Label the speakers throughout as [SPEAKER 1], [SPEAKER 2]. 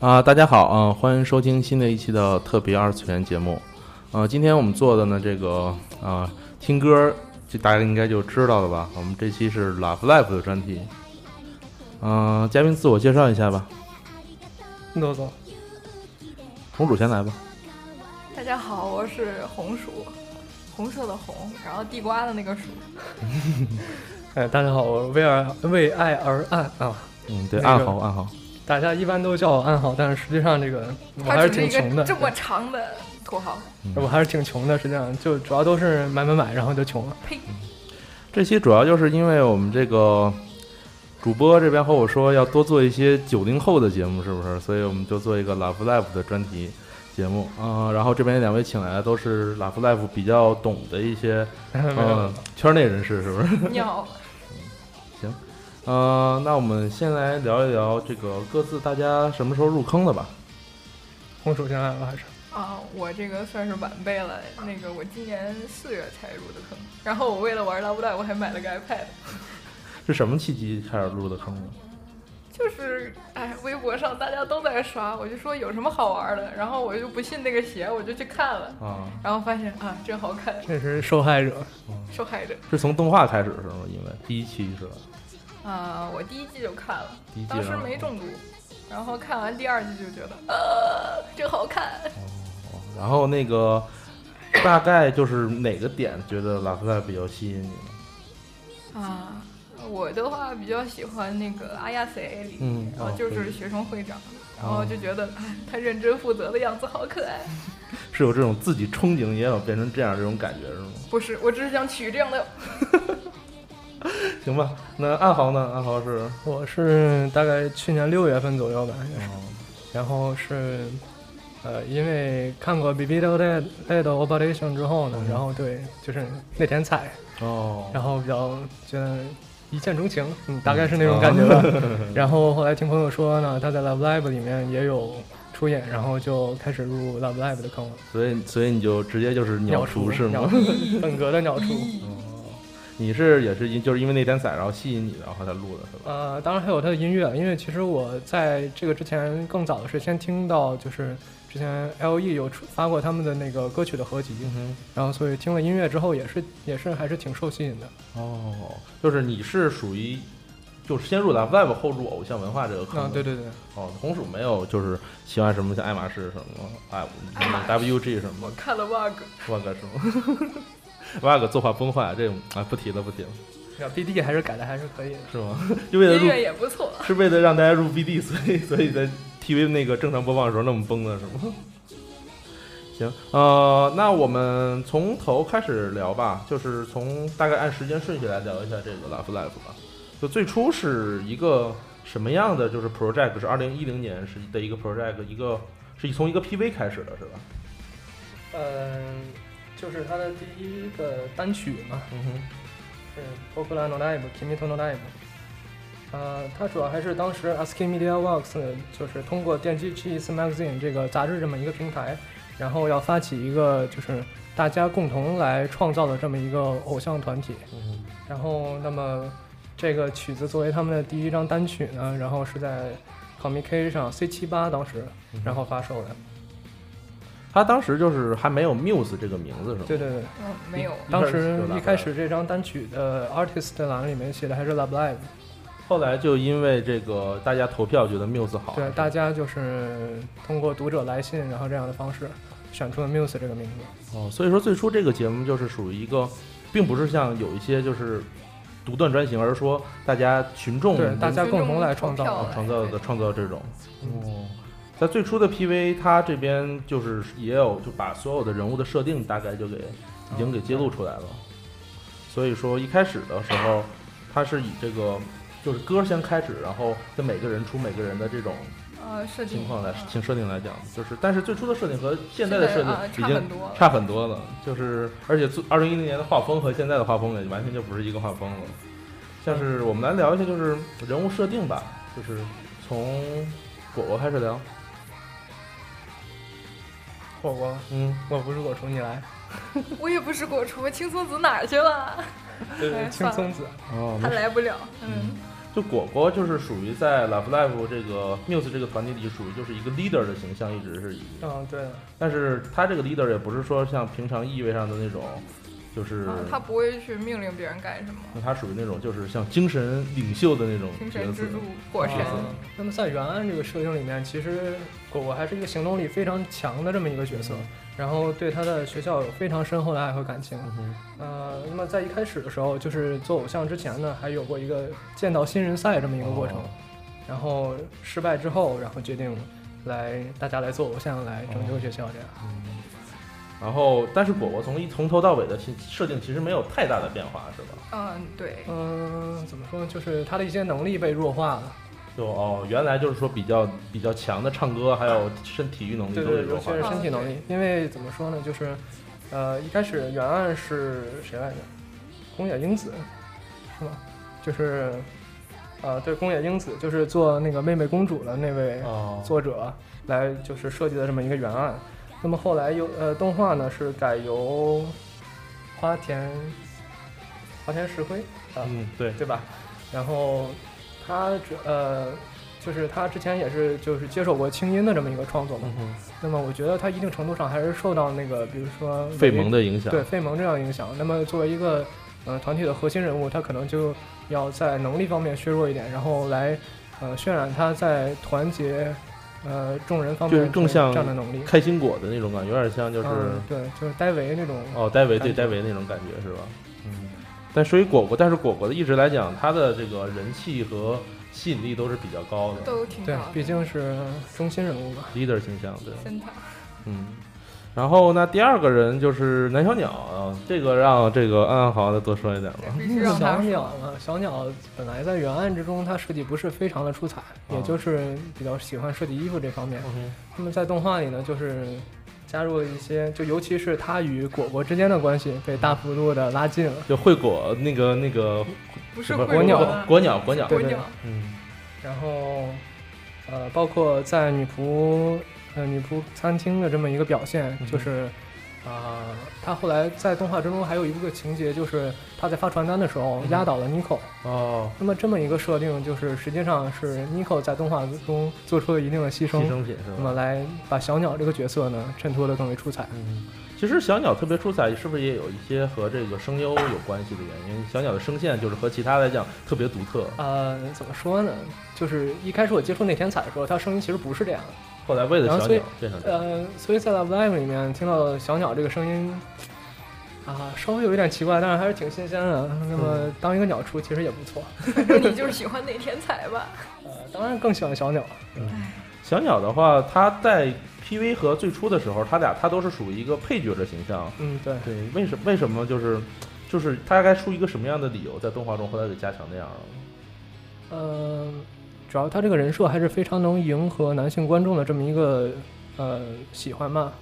[SPEAKER 1] 啊，大家好，嗯、欢迎收听新的一期的特别二次元节目。呃，今天我们做的呢，这个呃，听歌，这大家应该就知道了吧？我们这期是 Love Life 的专题。嗯、嘉宾自我介绍一下吧，
[SPEAKER 2] 诺总，
[SPEAKER 1] 红薯先来吧。
[SPEAKER 3] 大家好，我是红薯，红色的红，然后地瓜的那个薯。
[SPEAKER 2] 哎，大家好，我是为爱为爱而暗啊！
[SPEAKER 1] 嗯，对，
[SPEAKER 2] 那
[SPEAKER 1] 暗
[SPEAKER 2] 个
[SPEAKER 1] 号暗号。
[SPEAKER 2] 大家一般都叫我暗号，但是实际上这个我还
[SPEAKER 3] 它
[SPEAKER 2] 是
[SPEAKER 3] 只
[SPEAKER 2] 挺
[SPEAKER 3] 一
[SPEAKER 2] 穷
[SPEAKER 3] 个
[SPEAKER 2] 的，
[SPEAKER 3] 这么长的土豪，
[SPEAKER 2] 对我还是挺穷的。实际上就主要都是买买买，然后就穷了。
[SPEAKER 3] 呸！
[SPEAKER 1] 这期主要就是因为我们这个主播这边和我说要多做一些九零后的节目，是不是？所以我们就做一个 Love Life 的专题节目。嗯、然后这边两位请来的都是 Love Life 比较懂的一些
[SPEAKER 2] 没有
[SPEAKER 1] 嗯、
[SPEAKER 2] 没有，
[SPEAKER 1] 圈内人士，是不是？
[SPEAKER 3] 尿，
[SPEAKER 1] 嗯、那我们先来聊一聊这个各自大家什么时候入坑的吧。
[SPEAKER 2] 红薯先来吧，还是
[SPEAKER 3] 啊，我这个算是晚辈了。那个我今年四月才入的坑，然后我为了玩 Love Live，我还买了个 iPad。
[SPEAKER 1] 是什么契机开始入的坑呢？
[SPEAKER 3] 就是，哎，微博上大家都在刷，我就说有什么好玩的，然后我就不信那个邪，我就去看了，
[SPEAKER 1] 啊，
[SPEAKER 3] 然后发现啊，真好看，
[SPEAKER 2] 这是受害者。
[SPEAKER 3] 受害者
[SPEAKER 1] 是从动画开始是吗？因为第一期是吧？
[SPEAKER 3] 啊、我第一季就看了，
[SPEAKER 1] 第一季啊哦
[SPEAKER 3] 当时
[SPEAKER 1] 然后
[SPEAKER 3] 没中毒，然后看完第二季就觉得，呃，真好看，
[SPEAKER 1] 然后那个大概就是哪个点觉得拉夫赖比较吸引你呢？哦
[SPEAKER 3] 啊，我的话比较喜欢那个阿亚塞埃里，
[SPEAKER 1] 嗯
[SPEAKER 3] 然后
[SPEAKER 1] 哦
[SPEAKER 3] 就
[SPEAKER 1] 对
[SPEAKER 3] 是学生会长，然后就觉得、哎他认真负责的样子好可爱。
[SPEAKER 1] 是有这种自己憧憬也想变成这样这种感觉是吗？
[SPEAKER 3] 不是，我只是想娶这样的，
[SPEAKER 1] 行吧，那暗豪呢？暗豪是
[SPEAKER 2] 我是大概去年六月份左右吧，也是
[SPEAKER 1] 哦
[SPEAKER 2] 然后是。呃，因为看过《b i b i d o Dead Dead Operation》之后呢，
[SPEAKER 1] 嗯
[SPEAKER 2] 然后对，就是那天踩，
[SPEAKER 1] 哦，
[SPEAKER 2] 然后比较觉得一见钟情，嗯，大概是那种感觉吧。然后后来听朋友说呢，他在 Love Live 里面也有出演，然后就开始入 Love Live 的坑了。
[SPEAKER 1] 所以所以你就直接就是鸟
[SPEAKER 2] 雏
[SPEAKER 1] 雏是
[SPEAKER 2] 鸟
[SPEAKER 1] 吗？
[SPEAKER 2] 雏 本格的鸟雏。
[SPEAKER 1] 哦你是也是因就是因为那天仔然后吸引你的，然后才录的是吧？
[SPEAKER 2] 呃，当然还有他的音乐，因为其实我在这个之前更早的是先听到，就是之前 L E 有出发过他们的那个歌曲的合集，
[SPEAKER 1] 嗯
[SPEAKER 2] 然后所以听了音乐之后也是也是还是挺受吸引的。
[SPEAKER 1] 哼，哦，就是你是属于就是先入的 Web 后入偶像文化这个坑、
[SPEAKER 2] 啊，对。对对，
[SPEAKER 1] 哦，红薯没有就是喜欢什么像爱马仕什么哎
[SPEAKER 3] 爱马仕
[SPEAKER 1] WG 什么
[SPEAKER 3] 我看了 bug，
[SPEAKER 1] 万个什么 万个作画崩坏，这种哎不提了不提了，
[SPEAKER 2] 啊 B D 还是改的还是可以的。
[SPEAKER 1] 是吗？ 就为了
[SPEAKER 3] 音乐
[SPEAKER 1] 入
[SPEAKER 3] 也不错。
[SPEAKER 1] 是为了让大家入 BD，所 以所以在 TV 那个正常播放的时候那么崩的是吗？ 行，呃，那我们从头开始聊吧，就是从大概按时间顺序来聊一下这个 Love Live 吧。就最初是一个什么样的？就是 project 是二零一零年是的一个 project，一个是从一个 PV 开始的是吧？
[SPEAKER 2] 嗯，就是他的第一个单曲嘛，
[SPEAKER 1] 嗯哼。
[SPEAKER 2] 是《Popular No Live》《Kimi No Live》。呃，它主要还是当时 SK Media Works 就是通过电击 Cheese Magazine 这个杂志这么一个平台，然后要发起一个就是大家共同来创造的这么一个偶像团体。
[SPEAKER 1] 嗯
[SPEAKER 2] 然后，那么这个曲子作为他们的第一张单曲呢，然后是在 Comic K 上 C 7 8当时
[SPEAKER 1] 嗯
[SPEAKER 2] 然后发售的。
[SPEAKER 1] 他当时就是还没有 Muse 这个名字是吗？
[SPEAKER 2] 对对对，
[SPEAKER 3] 嗯，没有，
[SPEAKER 1] 一
[SPEAKER 2] 当
[SPEAKER 1] 开始
[SPEAKER 2] 时
[SPEAKER 1] 就 Love
[SPEAKER 2] 一开始这张单曲的 Artist 栏里面写的还是 Love Live。
[SPEAKER 1] 后来就因为这个大家投票觉得 Muse 好，
[SPEAKER 2] 对，大家就是通过读者来信，然后这样的方式选出了 Muse 这个名字。
[SPEAKER 1] 哦，所以说最初这个节目就是属于一个，并不是像有一些就是独断专行，而是说大家群众
[SPEAKER 2] 对，大家
[SPEAKER 3] 就
[SPEAKER 2] 共同
[SPEAKER 3] 用
[SPEAKER 2] 来
[SPEAKER 3] 投
[SPEAKER 2] 创造的
[SPEAKER 3] 票来
[SPEAKER 1] 创造的
[SPEAKER 3] 对
[SPEAKER 1] 创造这种。
[SPEAKER 2] 嗯
[SPEAKER 1] 哦，在最初的 PV，它这边就是也有就把所有的人物的设定大概就给
[SPEAKER 2] 嗯
[SPEAKER 1] 已经给揭露出来了。所以说一开始的时候，它是以这个就是歌先开始，然后跟每个人出每个人的这种
[SPEAKER 3] 呃，设计
[SPEAKER 1] 情况来，请设定来讲，就是但是最初的设定和现在的设
[SPEAKER 3] 现在啊
[SPEAKER 1] 定已
[SPEAKER 3] 差
[SPEAKER 1] 经
[SPEAKER 3] 很多了
[SPEAKER 1] 差很多了，就是而且二零一零年的画风和现在的画风也完全就不是一个画风了。像是我们来聊一下，就是人物设定吧，就是从果果开始聊，
[SPEAKER 2] 火锅，
[SPEAKER 1] 嗯，
[SPEAKER 2] 我不是果厨，你来。
[SPEAKER 3] 嗯我也不是果厨，青松子哪儿去了？
[SPEAKER 2] 对
[SPEAKER 3] 哎
[SPEAKER 2] 青松子，
[SPEAKER 1] 哦
[SPEAKER 3] 他来不了。嗯，
[SPEAKER 1] 就果果就是属于在 Love Live 这个 Muse 这个团体里，属于就是一个 leader 的形象，一直是以。
[SPEAKER 2] 嗯， 对，
[SPEAKER 1] 但是他这个 leader 也不是说像平常意味上的那种，就是
[SPEAKER 3] 啊他不会去命令别人干什么，
[SPEAKER 1] 那他属于那种就是像精神领袖的那种
[SPEAKER 3] 精
[SPEAKER 1] 角
[SPEAKER 3] 神
[SPEAKER 1] 色
[SPEAKER 3] 支柱、火神
[SPEAKER 1] 角。色
[SPEAKER 2] 啊那么在原案这个设定里面，其实果果还是一个行动力非常强的这么一个角色，
[SPEAKER 1] 嗯
[SPEAKER 2] 然后对他的学校有非常深厚的爱和感情。
[SPEAKER 1] 嗯哼
[SPEAKER 2] 呃，那么在一开始的时候，就是做偶像之前呢，还有过一个见到新人赛这么一个过程，
[SPEAKER 1] 哦
[SPEAKER 2] 然后失败之后，然后决定来大家来做偶像，来拯救学校这样。
[SPEAKER 1] 嗯然后，但是果果从一从头到尾的其设定其实没有太大的变化，是吧？
[SPEAKER 3] 嗯，对，
[SPEAKER 2] 嗯、怎么说呢？就是他的一些能力被弱化了，
[SPEAKER 1] 就哦，原来就是说比较比较强的唱歌，还有身体育能力
[SPEAKER 2] 对
[SPEAKER 1] 都得
[SPEAKER 2] 对，尤
[SPEAKER 1] 弱
[SPEAKER 2] 其
[SPEAKER 1] 化
[SPEAKER 2] 是
[SPEAKER 3] 化
[SPEAKER 2] 身体能力，因为怎么说呢，就是呃，一开始原案是谁来着？宫野英子是吧？就是呃，对，宫野英子就是做那个妹妹公主的那位
[SPEAKER 1] 哦，
[SPEAKER 2] 作者来就是设计的这么一个原案。那么后来由呃动画呢是改由花田花田石灰啊、
[SPEAKER 1] 嗯，对，
[SPEAKER 2] 对吧？然后他主呃就是他之前也是就是接受过清音的这么一个创作嘛。
[SPEAKER 1] 嗯
[SPEAKER 2] 那么我觉得他一定程度上还是受到那个比如说
[SPEAKER 1] 费蒙的影响，
[SPEAKER 2] 对费蒙这样影响。那么作为一个呃团体的核心人物，他可能就要在能力方面削弱一点，然后来呃渲染他在团结呃众人方
[SPEAKER 1] 就
[SPEAKER 2] 面
[SPEAKER 1] 是更像
[SPEAKER 2] 这样的能力。
[SPEAKER 1] 开心果的那种感觉，有点像就是、
[SPEAKER 2] 嗯，对，就是戴维那种，
[SPEAKER 1] 哦，戴维
[SPEAKER 2] 感
[SPEAKER 1] 对
[SPEAKER 2] 觉
[SPEAKER 1] 戴维那种感觉是吧？嗯。但所以果果，但是果果的一直来讲，他的这个人气和吸引力都是比较高的
[SPEAKER 3] 都挺
[SPEAKER 2] 对
[SPEAKER 3] 高，
[SPEAKER 2] 毕
[SPEAKER 3] 的。
[SPEAKER 2] 竟是中心人物吧。
[SPEAKER 1] ，leader 形象对，
[SPEAKER 3] 真的，
[SPEAKER 1] 嗯。然后那第二个人就是南小鸟啊，这个让这个安安好好的多说一点吧。
[SPEAKER 3] 必须让
[SPEAKER 2] 小
[SPEAKER 3] 他
[SPEAKER 2] 鸟
[SPEAKER 3] 说。
[SPEAKER 2] 啊，小鸟本来在原案之中，它设计不是非常的出彩，
[SPEAKER 1] 啊
[SPEAKER 2] 也就是比较喜欢设计衣服这方面。那么在动画里呢，就是加入了一些，就尤其是他与果果之间的关系被大幅度的拉近了。
[SPEAKER 1] 就惠果那个那个
[SPEAKER 3] 不是
[SPEAKER 1] 什么
[SPEAKER 3] 会
[SPEAKER 2] 国鸟
[SPEAKER 3] 吗
[SPEAKER 1] 国鸟国鸟，
[SPEAKER 3] 国
[SPEAKER 2] 对
[SPEAKER 3] 鸟，
[SPEAKER 1] 嗯，
[SPEAKER 2] 然后，呃，包括在女仆呃女仆餐厅的这么一个表现，
[SPEAKER 1] 嗯
[SPEAKER 2] 就是，啊、他后来在动画之中还有一个情节，就是他在发传单的时候
[SPEAKER 1] 嗯
[SPEAKER 2] 压倒了 Nico、
[SPEAKER 1] 哦，
[SPEAKER 2] 那么这么一个设定，就是实际上是 Nico 在动画中做出了一定的牺牲
[SPEAKER 1] 牺，牲品是
[SPEAKER 2] 那
[SPEAKER 1] 吧
[SPEAKER 2] 么？来把小鸟这个角色呢衬托的更为出彩。
[SPEAKER 1] 嗯，其实小鸟特别出彩，是不是也有一些和这个声优有关系的原因？小鸟的声线就是和其他来讲特别独特，
[SPEAKER 2] 呃，怎么说呢？就是一开始我接触那天彩的时候，他声音其实不是这样的。
[SPEAKER 1] 后来为了
[SPEAKER 2] 然后
[SPEAKER 1] 小
[SPEAKER 2] 所以
[SPEAKER 1] 鸟变成这样。
[SPEAKER 2] 呃，所以在 Love Live 里面听到小鸟这个声音，啊，稍微有一点奇怪，但是还是挺新鲜的。那么当一个鸟出其实也不错，
[SPEAKER 3] 反正你就是喜欢哪天才吧。
[SPEAKER 2] 呃，当然更喜欢小鸟。
[SPEAKER 1] 小鸟的话，它在 PV 和最初的时候，它俩它都是属于一个配角的形象。
[SPEAKER 2] 嗯，对，
[SPEAKER 1] 对，为什为什么就是就是它该出一个什么样的理由，在动画中后来给加强那样了？啊
[SPEAKER 2] 呃，主要他这个人设还是非常能迎合男性观众的这么一个呃喜欢嘛，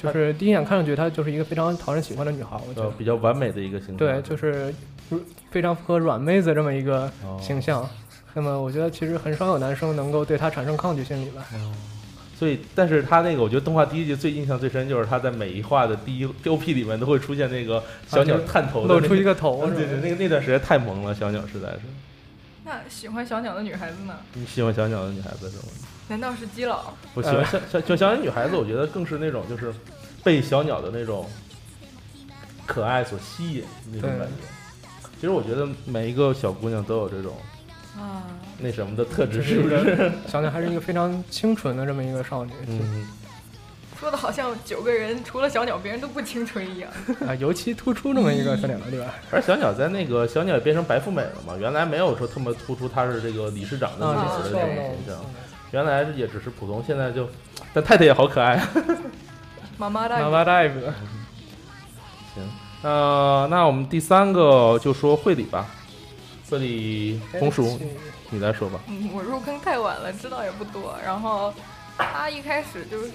[SPEAKER 2] 就是第一眼看上去她就是一个非常讨人喜欢的女孩，我觉
[SPEAKER 1] 呃
[SPEAKER 2] 得，。
[SPEAKER 1] 比较完美的一个形象。
[SPEAKER 2] 对，就是非常符合软妹子这么一个
[SPEAKER 1] 哦
[SPEAKER 2] 形象。那么我觉得其实很少有男生能够对她产生抗拒心理吧。
[SPEAKER 1] 所以，但是他那个，我觉得动画第一季最印象最深就是他在每一话的第一 OP 里面都会出现那个小鸟
[SPEAKER 2] 啊就是
[SPEAKER 1] 探头哦的那
[SPEAKER 2] 露
[SPEAKER 1] 个、
[SPEAKER 2] 出一个头，
[SPEAKER 1] 对对，那个那段时间太萌了，小鸟实在是。
[SPEAKER 3] 那喜欢小鸟的女孩子呢？
[SPEAKER 1] 你喜欢小鸟的女孩子是吗？
[SPEAKER 3] 难道是基佬？
[SPEAKER 1] 我喜欢小小小小鸟女孩子，我觉得更是那种就是被小鸟的那种可爱所吸引那种
[SPEAKER 2] 对
[SPEAKER 1] 感觉。其实我觉得每一个小姑娘都有这种
[SPEAKER 3] 啊，
[SPEAKER 1] 那什么的特质，
[SPEAKER 2] 就是
[SPEAKER 1] 不
[SPEAKER 2] 一
[SPEAKER 1] 是？
[SPEAKER 2] 个小鸟还是一个非常清纯的这么一 个少女，
[SPEAKER 1] 嗯，
[SPEAKER 3] 说的好像九个人除了小鸟，别人都不清纯一样。
[SPEAKER 2] 啊，尤其突出这么一个特点了，对吧？
[SPEAKER 1] 而小鸟在那个小鸟也变成白富美了嘛，原来没有说特别突出她是这个理事长的女
[SPEAKER 2] 啊，
[SPEAKER 1] 儿的
[SPEAKER 2] 没错
[SPEAKER 1] 这种
[SPEAKER 2] 没
[SPEAKER 1] 形象
[SPEAKER 2] 错，
[SPEAKER 1] 原来也只是普通，现在就，但太太也好可爱啊。
[SPEAKER 3] 妈
[SPEAKER 2] 妈
[SPEAKER 3] 妈的，
[SPEAKER 2] 妈 live，
[SPEAKER 1] 行，呃，那我们第三个就说会理吧，会理
[SPEAKER 2] 哎
[SPEAKER 1] 红薯， 你来说吧。
[SPEAKER 3] 嗯，我入坑太晚了，知道也不多。然后他一开始就是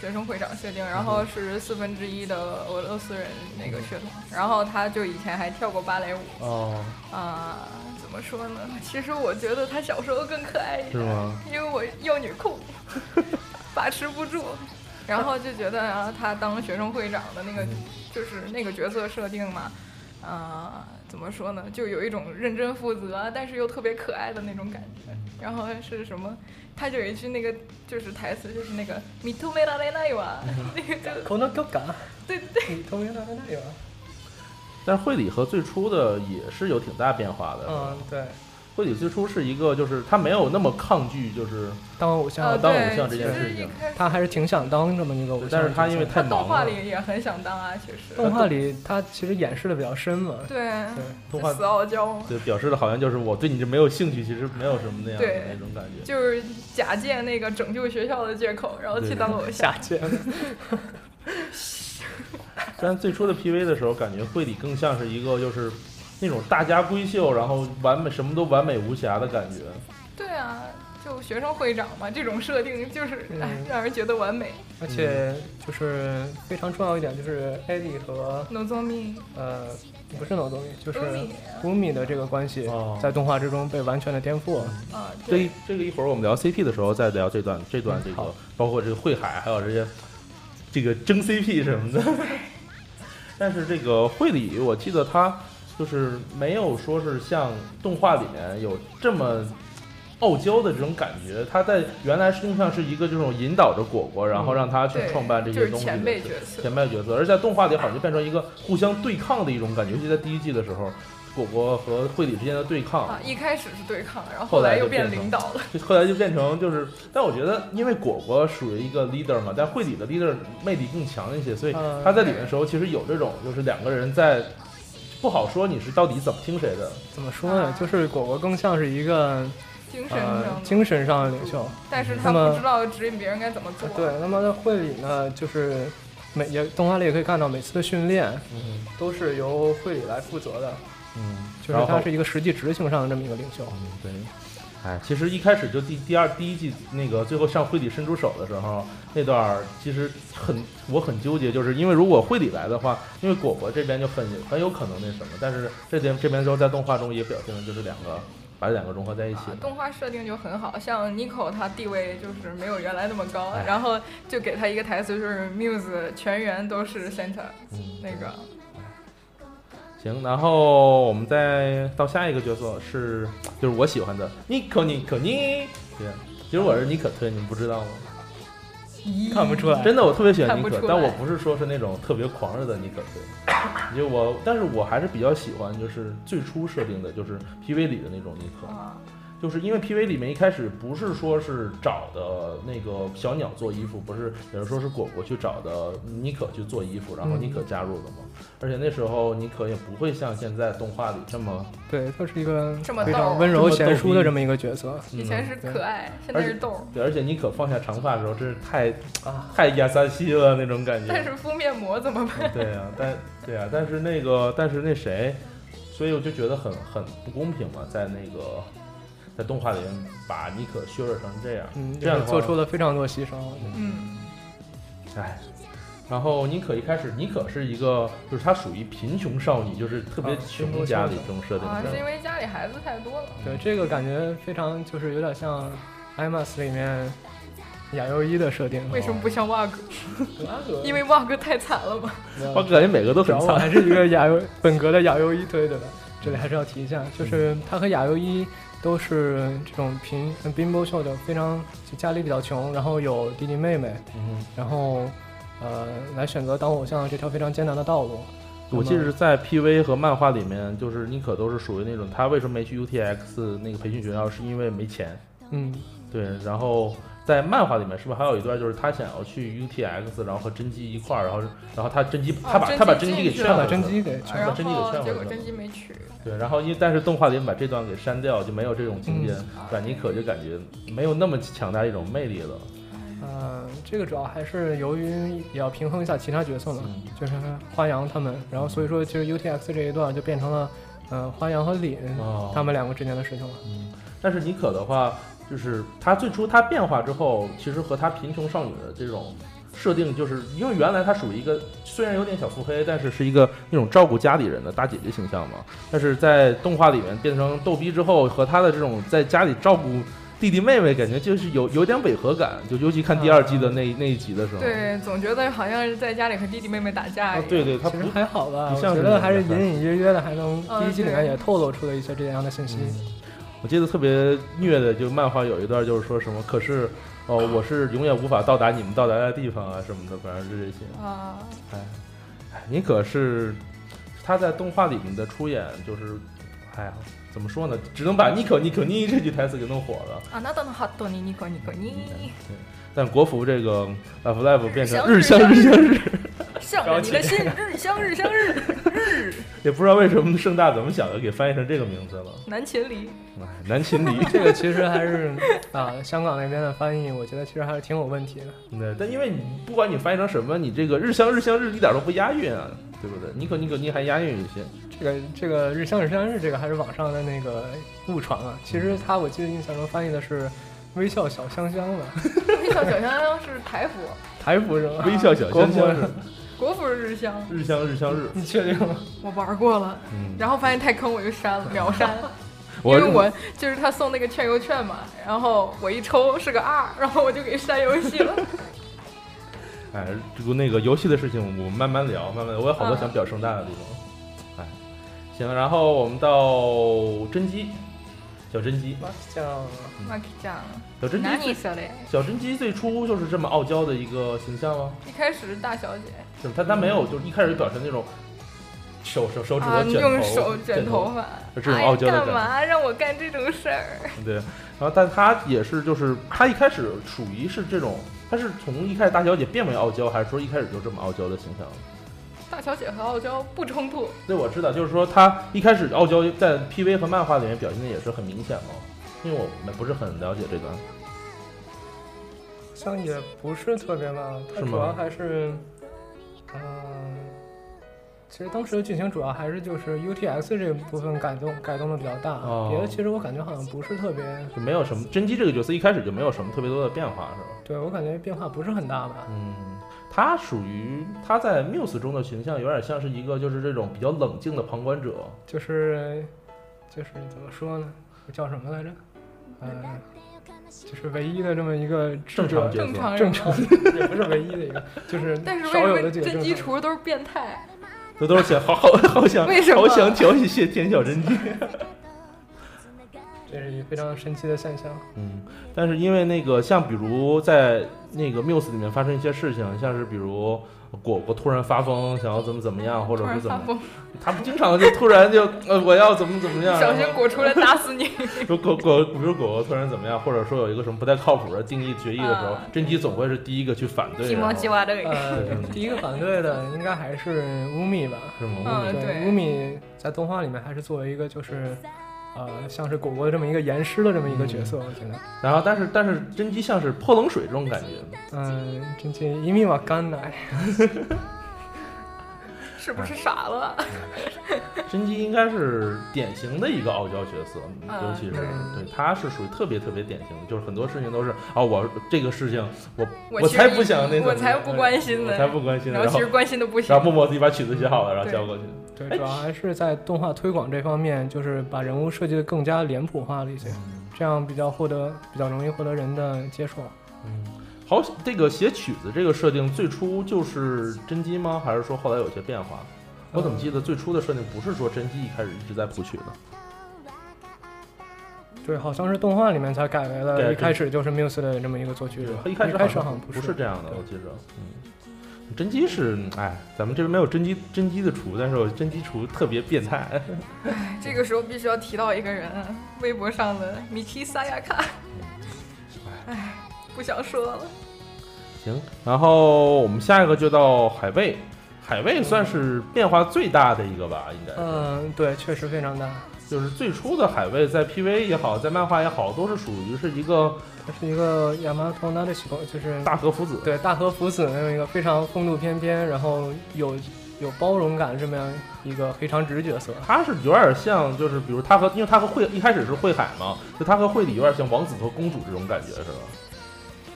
[SPEAKER 3] 学生会长设定，然后是四分之一的俄罗斯人那个血统，然后他就以前还跳过芭蕾舞
[SPEAKER 1] 哦，
[SPEAKER 3] 啊、怎么说呢？其实我觉得他小时候更可爱一
[SPEAKER 1] 是
[SPEAKER 3] 点，
[SPEAKER 1] 吗？
[SPEAKER 3] 因为我幼女控， 把持不住，
[SPEAKER 1] 嗯
[SPEAKER 3] 然后就觉得啊，他当学生会长的那个就是那个角色设定嘛。啊、怎么说呢，就有一种认真负责啊，但是又特别可爱的那种感觉。
[SPEAKER 1] 嗯
[SPEAKER 3] 然后是什么？他就有一句那个就是台词，就是那个“米兔梅拉雷奈啊瓦”，
[SPEAKER 1] 嗯
[SPEAKER 3] 那个就
[SPEAKER 2] 可能更感，
[SPEAKER 3] 对对
[SPEAKER 2] 你同意他们那有啊？
[SPEAKER 1] 哎但是会理和最初的也是有挺大变化的。
[SPEAKER 2] 嗯，对，
[SPEAKER 1] 会理最初是一个，就是他没有那么抗拒，就是
[SPEAKER 2] 当偶像
[SPEAKER 3] 呃，
[SPEAKER 1] 想当偶
[SPEAKER 3] 对
[SPEAKER 1] 啊像这件
[SPEAKER 3] 其实
[SPEAKER 1] 事
[SPEAKER 3] 一
[SPEAKER 1] 情
[SPEAKER 3] 开始
[SPEAKER 2] 他还是挺想当这么一个偶像，
[SPEAKER 1] 但是他因为
[SPEAKER 2] 就
[SPEAKER 1] 太
[SPEAKER 3] 动
[SPEAKER 1] 忙
[SPEAKER 3] 画
[SPEAKER 1] 了，
[SPEAKER 3] 里也很想当啊，其实
[SPEAKER 2] 动画里他其实演示的比较深嘛，
[SPEAKER 3] 对
[SPEAKER 2] 对，
[SPEAKER 1] 动画
[SPEAKER 3] 死傲娇，
[SPEAKER 1] 对表示的好像就是我对你这没有兴趣，其实没有什么那样的
[SPEAKER 3] 对
[SPEAKER 1] 那种感 觉。
[SPEAKER 3] 就是假借那个拯救学校的借口，然后去
[SPEAKER 1] 对
[SPEAKER 3] 当偶像
[SPEAKER 2] 下。贱，
[SPEAKER 1] 但最初的 PV 的时候，感觉会理更像是一个就是那种大家闺秀，然后完美什么都完美无瑕的感觉。
[SPEAKER 3] 对啊，就学生会长嘛，这种设定就是
[SPEAKER 2] 嗯
[SPEAKER 3] 哎，让人觉得完美。
[SPEAKER 2] 而且就是非常重要一点就是艾莉和
[SPEAKER 3] No z o m i
[SPEAKER 2] 呃不是脑洞里，就是
[SPEAKER 3] Umi
[SPEAKER 2] 乌米的这个关系
[SPEAKER 1] 哦嗯
[SPEAKER 2] 在动画之中被完全的颠覆，
[SPEAKER 3] 啊，
[SPEAKER 1] 这
[SPEAKER 3] 对
[SPEAKER 1] 一，这个一会儿我们聊 CP 的时候再聊这段这段这
[SPEAKER 2] 嗯
[SPEAKER 1] 个
[SPEAKER 2] 好，
[SPEAKER 1] 包括这个会海，还有这些这个争 CP 什 么的。但是这个会理，我记得他就是没有说是像动画里面有这么傲娇的这种感觉。他在原来是更像是一个这种引导着果果，然后让他去
[SPEAKER 3] 嗯对
[SPEAKER 1] 创办这
[SPEAKER 3] 就
[SPEAKER 1] 些
[SPEAKER 3] 是
[SPEAKER 1] 东西的
[SPEAKER 3] 前辈角色
[SPEAKER 1] 前辈角色，而在动画里好像就变成一个互相对抗的一种感觉，尤其在第一季的时候，果果和会理之间的对抗。
[SPEAKER 3] 啊，一开始是对抗，然后
[SPEAKER 1] 后
[SPEAKER 3] 后
[SPEAKER 1] 来
[SPEAKER 3] 来
[SPEAKER 1] 就
[SPEAKER 3] 又变
[SPEAKER 1] 变成
[SPEAKER 3] 领导了。
[SPEAKER 1] 就后来就变成就是，但我觉得因为果果属于一个 leader 嘛，但会理的 leader 魅力更强一些，所以
[SPEAKER 2] 嗯
[SPEAKER 1] 他在里面的时候其实有这种就是两个人在不好说你是到底怎么听谁的，
[SPEAKER 2] 怎么说呢？就是果果更像是一个
[SPEAKER 3] 精神上
[SPEAKER 1] 啊
[SPEAKER 2] 呃
[SPEAKER 3] 的，
[SPEAKER 2] 精神上的领袖，
[SPEAKER 3] 但是他
[SPEAKER 2] 那么
[SPEAKER 3] 不知道指引别人该怎么做。啊
[SPEAKER 1] 啊
[SPEAKER 2] 对，那么在会里呢，就是每也动画里也可以看到，每次的训练
[SPEAKER 1] 嗯
[SPEAKER 2] 都是由会里来负责的，
[SPEAKER 1] 嗯，
[SPEAKER 2] 就是他是一个实际执行上的这么一个领袖。
[SPEAKER 1] 嗯对，哎，其实一开始就第第二第一季那个最后向会理伸出手的时候，那段儿其实很我很纠结，就是因为如果会理来的话，因为果果这边就很很有可能那什么，但是这边这边之后在动画中也表现的就是两个把这两个融合在一起。
[SPEAKER 3] 啊，动画设定就很好，像 Nico 他地位就是没有原来那么高
[SPEAKER 1] 哎，
[SPEAKER 3] 然后就给他一个台词，就是 Muse 全员都是 center
[SPEAKER 1] 嗯
[SPEAKER 3] 那个
[SPEAKER 1] 行，然后我们再到下一个角色是，就是我喜欢的尼可尼可尼，对，其实我是尼可推，你们不知道吗？
[SPEAKER 2] 看不出来
[SPEAKER 1] 真的，我特别喜欢
[SPEAKER 3] 看
[SPEAKER 1] 尼
[SPEAKER 3] 不
[SPEAKER 1] 可，
[SPEAKER 3] 出来
[SPEAKER 1] 但我不是说是那种特别狂热的尼可推，就我，但是我还是比较喜欢就是最初设定的，就是 PV 里的那种尼可，
[SPEAKER 3] 啊，
[SPEAKER 1] 就是因为 PV 里面一开始不是说是找的那个小鸟做衣服，不是有人说是果果去找的妮可去做衣服，然后
[SPEAKER 2] 嗯
[SPEAKER 1] 妮可加入的嘛。而且那时候妮可也不会像现在动画里这么，
[SPEAKER 2] 对，他是一个
[SPEAKER 3] 这么
[SPEAKER 2] 非
[SPEAKER 3] 逗
[SPEAKER 2] 常温柔贤淑的这么一个角色
[SPEAKER 1] 嗯
[SPEAKER 3] 以前是可爱，现在是逗，
[SPEAKER 1] 对，而且妮可放下长发的时候，真是太
[SPEAKER 2] 啊。
[SPEAKER 1] 太亚萨西了那种感觉。
[SPEAKER 3] 但是敷面膜怎么办？
[SPEAKER 1] 对呀、但对呀、但是那个，但是那谁，所以我就觉得很很不公平嘛，在那个在动画里面把妮可削弱成这样，
[SPEAKER 2] 嗯，
[SPEAKER 1] 这样
[SPEAKER 2] 就
[SPEAKER 1] 的话
[SPEAKER 2] 是做出了非常多牺牲，我觉得
[SPEAKER 3] 嗯，
[SPEAKER 1] 唉，哎然后妮可一开始，妮可是一个，就是她属于贫穷少女，就是特别
[SPEAKER 2] 啊
[SPEAKER 1] 穷家里这种设定
[SPEAKER 3] 啊，是因
[SPEAKER 1] 的。
[SPEAKER 3] 为家里孩子太多了，
[SPEAKER 2] 对这个感觉非常就是有点像《IMAS》里面雅优一的设
[SPEAKER 1] 哦
[SPEAKER 2] 定。
[SPEAKER 3] 为什么不像袜哥？因为袜哥太惨了吧？
[SPEAKER 1] 我哦感觉每个都
[SPEAKER 2] 主
[SPEAKER 1] 很
[SPEAKER 2] 要我
[SPEAKER 1] 惨。
[SPEAKER 2] 还是一个雅优本格的雅优一推的，这里还是要提一下，
[SPEAKER 1] 嗯
[SPEAKER 2] 就是他和雅优一都是这种贫呃贫乏秀的，非常就家里比较穷，然后有弟弟妹妹，
[SPEAKER 1] 嗯，
[SPEAKER 2] 然后呃来选择当偶像这条非常艰难的道路。
[SPEAKER 1] 我记得是在 PV 和漫画里面，就是妮可都是属于那种，她为什么没去 UTX 那个培训学校，是因为没钱。
[SPEAKER 2] 嗯，
[SPEAKER 1] 对，然后在漫画里面是不是还有一段，就是她想要去 UTX，然后和真姬一块儿，然后然后她真姬，她把
[SPEAKER 3] 哦真姬
[SPEAKER 1] 她把真姬给
[SPEAKER 3] 进去
[SPEAKER 1] 劝
[SPEAKER 2] 他
[SPEAKER 3] 了
[SPEAKER 1] 回
[SPEAKER 2] 把
[SPEAKER 1] 去
[SPEAKER 2] 甄
[SPEAKER 1] 了。
[SPEAKER 2] 姬给全
[SPEAKER 3] 然
[SPEAKER 1] 把甄姬给
[SPEAKER 3] 后
[SPEAKER 1] 劝回去
[SPEAKER 3] 结果
[SPEAKER 1] 了嗯
[SPEAKER 3] 甄姬没去，
[SPEAKER 1] 对，然后因但是动画里把这段给删掉，就没有这种情节，
[SPEAKER 2] 嗯
[SPEAKER 1] 软妮可就感觉没有那么强大一种魅力了。
[SPEAKER 2] 呃，这个主要还是由于也要平衡一下其他角色嘛，
[SPEAKER 1] 嗯
[SPEAKER 2] 就是花阳他们，然后所以说其实 UTX 这一段就变成了，呃，花阳和凛、
[SPEAKER 1] 哦
[SPEAKER 2] 他们两个之间的事情了。
[SPEAKER 1] 嗯，但是妮可的话，就是她最初她变化之后，其实和她贫穷少女的这种设定，就是因为原来她属于一个虽然有点小腹黑，但是是一个那种照顾家里人的大姐姐形象嘛。但是在动画里面变成逗逼之后，和她的这种在家里照顾弟弟妹妹，感觉就是有有点违和感，就尤其看第二季
[SPEAKER 2] 嗯
[SPEAKER 1] 的那、那一集的时候，
[SPEAKER 3] 对，总觉得好像是在家里和弟弟妹妹打
[SPEAKER 1] 啊
[SPEAKER 3] 架一样。
[SPEAKER 1] 对对，他
[SPEAKER 2] 其
[SPEAKER 1] 不
[SPEAKER 2] 实还好吧，
[SPEAKER 1] 不
[SPEAKER 2] 我
[SPEAKER 1] 像
[SPEAKER 2] 觉
[SPEAKER 1] 是
[SPEAKER 2] 得还是
[SPEAKER 1] 那种
[SPEAKER 2] 隐隐约约的，还能
[SPEAKER 3] 嗯
[SPEAKER 2] 第一季里面
[SPEAKER 3] 对
[SPEAKER 2] 也透露出了一些这样的信息。
[SPEAKER 1] 嗯我记得特别虐的，就漫画有一段就是说什么，可是哦，我是永远无法到达你们到达的地方啊什么的，反正是这些。
[SPEAKER 3] 啊，
[SPEAKER 1] 哎，哎，你可是他在动画里面的出演，就是哎呀，怎么说呢？只能把尼可尼可尼这句台词给弄火了。
[SPEAKER 3] あなたのハットにニコニコに，
[SPEAKER 1] 对，但国服这个 Life Life 变成 日
[SPEAKER 3] 日
[SPEAKER 1] 向
[SPEAKER 3] 向
[SPEAKER 1] 日向日，
[SPEAKER 3] 向着你的心，日向日向日日
[SPEAKER 1] 也不知道为什么盛大怎么想的给翻译成这个名字了。
[SPEAKER 3] 南秦离。
[SPEAKER 1] 哎，南秦离
[SPEAKER 2] 这个其实还是啊，香港那边的翻译，我觉得其实还是挺有问题的。
[SPEAKER 1] 对，但因为你不管你翻译成什么，你这个日向日向日一点都不押韵啊，对不对？尼可尼可尼还押韵一些。
[SPEAKER 2] 这个这个日向日向日这个还是网上的那个误传啊，其实它我记得印象中翻译的是微笑小香香吧，
[SPEAKER 3] 微笑小香香是台服，
[SPEAKER 2] 台服是吧？嗯
[SPEAKER 1] 微笑小香香是
[SPEAKER 3] 国服是日香，
[SPEAKER 1] 日向日向日，
[SPEAKER 2] 你确定吗？
[SPEAKER 3] 我玩过了，
[SPEAKER 1] 嗯，
[SPEAKER 3] 然后发现太坑，我就删了，秒删。因
[SPEAKER 1] 我
[SPEAKER 3] 为我就是他送那个券优券嘛，然后我一抽是个二，然后我就给删游戏了。
[SPEAKER 1] 哎，这个那个游戏的事情，我们慢慢聊，慢慢聊。我有好多想表盛大的地方。哎，行，然后我们到甄姬，小甄姬，
[SPEAKER 2] 哇像
[SPEAKER 3] 马克酱，
[SPEAKER 1] 小甄姬
[SPEAKER 3] 哪
[SPEAKER 1] 最，
[SPEAKER 3] 里说的？
[SPEAKER 1] 小甄姬最初就是这么傲娇的一个形象吗？
[SPEAKER 3] 一开始是大小姐
[SPEAKER 1] 是吗？她她没有，就是一开始就表现那种手手手指
[SPEAKER 3] 啊，
[SPEAKER 1] 头卷头，
[SPEAKER 3] 用手卷头发，
[SPEAKER 1] 这种傲娇的
[SPEAKER 3] 哎
[SPEAKER 1] 感
[SPEAKER 3] 干
[SPEAKER 1] 觉
[SPEAKER 3] 嘛让我干这种事儿？
[SPEAKER 1] 对，然后但她也是，就是她一开始属于是这种，她是从一开始大小姐变为傲娇，还是说一开始就这么傲娇的形象？
[SPEAKER 3] 大小姐和傲娇不冲突，
[SPEAKER 1] 对，我知道，就是说她一开始傲娇在 PV 和漫画里面表现的也是很明显嘛，因为我们不是很了解这段。
[SPEAKER 2] 像也不是特别吧，它
[SPEAKER 1] 是吗
[SPEAKER 2] 主要还是嗯、其实当时的剧情主要还是就是 UTX 这部分改动改动的比较大，
[SPEAKER 1] 哦
[SPEAKER 2] 别的其实我感觉好像不是特别，
[SPEAKER 1] 就没有什么甄姬这个角色一开始就没有什么特别多的变化，是吧？
[SPEAKER 2] 对我感觉变化不是很大吧。
[SPEAKER 1] 嗯，她属于她在 Muse 中的形象有点像是一个就是这种比较冷静的旁观者，
[SPEAKER 2] 就是就是怎么说呢？我叫什么来着？呃，就是唯一的这么一个智
[SPEAKER 1] 正常
[SPEAKER 2] 者，
[SPEAKER 1] 角
[SPEAKER 3] 正
[SPEAKER 1] 色。
[SPEAKER 3] 常人
[SPEAKER 2] 正
[SPEAKER 3] 嘛。
[SPEAKER 2] 常 也不是唯一的一个，就是
[SPEAKER 3] 但是为
[SPEAKER 2] 少有的
[SPEAKER 3] 什么
[SPEAKER 2] 几个
[SPEAKER 3] 甄
[SPEAKER 2] 正
[SPEAKER 3] 姬
[SPEAKER 2] 常。
[SPEAKER 3] 厨都是变态？
[SPEAKER 1] 这都是想好好好想
[SPEAKER 3] 为什么
[SPEAKER 1] 好想调戏谢天小甄姬。
[SPEAKER 2] 这是一个非常神奇的现象。
[SPEAKER 1] 嗯，但是因为那个像比如在那个 Muse 里面发生一些事情，像是比如果果突然发疯，想要怎么怎么样，或
[SPEAKER 3] 突
[SPEAKER 1] 者
[SPEAKER 3] 然
[SPEAKER 1] 是怎
[SPEAKER 3] 发
[SPEAKER 1] 么
[SPEAKER 3] 疯，
[SPEAKER 1] 他们经常就突然就呃，我要怎么怎么样，
[SPEAKER 3] 小心果出来打死你！
[SPEAKER 1] 果果果，比如果果突然怎么样，或者说有一个什么不太靠谱的定义决议的时候
[SPEAKER 3] 啊，
[SPEAKER 1] 甄姬总会是第一个去反对，啊
[SPEAKER 3] 提莫吉
[SPEAKER 1] 然后
[SPEAKER 3] 瓦的，
[SPEAKER 2] 呃，第一个反对的应该还是乌米吧？
[SPEAKER 1] 是吗？
[SPEAKER 3] 嗯
[SPEAKER 1] 物理
[SPEAKER 2] 对，
[SPEAKER 3] 对
[SPEAKER 2] 乌米在动画里面还是作为一个就是，呃，像是果果这么一个严师的这么一个角色，我觉得，
[SPEAKER 1] 然后但是但是甄姬像是泼冷水这种感觉，
[SPEAKER 2] 嗯、真这一米瓦甘奶，
[SPEAKER 3] 是不是傻了？
[SPEAKER 1] 甄姬应该是典型的一个傲娇角色，尤其是
[SPEAKER 2] 嗯
[SPEAKER 1] 对，她是属于特别特别典型的，就是很多事情都是啊，我这个事情我
[SPEAKER 3] 我
[SPEAKER 1] 我
[SPEAKER 3] 其
[SPEAKER 1] 才
[SPEAKER 3] 实
[SPEAKER 1] 不想那什么呃
[SPEAKER 3] 我才不关心呢
[SPEAKER 1] 我才不关心呢，
[SPEAKER 3] 然
[SPEAKER 1] 然
[SPEAKER 3] 后
[SPEAKER 1] 后
[SPEAKER 3] 其实关心的不行
[SPEAKER 1] 然后。默默自己把曲子写好了，然后交过去，
[SPEAKER 2] 对，
[SPEAKER 3] 哎
[SPEAKER 2] 主要还是在动画推广这方面，就是把人物设计的更加脸谱化了一些，
[SPEAKER 1] 嗯
[SPEAKER 2] 这样比较获得比较容易获得人的接受。
[SPEAKER 1] 嗯，好，这个写曲子这个设定最初就是甄姬吗？还是说后来有些变化？我怎么记得最初的设定不是说甄姬一开始一直在谱曲的？
[SPEAKER 2] 对，好像是动画里面才改为
[SPEAKER 1] 对
[SPEAKER 2] 了，一
[SPEAKER 1] 对
[SPEAKER 2] 开始就是 Muse 的这么一个作曲者，
[SPEAKER 1] 一
[SPEAKER 2] 一
[SPEAKER 1] 开始
[SPEAKER 2] 开始
[SPEAKER 1] 好
[SPEAKER 2] 好
[SPEAKER 1] 像
[SPEAKER 2] 像
[SPEAKER 1] 不
[SPEAKER 2] 不
[SPEAKER 1] 是这样的，
[SPEAKER 2] 对
[SPEAKER 1] 我记着。嗯，甄姬是，哎，咱们这边没有甄姬甄姬的厨，但是我甄姬厨特别变 态。
[SPEAKER 3] 这个时候必须要提到一个人，微博上的米奇萨亚卡。唉，不想说了。
[SPEAKER 1] 行，然后我们下一个就到海卫，海卫算是变化最大的一个吧，应该是。
[SPEAKER 2] 嗯，对，确实非常大，
[SPEAKER 1] 就是最初的海卫在 PV 也好，在漫画也好，都是属于是一个
[SPEAKER 2] 它是一个亚麻头拿的系统，就是
[SPEAKER 1] 大和福子。
[SPEAKER 2] 对大和福子那么一个非常风度翩翩，然后有有包容感这么样一个黑长直角色。
[SPEAKER 1] 他是有点像，就是比如他和，因为他和惠一开始是惠海嘛，就他和惠里有点像王子和公主这种感觉似的，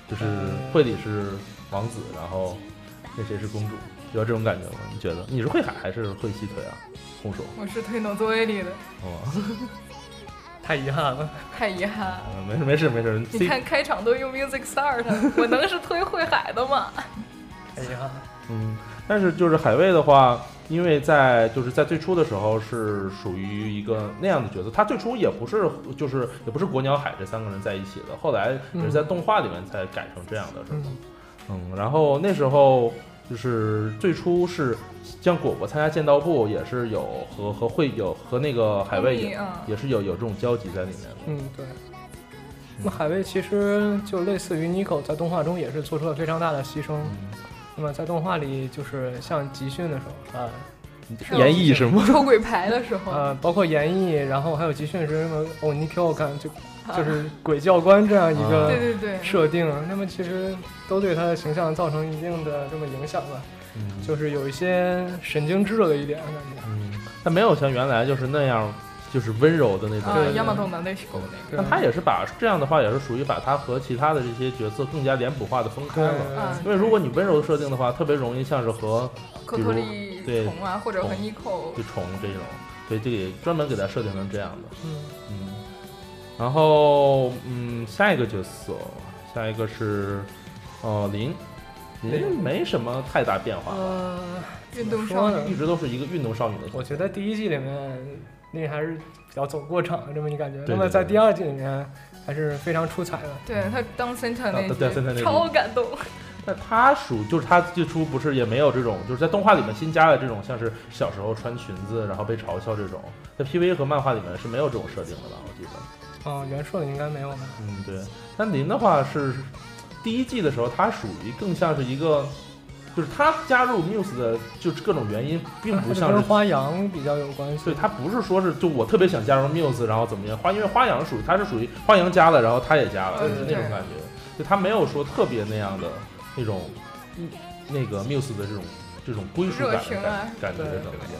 [SPEAKER 1] 就是
[SPEAKER 2] 嗯
[SPEAKER 1] 惠里是王子，然后那谁是公主，有这种感觉吗？你觉得你是惠海还是惠西腿啊？空手
[SPEAKER 3] 我是推诺佐威里的，
[SPEAKER 1] 哦，
[SPEAKER 2] 太遗憾了。
[SPEAKER 3] 太遗憾了。
[SPEAKER 1] 嗯， 没事没事没事。
[SPEAKER 3] 你
[SPEAKER 1] C
[SPEAKER 3] 看开场都用 Music Start，我能是推会海的吗？
[SPEAKER 2] 太遗憾了。
[SPEAKER 1] 嗯，但是就是海卫的话，因为在就是在最初的时候是属于一个那样的角色，他最初也不是就是也不是国鸟海这三个人在一起的，后来也是在动画里面才改成这样的，是吗？
[SPEAKER 2] 嗯，
[SPEAKER 1] 嗯，然后那时候就是最初是像果果参加剑道部也是有和和会有和那个 海卫
[SPEAKER 3] 你
[SPEAKER 1] 也
[SPEAKER 3] 啊，
[SPEAKER 1] 也是有有这种交集在里面的，
[SPEAKER 2] 嗯，对。
[SPEAKER 1] 嗯
[SPEAKER 2] 那么海卫其实就类似于 Nico，在动画中也是做出了非常大的牺牲。
[SPEAKER 1] 嗯
[SPEAKER 2] 那么在动画里，就是像集训的时候，啊、
[SPEAKER 3] 是
[SPEAKER 1] 演绎是吗？
[SPEAKER 3] 抽鬼牌的时候，
[SPEAKER 2] 呃，包括演绎，然后还有集训时什么欧尼 Q 看，就
[SPEAKER 3] 啊
[SPEAKER 2] 就是鬼教官这样一
[SPEAKER 1] 啊
[SPEAKER 2] 个
[SPEAKER 3] 对对对，
[SPEAKER 2] 设定。啊那么其实都对他的形象造成一定的这么影响吧，
[SPEAKER 1] 嗯
[SPEAKER 2] 就是有一些神经质了一点感觉。
[SPEAKER 1] 嗯，但没有像原来就是那样就是温柔的那种
[SPEAKER 3] 啊
[SPEAKER 2] 对，对
[SPEAKER 3] 亚马逊男的时候那
[SPEAKER 2] 啊
[SPEAKER 1] 那他也是把这样的话，也是属于把他和其他的这些角色更加脸谱化的分开
[SPEAKER 2] 对
[SPEAKER 1] 了。
[SPEAKER 3] 个，啊，
[SPEAKER 1] 因为如果你温柔设定的话，特别容易像是和
[SPEAKER 3] 科
[SPEAKER 1] 比如哦
[SPEAKER 3] 托利
[SPEAKER 1] 对
[SPEAKER 3] 虫啊，或者和
[SPEAKER 1] 虫
[SPEAKER 3] 妮蔻
[SPEAKER 1] 就虫这种，对，这个专门给他设定成这样的。
[SPEAKER 2] 嗯，
[SPEAKER 1] 嗯，然后嗯，下一个角色，下一个是呃林，林没什么太大变化，
[SPEAKER 2] 呃，
[SPEAKER 3] 运
[SPEAKER 2] 怎
[SPEAKER 3] 动
[SPEAKER 2] 么
[SPEAKER 3] 少
[SPEAKER 2] 说呢
[SPEAKER 3] 女，
[SPEAKER 1] 一直都是一个运动少女的形象。
[SPEAKER 2] 我觉得第一季里面那还是比较走过场的这么一感觉。
[SPEAKER 1] 对
[SPEAKER 2] 那么
[SPEAKER 1] 对
[SPEAKER 2] 在
[SPEAKER 1] 对
[SPEAKER 2] 第二季里面还是非常出彩的。
[SPEAKER 3] 对他当 center
[SPEAKER 1] 啊
[SPEAKER 3] 那
[SPEAKER 1] 对，center 那
[SPEAKER 3] 集
[SPEAKER 1] 集
[SPEAKER 3] 超感动，
[SPEAKER 1] 但他属就是他最初不是也没有这种，就是在动画里面新加了这种像是小时候穿裙子然后被嘲笑这种，在 PV 和漫画里面是没有这种设定的吧？我记得，
[SPEAKER 2] 哦，原硕的应该没有吧？
[SPEAKER 1] 嗯，对。但林的话是第一季的时候，他属于更像是一个，就是他加入 Muse 的就是各种原因，并不像
[SPEAKER 2] 跟
[SPEAKER 1] 是。
[SPEAKER 2] 花阳比较有关系。
[SPEAKER 1] 对他不是说是就我特别想加入 Muse，然后怎么样花，因为花样属于他是属于花样加了，然后他也加了，
[SPEAKER 3] 对
[SPEAKER 1] 就是
[SPEAKER 3] 对
[SPEAKER 1] 那种
[SPEAKER 3] 对
[SPEAKER 1] 感觉，就他没有说特别那样的那种嗯那个 Muse 的这种这种归属感
[SPEAKER 3] 热
[SPEAKER 1] 的
[SPEAKER 3] 情
[SPEAKER 1] 感、
[SPEAKER 3] 啊
[SPEAKER 1] 感觉
[SPEAKER 2] 对
[SPEAKER 1] 等级。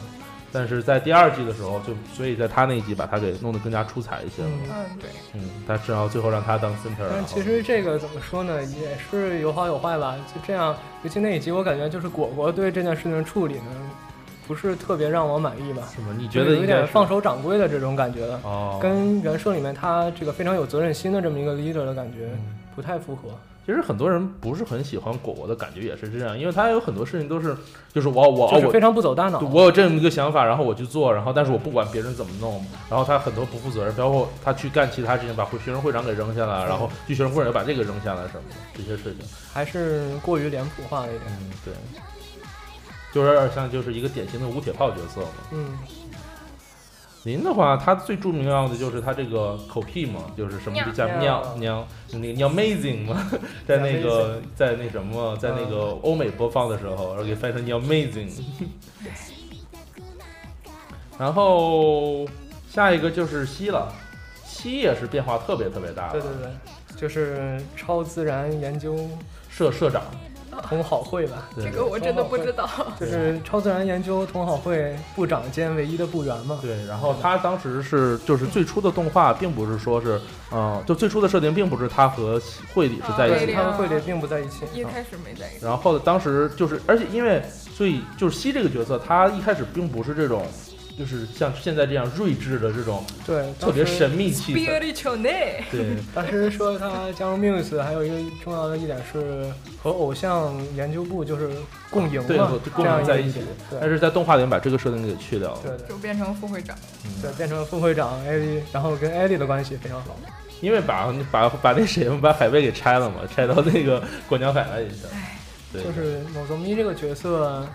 [SPEAKER 1] 但是在第二季的时候，就所以在他那一季把他给弄得更加出彩一些了。
[SPEAKER 2] 嗯
[SPEAKER 3] 嗯，对，
[SPEAKER 1] 嗯，他只要最后让他当 center，然
[SPEAKER 2] 但
[SPEAKER 1] 后
[SPEAKER 2] 其实这个怎么说呢，也是有好有坏吧。就这样，尤其那一集，我感觉就是果果对这件事情处理呢，不是特别让我满意吧。
[SPEAKER 1] 是吗？你觉得
[SPEAKER 2] 就是有
[SPEAKER 1] 应该
[SPEAKER 2] 点
[SPEAKER 1] 是
[SPEAKER 2] 放手掌柜的这种感觉了，
[SPEAKER 1] 哦，
[SPEAKER 2] 跟原社里面他这个非常有责任心的这么一个 leader 的感觉
[SPEAKER 1] 嗯
[SPEAKER 2] 不太符合。
[SPEAKER 1] 其实很多人不是很喜欢果果的感觉也是这样，因为他有很多事情都是就是我我
[SPEAKER 2] 就
[SPEAKER 1] 哦
[SPEAKER 2] 是
[SPEAKER 1] 我
[SPEAKER 2] 非常不走大脑
[SPEAKER 1] 对。我有这么一个想法，然后我去做，然后但是我不管别人怎么弄，然后他很多不负责任，包括他去干其他事情，把会学生会长给扔下来，然后去学生会长又把这个扔下来什么的这些事情，
[SPEAKER 2] 还是过于脸谱化了一点。
[SPEAKER 1] 嗯，对，就是有点像就是一个典型的无铁炮角色嘛。
[SPEAKER 2] 嗯，
[SPEAKER 1] 您的话，他最著名要的就是他这个口癖嘛，就是什么
[SPEAKER 3] 喵
[SPEAKER 1] 就叫
[SPEAKER 2] 喵
[SPEAKER 1] 喵喵，就那个叫 amazing 嘛， 在那个在那什么，在那个欧美播放的时候，然后给翻成叫 amazing。然后下一个就是西了，西也是变化特别特别大的，
[SPEAKER 2] 对对对，就是超自然研究
[SPEAKER 1] 社社长，
[SPEAKER 2] 同好会吧，
[SPEAKER 1] 对
[SPEAKER 3] 这
[SPEAKER 1] 对
[SPEAKER 3] 个我真的不知道，
[SPEAKER 2] 就是超自然研究同好会部长兼唯一的部员嘛。
[SPEAKER 1] 对，然后他当时是就是最初的动画，并不是说是，嗯、就最初的设定并不是他和西惠里是在一
[SPEAKER 3] 对
[SPEAKER 1] 起
[SPEAKER 2] 对，
[SPEAKER 1] 的
[SPEAKER 2] 他们会里并不在一起。啊
[SPEAKER 3] 一开始没在意，
[SPEAKER 1] 然后当时就是，而且因为所以就是西这个角色，他一开始并不是这种，就是像现在这样睿智的这种
[SPEAKER 2] 对，
[SPEAKER 1] 特别神。秘气
[SPEAKER 3] 比尔
[SPEAKER 1] 氛。
[SPEAKER 3] 利乔内，
[SPEAKER 1] 对，
[SPEAKER 2] 当时说他加入 Muse，还有一个重要的一点是和偶像研究部就是共赢
[SPEAKER 1] 对
[SPEAKER 2] 嘛
[SPEAKER 1] 和，
[SPEAKER 2] 这
[SPEAKER 1] 共
[SPEAKER 2] 样
[SPEAKER 1] 赢在
[SPEAKER 2] 一
[SPEAKER 1] 一
[SPEAKER 2] 个
[SPEAKER 1] 起但
[SPEAKER 2] 对
[SPEAKER 1] 是在动画里面把这个设定给去掉了。嗯
[SPEAKER 2] 对对
[SPEAKER 3] 就变成副会长，
[SPEAKER 2] 对，变成了副会长艾莉，然后跟艾莉的关系非常好。
[SPEAKER 1] 因为把把把那谁把海贝给拆了嘛，拆到那个过江海来一下。对，
[SPEAKER 2] 就是某宗咪这个角色，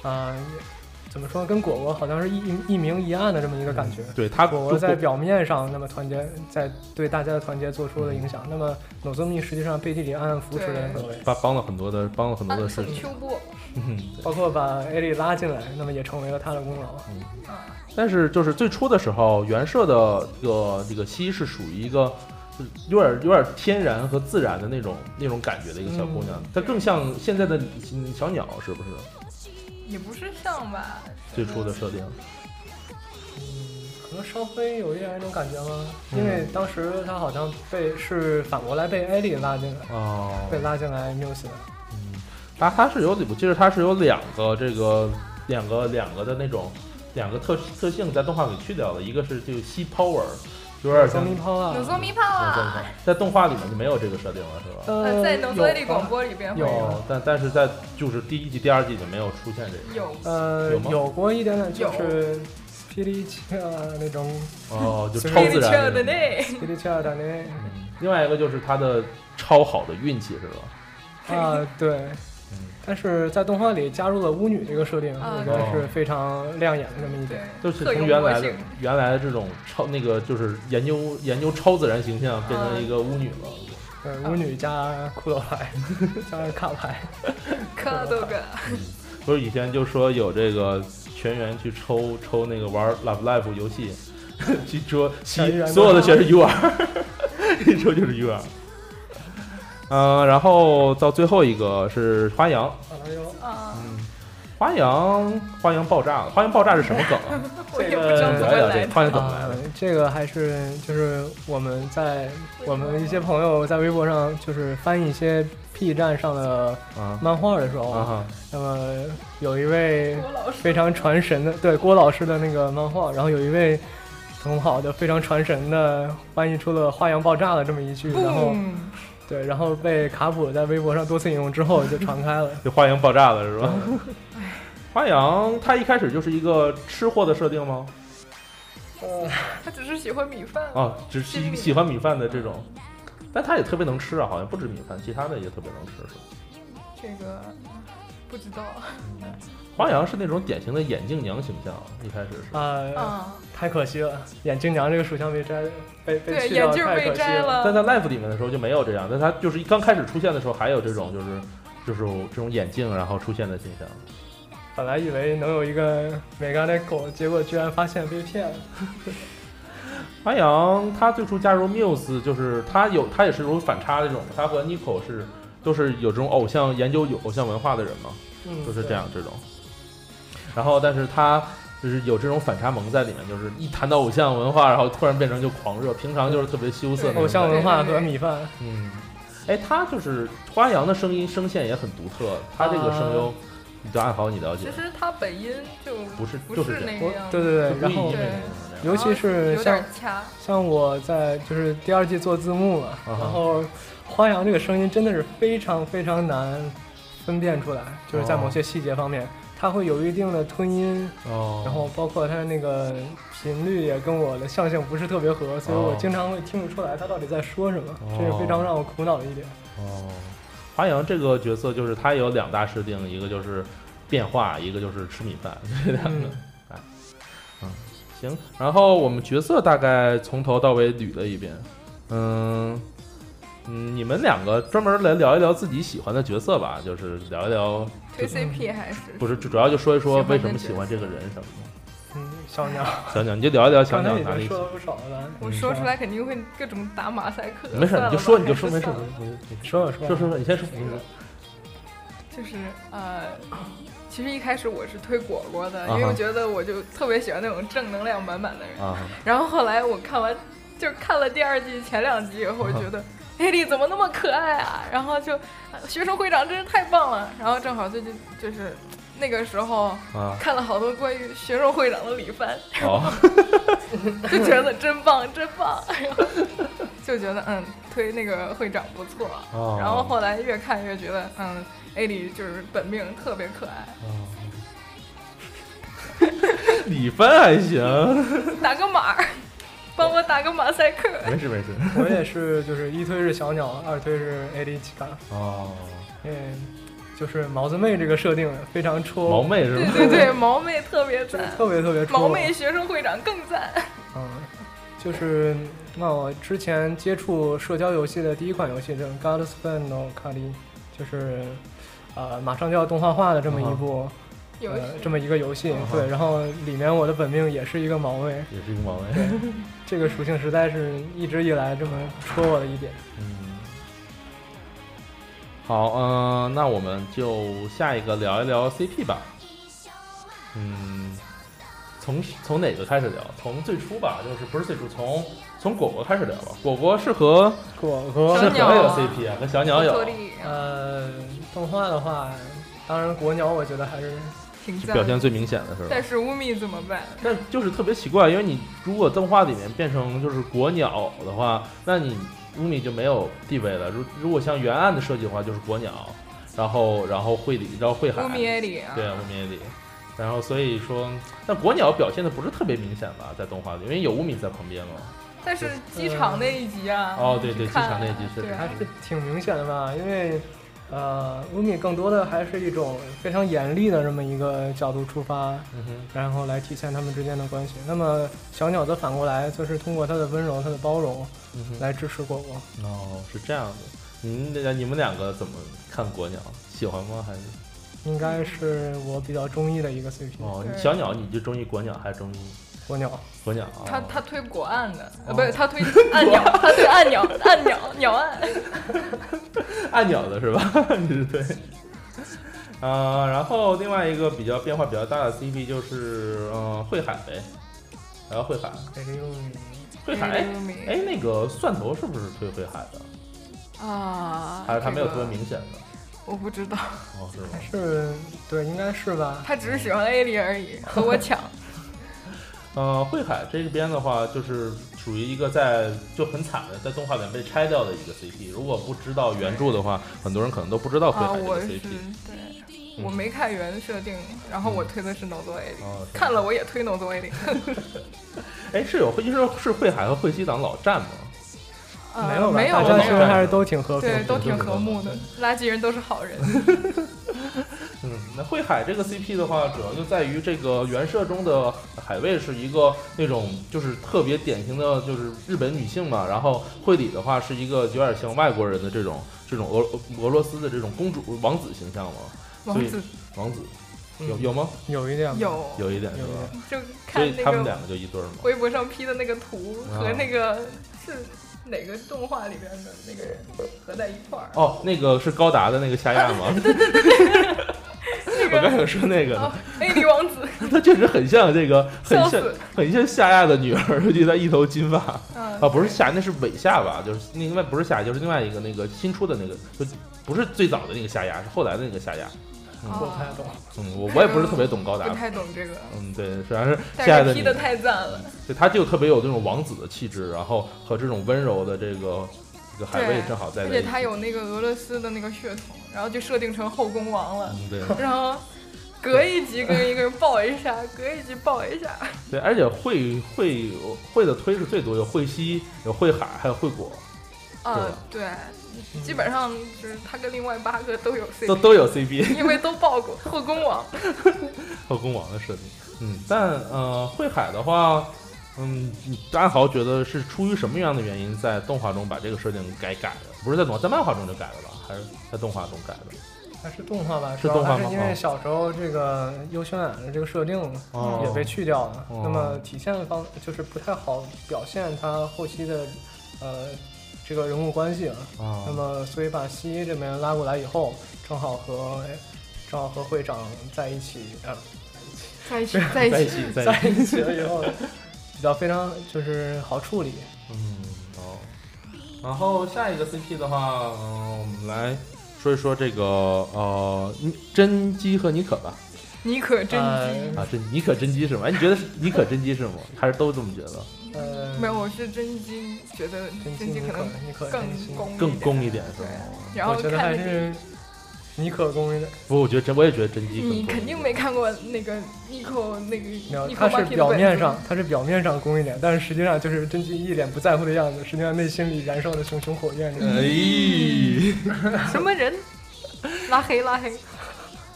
[SPEAKER 2] 啊、也怎么说，跟果果好像是一一明一暗的这么一个感觉。
[SPEAKER 1] 对他
[SPEAKER 2] 果果在表面上那么团结，在对大家的团结做出了影
[SPEAKER 1] 嗯
[SPEAKER 2] 响，那么某宗咪实际上背地里暗暗扶持了各位，
[SPEAKER 1] 他帮了很多的帮了很多
[SPEAKER 3] 安
[SPEAKER 1] 的事
[SPEAKER 3] 藤
[SPEAKER 1] 情。
[SPEAKER 3] 秋波，
[SPEAKER 1] 嗯
[SPEAKER 2] 包括把艾莉拉进来，那么也成为了他的功劳。
[SPEAKER 3] 啊，
[SPEAKER 1] 但是就是最初的时候，原社的这个这个西是属于一个就是有点有点天然和自然的那种那种感觉的一个小姑娘，她更像现在的嗯小鸟，是不是？
[SPEAKER 3] 也不是像吧，
[SPEAKER 1] 最初的设定，
[SPEAKER 2] 可能稍微有一点那种感觉吗？因为
[SPEAKER 1] 嗯
[SPEAKER 2] 当时他好像被是反过来被艾莉拉进来，
[SPEAKER 1] 哦
[SPEAKER 2] 被拉进来 Muse 的。
[SPEAKER 1] 嗯它它是有，我记得它是有两个这个两个两个的那种两个特特性在动画里去掉的，一个是这个西 power，有点
[SPEAKER 2] 小
[SPEAKER 1] 像
[SPEAKER 2] 蜜泡啊
[SPEAKER 3] 努，索米帕
[SPEAKER 1] 啊
[SPEAKER 3] 啊，
[SPEAKER 1] 在动画里面就没有这个设定了，是吧？
[SPEAKER 3] 呃，在努索里
[SPEAKER 2] 有吧
[SPEAKER 3] 广播里边会
[SPEAKER 2] 有
[SPEAKER 1] 哦，但但是在就是第一集、第二季就没有出现这个。
[SPEAKER 3] 有
[SPEAKER 2] 呃
[SPEAKER 1] 有吗
[SPEAKER 2] 有过一点点就
[SPEAKER 3] 有
[SPEAKER 2] 是 spiritual 那 种
[SPEAKER 1] 哦，就
[SPEAKER 2] 所以
[SPEAKER 1] 超自
[SPEAKER 3] Baby Chill
[SPEAKER 1] 然
[SPEAKER 3] 的
[SPEAKER 1] 的那种。
[SPEAKER 3] Day，
[SPEAKER 2] spiritual 的那
[SPEAKER 1] 嗯另外一个就是他的超好的运气，是吧？
[SPEAKER 2] 啊对
[SPEAKER 1] 嗯。
[SPEAKER 2] 但是在动画里加入了巫女这个设定，
[SPEAKER 3] 啊
[SPEAKER 2] 我觉得是非常亮眼的这么一
[SPEAKER 3] 对
[SPEAKER 2] 点。，
[SPEAKER 1] 就是
[SPEAKER 3] 特有
[SPEAKER 1] 从原
[SPEAKER 3] 魔
[SPEAKER 1] 来的
[SPEAKER 3] 性
[SPEAKER 1] 原来的这种超那个就是研究研究超自然形象，变成一个巫女了。
[SPEAKER 2] 呃，巫女加骷髅牌， 加卡牌，
[SPEAKER 3] 科多
[SPEAKER 1] 嗯
[SPEAKER 3] 个，
[SPEAKER 1] 不是以前就说有这个全员去抽抽那个玩 Love Life 游戏， 去说
[SPEAKER 2] 全员
[SPEAKER 1] 七
[SPEAKER 2] 吗
[SPEAKER 1] 所有的全是 UR，一 抽就是 UR。嗯、然后到最后一个是花阳，
[SPEAKER 2] 马拉油
[SPEAKER 3] 啊，
[SPEAKER 1] 花阳花阳爆炸了，花阳爆炸是什么梗啊？
[SPEAKER 3] 我也
[SPEAKER 2] 这
[SPEAKER 3] 不
[SPEAKER 2] 个
[SPEAKER 3] 知道
[SPEAKER 1] 讲
[SPEAKER 3] 怎
[SPEAKER 1] 讲
[SPEAKER 3] 么
[SPEAKER 1] 这
[SPEAKER 3] 来
[SPEAKER 1] 个
[SPEAKER 3] 的。
[SPEAKER 1] 花阳怎么来
[SPEAKER 2] 啊
[SPEAKER 1] 的？，
[SPEAKER 2] 这个还是就是我们在我们一些朋友在微博上就是翻译一些 B 站上的
[SPEAKER 1] 啊
[SPEAKER 2] 漫画的时候，
[SPEAKER 1] 啊哈
[SPEAKER 2] 那么有一位
[SPEAKER 3] 郭老师
[SPEAKER 2] 非常传神的，对郭老师的那个漫画，然后有一位同好的非常传神的翻译出了“花样爆炸”的这么一句，然后
[SPEAKER 3] ，boom，
[SPEAKER 2] 对，然后被卡普在微博上多次引用之后就传开 了。
[SPEAKER 1] 就花阳爆炸了是吧？ 花阳他一开始就是一个吃货的设定吗？
[SPEAKER 2] 呃，
[SPEAKER 3] 他只是喜欢米饭
[SPEAKER 1] 啊，只是一个嗯喜欢米饭的这种，但他也特别能吃啊，好像不止米饭，其他的也特别能吃。是吧
[SPEAKER 3] 这个不知道
[SPEAKER 1] 花阳是那种典型的眼镜娘形象，一开始是。
[SPEAKER 2] 啊，
[SPEAKER 3] 啊，
[SPEAKER 2] 太可惜了，眼镜娘这个属相被摘被被
[SPEAKER 3] 对，
[SPEAKER 2] 去
[SPEAKER 3] 眼
[SPEAKER 2] 掉，
[SPEAKER 3] 镜
[SPEAKER 2] 太
[SPEAKER 3] 被
[SPEAKER 2] 可惜
[SPEAKER 3] 摘。
[SPEAKER 1] 但
[SPEAKER 3] 了，
[SPEAKER 1] 在 Life 里面的时候就没有这样，但他就是刚开始出现的时候还有这种就是就是这种眼镜然后出现的现象。
[SPEAKER 2] 本来以为能有一个美干的狗，结果居然发现被骗了。
[SPEAKER 1] 花阳他最初加入 Muse 就是他有他也是有反差的这种，他和 Nico 是都是有这种偶像研究有偶像文化的人嘛。
[SPEAKER 2] 嗯，
[SPEAKER 1] 就是这样这种。然后，但是他就是有这种反差萌在里面，就是一谈到偶像文化，然后突然变成就狂热，平常就是特别羞涩
[SPEAKER 2] 对。
[SPEAKER 1] 那种
[SPEAKER 2] 偶像文化
[SPEAKER 3] 对对
[SPEAKER 2] 和
[SPEAKER 3] 对
[SPEAKER 2] 米饭，
[SPEAKER 1] 嗯，哎，他就是花阳的声音声线也很独特，他这个声
[SPEAKER 2] 啊
[SPEAKER 1] 优，你对暗豪你了解
[SPEAKER 3] 其？实他本音就
[SPEAKER 1] 不是
[SPEAKER 3] 不
[SPEAKER 1] 就是
[SPEAKER 3] 是
[SPEAKER 1] 这
[SPEAKER 3] 那
[SPEAKER 2] 我
[SPEAKER 3] 个样
[SPEAKER 2] 对
[SPEAKER 3] 子，
[SPEAKER 2] 对对，
[SPEAKER 1] 就故
[SPEAKER 2] 然
[SPEAKER 1] 意
[SPEAKER 2] 后
[SPEAKER 1] 因为
[SPEAKER 3] 对哦
[SPEAKER 1] 什么这样
[SPEAKER 2] 尤其是
[SPEAKER 3] 有
[SPEAKER 2] 像
[SPEAKER 3] 点掐，
[SPEAKER 2] 像我在就是第二季做字幕嘛，
[SPEAKER 1] 啊哈
[SPEAKER 2] 然后花阳这个声音真的是非常非常难分辨出来，就是在
[SPEAKER 1] 哦
[SPEAKER 2] 某些细节方面，它会有一定的吞音，
[SPEAKER 1] 哦，
[SPEAKER 2] 然后包括它的那个频率也跟我的象性不是特别合，所以我
[SPEAKER 1] 哦
[SPEAKER 2] 经常会听不出来他到底在说什么，
[SPEAKER 1] 哦
[SPEAKER 2] 这是非常让我苦恼的一点。
[SPEAKER 1] 哦，花阳这个角色就是他有两大设定，一个就是变化，一个就是吃米饭，这两个。哎嗯
[SPEAKER 2] 嗯，
[SPEAKER 1] 行，然后我们角色大概从头到尾捋了一遍。嗯嗯，你们两个专门来聊一聊自己喜欢的角色吧，就是聊一聊，
[SPEAKER 3] 推 CP 还是
[SPEAKER 1] 不是主主要就说一说
[SPEAKER 3] 喜欢的
[SPEAKER 1] 为什么喜欢这个人什么的。
[SPEAKER 2] 嗯，小鸟，
[SPEAKER 1] 小鸟，你就聊一聊小
[SPEAKER 2] 刚才
[SPEAKER 1] 鸟
[SPEAKER 2] 已
[SPEAKER 1] 哪
[SPEAKER 2] 经
[SPEAKER 1] 里喜
[SPEAKER 2] 说了不少了，
[SPEAKER 3] 我说出来肯定会各种打马赛克，
[SPEAKER 1] 嗯没事，
[SPEAKER 3] 算了
[SPEAKER 1] 你就
[SPEAKER 3] 吧
[SPEAKER 1] 说，你就说，
[SPEAKER 3] 还
[SPEAKER 1] 没
[SPEAKER 3] 是
[SPEAKER 1] 事，
[SPEAKER 3] 算了
[SPEAKER 1] 没事没事
[SPEAKER 2] 说了说
[SPEAKER 1] 没事说
[SPEAKER 2] 了，
[SPEAKER 1] 说说，你先说，你说
[SPEAKER 3] 就是呃，其实一开始我是推果果的，
[SPEAKER 1] 啊哈
[SPEAKER 3] 因为我觉得我就特别喜欢那种正能量满满的
[SPEAKER 2] 嗯
[SPEAKER 3] 人。
[SPEAKER 1] 啊，
[SPEAKER 3] 然后后来我看完，就看了第二季前两集以后，
[SPEAKER 1] 啊
[SPEAKER 3] 我
[SPEAKER 1] 哈
[SPEAKER 3] 觉得艾丽怎么那么可爱啊？然后就啊学生会长真是太棒了。然后正好最近就是那个时候。
[SPEAKER 1] 啊，
[SPEAKER 3] 看了好多关于学生会长的李帆，
[SPEAKER 1] 好，
[SPEAKER 3] 就觉得真棒，真棒， 然后就觉得嗯，推那个会长不错。
[SPEAKER 1] 哦
[SPEAKER 3] 然后后来越看越觉得，嗯，艾丽就是本命特别可爱，
[SPEAKER 1] 哦 李帆还行，
[SPEAKER 3] 打个码儿，帮我打个马赛克。
[SPEAKER 1] 没事没事，
[SPEAKER 2] 我也是，就是一推是小鸟，二推是 AD 奇卡。
[SPEAKER 1] 哦，
[SPEAKER 2] 嗯，就是毛子妹这个设定非常戳，
[SPEAKER 1] 毛妹是
[SPEAKER 3] 对
[SPEAKER 1] 吗？
[SPEAKER 3] 对对，毛妹特别
[SPEAKER 2] 真的
[SPEAKER 3] 赞，
[SPEAKER 2] 特别特别戳。
[SPEAKER 3] 毛妹，学生会长更赞。
[SPEAKER 2] 嗯，就是那我之前接触社交游戏的第一款游戏就是《God's Fan no k a d i 就是呃马上就要动画化的这么一部、
[SPEAKER 3] 有
[SPEAKER 2] 呃这么一个游戏，
[SPEAKER 1] 啊哈
[SPEAKER 2] 对，然后里面我的本命也是一个毛妹，
[SPEAKER 1] 也是一个毛妹。
[SPEAKER 2] 这个属性实在是一直以来这么戳我的一点。
[SPEAKER 1] 嗯，好，嗯、那我们就下一个聊一聊 CP 吧。嗯，从从哪个开始聊？从最初吧，就是不是最初，从从果果开始聊吧。果果是和
[SPEAKER 2] 果果
[SPEAKER 1] 是
[SPEAKER 3] 小
[SPEAKER 1] 和
[SPEAKER 3] 鸟
[SPEAKER 1] 有
[SPEAKER 3] 啊
[SPEAKER 1] CP 啊，和小鸟有
[SPEAKER 3] 托利，
[SPEAKER 2] 呃动画的话，当然国鸟我觉得还是
[SPEAKER 3] 挺
[SPEAKER 1] 是
[SPEAKER 3] 赞的。
[SPEAKER 1] 表现最明显的是吧？
[SPEAKER 3] 但是乌米怎么办？
[SPEAKER 1] 但就是特别奇怪，因为你如果动画里面变成就是国鸟的话，那你乌米就没有地位了。如如果像原案的设计的话，就是国鸟，然后然后会理，然后会海，
[SPEAKER 3] 乌米耶里啊，
[SPEAKER 1] 对，乌米里。然后所以说，但国鸟表现的不是特别明显吧，在动画里，因为有乌米在旁边嘛。
[SPEAKER 3] 但是机场那一集啊，
[SPEAKER 1] 哦对对
[SPEAKER 3] 你去看啊
[SPEAKER 1] 机场那一集是
[SPEAKER 3] 对
[SPEAKER 2] 还
[SPEAKER 3] 啊，
[SPEAKER 2] 是挺明显的吧，因为呃，乌米更多的还是一种非常严厉的这么一个角度出发，
[SPEAKER 1] 嗯哼，
[SPEAKER 2] 然后来体现他们之间的关系。那么小鸟则反过来，就是通过它的温柔、它的包容
[SPEAKER 1] 嗯哼。
[SPEAKER 2] 来支持果果。
[SPEAKER 1] 哦，是这样的。您俩你们两个怎么看国鸟？喜欢吗？还是
[SPEAKER 2] 应该是我比较中意的一个 CP，、
[SPEAKER 1] 哦，
[SPEAKER 3] 对
[SPEAKER 1] 小鸟你就中意国鸟，还是中意
[SPEAKER 2] 火鸟。
[SPEAKER 1] 国鸟？啊
[SPEAKER 3] 他他推国案的，
[SPEAKER 1] 哦
[SPEAKER 3] 呃，不是他推 按鸟，他推按鸟，按 鸟鸟按。
[SPEAKER 1] 按钮的是吧？ 你是对。呃，然后另外一个比较变化比较大的 CP 就是呃慧海呗，然后慧海，
[SPEAKER 2] 还是用
[SPEAKER 1] 慧海，哎
[SPEAKER 3] 嗯乌米
[SPEAKER 1] 哎，那个蒜头是不是推慧海的？
[SPEAKER 3] 啊，
[SPEAKER 1] 还是他没有特别
[SPEAKER 3] 这个
[SPEAKER 1] 明显的？
[SPEAKER 3] 我不知道，
[SPEAKER 1] 哦，是吗？
[SPEAKER 2] 还是对，应该是吧。
[SPEAKER 3] 他只是喜欢
[SPEAKER 1] 嗯
[SPEAKER 3] A 里而已，和 我抢。
[SPEAKER 1] 呃，慧海这边的话，就是属于一个在就很惨的，在动画里面被拆掉的一个 CP。如果不知道原著的话，很多人可能都不知道慧
[SPEAKER 3] 啊，
[SPEAKER 1] 海这
[SPEAKER 3] 我
[SPEAKER 1] 个
[SPEAKER 3] 是
[SPEAKER 1] CP。
[SPEAKER 3] 对，
[SPEAKER 1] 嗯
[SPEAKER 3] 我没看原设定，然后我推的是 No Do A 零，
[SPEAKER 1] 哦，是吗
[SPEAKER 3] 看了我也推 No Do A 零，
[SPEAKER 1] 哎，是有，就是是慧海和慧西党老战吗？
[SPEAKER 3] 呃
[SPEAKER 2] 没有吧？
[SPEAKER 3] 没有
[SPEAKER 2] 大
[SPEAKER 1] 没
[SPEAKER 2] 家
[SPEAKER 1] 有
[SPEAKER 2] 是不
[SPEAKER 1] 没
[SPEAKER 2] 是
[SPEAKER 1] 有
[SPEAKER 2] 还是都挺和平
[SPEAKER 3] 对，
[SPEAKER 2] 的？
[SPEAKER 3] 都挺和睦的，垃圾人都是好人。
[SPEAKER 1] 嗯，那慧海这个 CP 的话，主要就在于这个原社中的海卫是一个那种就是特别典型的，就是日本女性嘛。然后惠里的话是一个有点像外国人的这种这种俄俄罗斯的这种公主王子形象嘛。
[SPEAKER 3] 王子
[SPEAKER 1] 王子
[SPEAKER 2] 嗯
[SPEAKER 1] 有有吗？
[SPEAKER 2] 有一点吧
[SPEAKER 3] 有，
[SPEAKER 1] 有一点是
[SPEAKER 2] 有
[SPEAKER 1] 吧？
[SPEAKER 3] 就
[SPEAKER 1] 所
[SPEAKER 3] 看
[SPEAKER 1] 以他
[SPEAKER 3] 那
[SPEAKER 1] 们
[SPEAKER 3] 个
[SPEAKER 1] 两个就一对儿嘛。
[SPEAKER 3] 微博上 P 的那个图
[SPEAKER 1] 啊
[SPEAKER 3] 和那个是哪个动画里边的那个人合在一块儿，
[SPEAKER 1] 哦，那个是高达的那个夏 亚吗？
[SPEAKER 3] 那
[SPEAKER 1] 我刚
[SPEAKER 3] 个
[SPEAKER 1] 想说那个呢
[SPEAKER 3] 哦，A 里王子，
[SPEAKER 1] 他确实很像这个，很
[SPEAKER 3] 哦
[SPEAKER 1] 像
[SPEAKER 3] 笑死
[SPEAKER 1] 很像夏亚的女儿，尤其她一头金发。
[SPEAKER 3] 啊
[SPEAKER 1] 啊，不是夏，那是尾夏吧？就是另外不是夏，就是另外一个那个新出的那个，就不是最早的那个夏亚，是后来的那个夏亚。
[SPEAKER 2] 我不太懂。
[SPEAKER 1] 嗯，我我也不是特别懂高
[SPEAKER 3] 哦不
[SPEAKER 1] 达。
[SPEAKER 3] 太懂这个，
[SPEAKER 1] 嗯，对，实际上是夏亚
[SPEAKER 3] 但
[SPEAKER 1] 的
[SPEAKER 3] 是
[SPEAKER 1] 女
[SPEAKER 3] P 的太赞了，
[SPEAKER 1] 对，她就特别有这种王子的气质，然后和这种温柔的这个这个海
[SPEAKER 3] 对
[SPEAKER 1] 卫正好在在
[SPEAKER 3] 而
[SPEAKER 1] 一
[SPEAKER 3] 且
[SPEAKER 1] 起。
[SPEAKER 3] 他有那个俄罗斯的那个血统，然后就设定成后宫王了，
[SPEAKER 1] 嗯，对
[SPEAKER 3] 然后隔一集跟一个人抱一下，隔一集抱一下，
[SPEAKER 1] 对，而且会会会的推是最多，有会西，有会海，还有会果，
[SPEAKER 3] 啊，对，基本上就是他跟另外八个都有 CP，
[SPEAKER 1] 都都有 CP。
[SPEAKER 3] 因为都报过后宫王，
[SPEAKER 1] 后宫王的设定。嗯，但呃，慧海的话，嗯，你安豪觉得是出于什么样的原因在动画中把这个设定改改的？不是在动在漫画中就改了吧？还是在动画中改的？
[SPEAKER 2] 还是动画吧，
[SPEAKER 1] 是
[SPEAKER 2] 主要
[SPEAKER 1] 动画
[SPEAKER 2] 还
[SPEAKER 1] 吗
[SPEAKER 2] 是因为
[SPEAKER 1] 哦
[SPEAKER 2] 小时候这个优宣染的这个设定
[SPEAKER 1] 哦
[SPEAKER 2] 也被去掉了，
[SPEAKER 1] 哦
[SPEAKER 2] 那么体现方就是不太好表现他后期的呃这个人物关系了。
[SPEAKER 1] 啊
[SPEAKER 2] 那么所以把西这边拉过来以后，正好和正好和会长在一起，呃，
[SPEAKER 3] 在一起，在一
[SPEAKER 1] 在一
[SPEAKER 3] 起。
[SPEAKER 1] 起，在一
[SPEAKER 2] 在
[SPEAKER 1] 起，
[SPEAKER 2] 一起了以后。比较非常就是好处理，
[SPEAKER 1] 嗯，哦。然后下一个 CP 的话，嗯、我们来说一说这个呃，妮真姬和妮可吧。
[SPEAKER 3] 妮可真姬，
[SPEAKER 2] 呃
[SPEAKER 1] 啊，真妮可真姬是吗？哎，你觉得是妮可真姬是吗？还是都这么觉得？
[SPEAKER 2] 呃，
[SPEAKER 3] 没有，我是真姬，觉得
[SPEAKER 2] 真
[SPEAKER 3] 真姬
[SPEAKER 2] 你
[SPEAKER 3] 可能
[SPEAKER 2] 你可真
[SPEAKER 3] 更
[SPEAKER 2] 心
[SPEAKER 3] 攻
[SPEAKER 1] 更攻一点是
[SPEAKER 3] 对
[SPEAKER 1] 吗？
[SPEAKER 3] 然后
[SPEAKER 2] 我觉
[SPEAKER 3] 看
[SPEAKER 2] 得还
[SPEAKER 3] 那个
[SPEAKER 2] 是妮可攻一点。
[SPEAKER 1] 不，我觉得真，我也觉得真姬更攻一
[SPEAKER 3] 你
[SPEAKER 1] 点。
[SPEAKER 3] 肯定没看过那个 Nico 那个
[SPEAKER 2] 没有，
[SPEAKER 3] Nico
[SPEAKER 2] 他是
[SPEAKER 3] Martin 的
[SPEAKER 2] 表
[SPEAKER 3] 本
[SPEAKER 2] 面
[SPEAKER 3] 子
[SPEAKER 2] 上，他是表面上攻一点，但是实际上就是真姬一脸不在乎的样子，实际上内心里燃烧的熊熊火焰。
[SPEAKER 1] 呃哎，
[SPEAKER 3] 什么人，拉黑拉黑，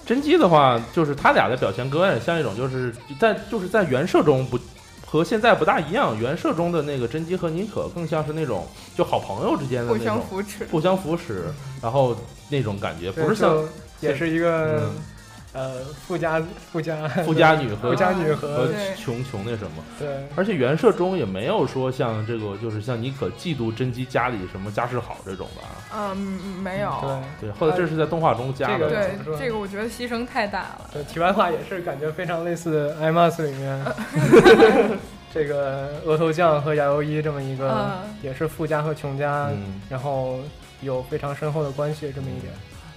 [SPEAKER 1] 甄姬的话，就是他俩的表现格外像一种，就是在就是在原设中不和现在不大一样，原设中的那个甄姬和妮可更像是那种就好朋友之间的
[SPEAKER 3] 互
[SPEAKER 1] 那种
[SPEAKER 3] 相扶持。
[SPEAKER 1] 互相扶持，然后那种感觉，
[SPEAKER 2] 对
[SPEAKER 1] 不是像
[SPEAKER 2] 就也是一个
[SPEAKER 1] 嗯
[SPEAKER 2] 呃富家富家
[SPEAKER 1] 富家女
[SPEAKER 2] 富
[SPEAKER 1] 和
[SPEAKER 2] 家女和
[SPEAKER 1] 和
[SPEAKER 3] 对
[SPEAKER 1] 穷穷那什么。
[SPEAKER 2] 对
[SPEAKER 1] 而且原设中也没有说像这个，就是像妮可嫉妒甄姬家里什么家世好这种吧。
[SPEAKER 3] 嗯，没有。
[SPEAKER 2] 对
[SPEAKER 1] 对，后来这是在动画中加
[SPEAKER 2] 这
[SPEAKER 1] 的
[SPEAKER 2] 个。
[SPEAKER 3] 对
[SPEAKER 2] 怎么说，呢
[SPEAKER 3] 这个我觉得牺牲太大了。
[SPEAKER 2] 对，题外话也是感觉非常类似《艾玛斯》里面这个额头酱和牙油一这么一个
[SPEAKER 3] 嗯，
[SPEAKER 2] 也是富家和穷家，
[SPEAKER 1] 嗯，
[SPEAKER 2] 然后有非常深厚的关系这么一点。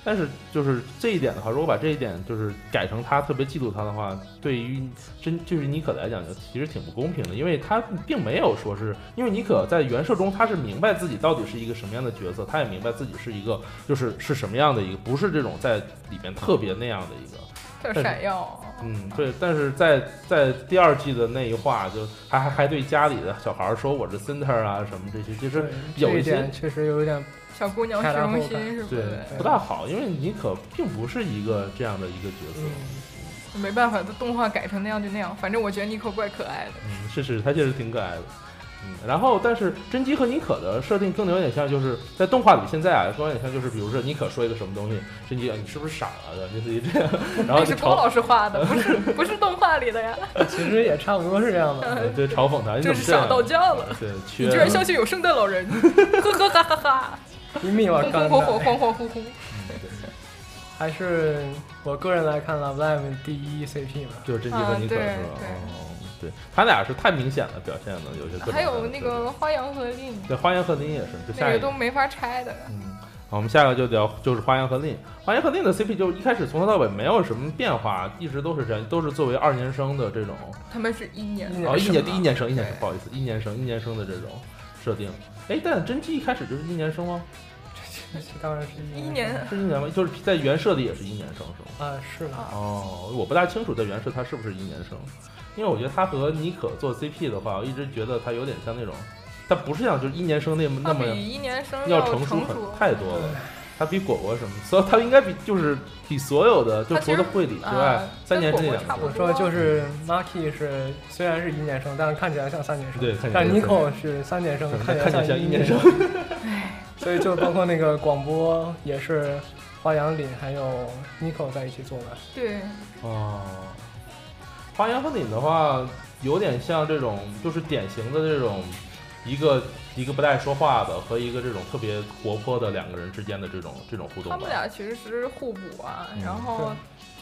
[SPEAKER 1] 但是就是这一点的话，如果把这一点就是改成他特别嫉妒他的话，对于真就是妮可来讲，就其实挺不公平的，因为他并没有说是因为妮可在原设中他是明白自己到底是一个什么样的角色，他也明白自己是一个就是是什么样的一个，不是这种在里面特别那样的一个。
[SPEAKER 3] 特闪耀。
[SPEAKER 1] 嗯，对，但是在在第二季的那一话，就还还还对家里的小孩儿说我是 center 啊什么这些，其实有
[SPEAKER 2] 这
[SPEAKER 1] 一
[SPEAKER 2] 一
[SPEAKER 1] 些
[SPEAKER 2] 点确实有一点
[SPEAKER 3] 小姑娘市中心是不
[SPEAKER 1] 对
[SPEAKER 3] 是？
[SPEAKER 1] 不大好，因为妮可并不是一个这样的一个角色。
[SPEAKER 2] 嗯，
[SPEAKER 3] 没办法，这动画改成那样就那样。反正我觉得妮可怪可爱的。
[SPEAKER 1] 嗯，是是，他确实挺可爱的。嗯，然后但是甄姬和妮可的设定更有点像，就是在动画里现在啊，更有点像就是，比如说妮可说一个什么东西，甄姬啊你是不是傻了的，类似于这样，然后
[SPEAKER 3] 那
[SPEAKER 1] 就是
[SPEAKER 3] 郭
[SPEAKER 1] 嘲，
[SPEAKER 3] 老师画的，不是 不是动画里的呀，
[SPEAKER 2] 其实也差不多是这样 吧。
[SPEAKER 1] 呃对，嘲讽他，你
[SPEAKER 3] 这
[SPEAKER 1] 怎么
[SPEAKER 3] 是
[SPEAKER 1] 这
[SPEAKER 3] 傻
[SPEAKER 1] 样？啊
[SPEAKER 3] 到家了。
[SPEAKER 1] 对，
[SPEAKER 3] 你
[SPEAKER 1] 缺
[SPEAKER 3] 居然相信有圣诞老人，呵呵哈 哈哈！
[SPEAKER 2] 一米我
[SPEAKER 3] 红
[SPEAKER 2] 刚
[SPEAKER 3] 红火火，恍恍惚惚，
[SPEAKER 2] 还是我个人来看 Love Live 第一 CP 吧。
[SPEAKER 1] 就是甄姬和妮可是吧？
[SPEAKER 3] 啊对对
[SPEAKER 1] 哦，对，他俩是太明显了，表现的有些各种
[SPEAKER 3] 还有
[SPEAKER 1] 的
[SPEAKER 3] 那个花样和令，
[SPEAKER 1] 对对花言和林也是，就
[SPEAKER 3] 那
[SPEAKER 1] 下一
[SPEAKER 3] 个
[SPEAKER 1] 个
[SPEAKER 3] 都没法拆的。
[SPEAKER 1] 嗯，好，我们下一个就聊就是花样和令。花样和令的 CP 就一开始从头到尾没有什么变化，一直都是这样，都是作为二年生的这种，
[SPEAKER 3] 他们 是哎一年，
[SPEAKER 1] 哦，一年
[SPEAKER 2] 生
[SPEAKER 1] 第一年生，一年生，
[SPEAKER 3] 对
[SPEAKER 1] 不好意思，一年生，一年生的这种设定。哎，但甄姬一开始就是一年生吗？
[SPEAKER 2] 当然是一
[SPEAKER 1] 嗯
[SPEAKER 3] 一年
[SPEAKER 1] 是一年吗？就是在原设里也是一年生是吗？
[SPEAKER 2] 啊，是吧？
[SPEAKER 3] 啊，
[SPEAKER 1] 哦，我不大清楚在原设他是不是一年生，因为我觉得他和妮可做 CP 的话，我一直觉得他有点像那种，他不是像就是一年生那么那
[SPEAKER 3] 他
[SPEAKER 1] 么
[SPEAKER 3] 比一年生
[SPEAKER 1] 要
[SPEAKER 3] 成
[SPEAKER 1] 成熟很太多了。他比果果什么，所以他应该比就是比所有的，就
[SPEAKER 3] 他其
[SPEAKER 1] 除
[SPEAKER 3] 实
[SPEAKER 1] 了会理之外
[SPEAKER 3] 啊，
[SPEAKER 1] 三年之内
[SPEAKER 3] 跟果
[SPEAKER 1] 两
[SPEAKER 3] 果差不
[SPEAKER 2] 我
[SPEAKER 1] 个
[SPEAKER 2] 说
[SPEAKER 3] 多，
[SPEAKER 2] 就是 Maki 是虽然是一年生，但是看起来像三年生。
[SPEAKER 1] 对，看起来
[SPEAKER 2] 但
[SPEAKER 1] 就是
[SPEAKER 2] Nico 是三年生，
[SPEAKER 1] 看
[SPEAKER 2] 起
[SPEAKER 1] 起来
[SPEAKER 2] 来
[SPEAKER 1] 像一
[SPEAKER 2] 一
[SPEAKER 1] 年
[SPEAKER 2] 年
[SPEAKER 1] 生。，
[SPEAKER 2] 所以就包括那个广播也是花样凛还有 Nico 在一起做的。
[SPEAKER 3] 对，
[SPEAKER 1] 哦，花样和你的话，有点像这种，就是典型的这种一个一个不太说话的和一个这种特别活泼的两个人之间的这种这种互动吧。
[SPEAKER 3] 他们俩其实是互补啊
[SPEAKER 1] 嗯，
[SPEAKER 3] 然后。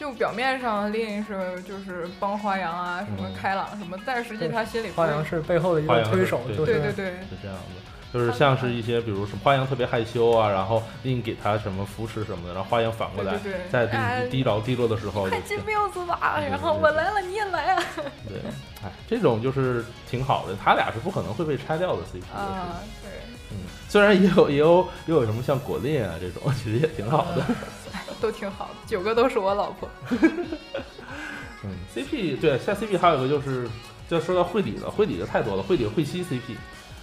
[SPEAKER 3] 就表面上令是就是帮花阳啊，什么
[SPEAKER 1] 嗯
[SPEAKER 3] 开朗什么，但实际他心里不
[SPEAKER 2] 花样是背后的一
[SPEAKER 1] 花
[SPEAKER 2] 个
[SPEAKER 1] 样是
[SPEAKER 2] 推手，
[SPEAKER 1] 对
[SPEAKER 2] 就
[SPEAKER 3] 对
[SPEAKER 2] 是
[SPEAKER 3] 对对，
[SPEAKER 1] 是这样的。就是像是一些，比如什么花样特别害羞啊，然后另给他什么扶持什么的，然后花样反过来，
[SPEAKER 3] 对对对
[SPEAKER 1] 在令
[SPEAKER 3] 哎
[SPEAKER 1] 低潮低落的时候，
[SPEAKER 3] 快
[SPEAKER 1] 就
[SPEAKER 3] 进缪子吧，
[SPEAKER 1] 对对
[SPEAKER 3] 然后我来了你也来啊，
[SPEAKER 1] 对，哎，这种就是挺好的，他俩是不可能会被拆掉的 CP 的。
[SPEAKER 3] 啊，
[SPEAKER 1] 是
[SPEAKER 3] 对，
[SPEAKER 1] 嗯，虽然也有也有也有什么像果粒啊这种，其实也挺好的。
[SPEAKER 3] 都挺好的，九个都是我老婆，
[SPEAKER 1] 嗯，CP 对，下 CP 还有一个就是，就说到惠理了，惠理的太多了，惠理惠西 CP，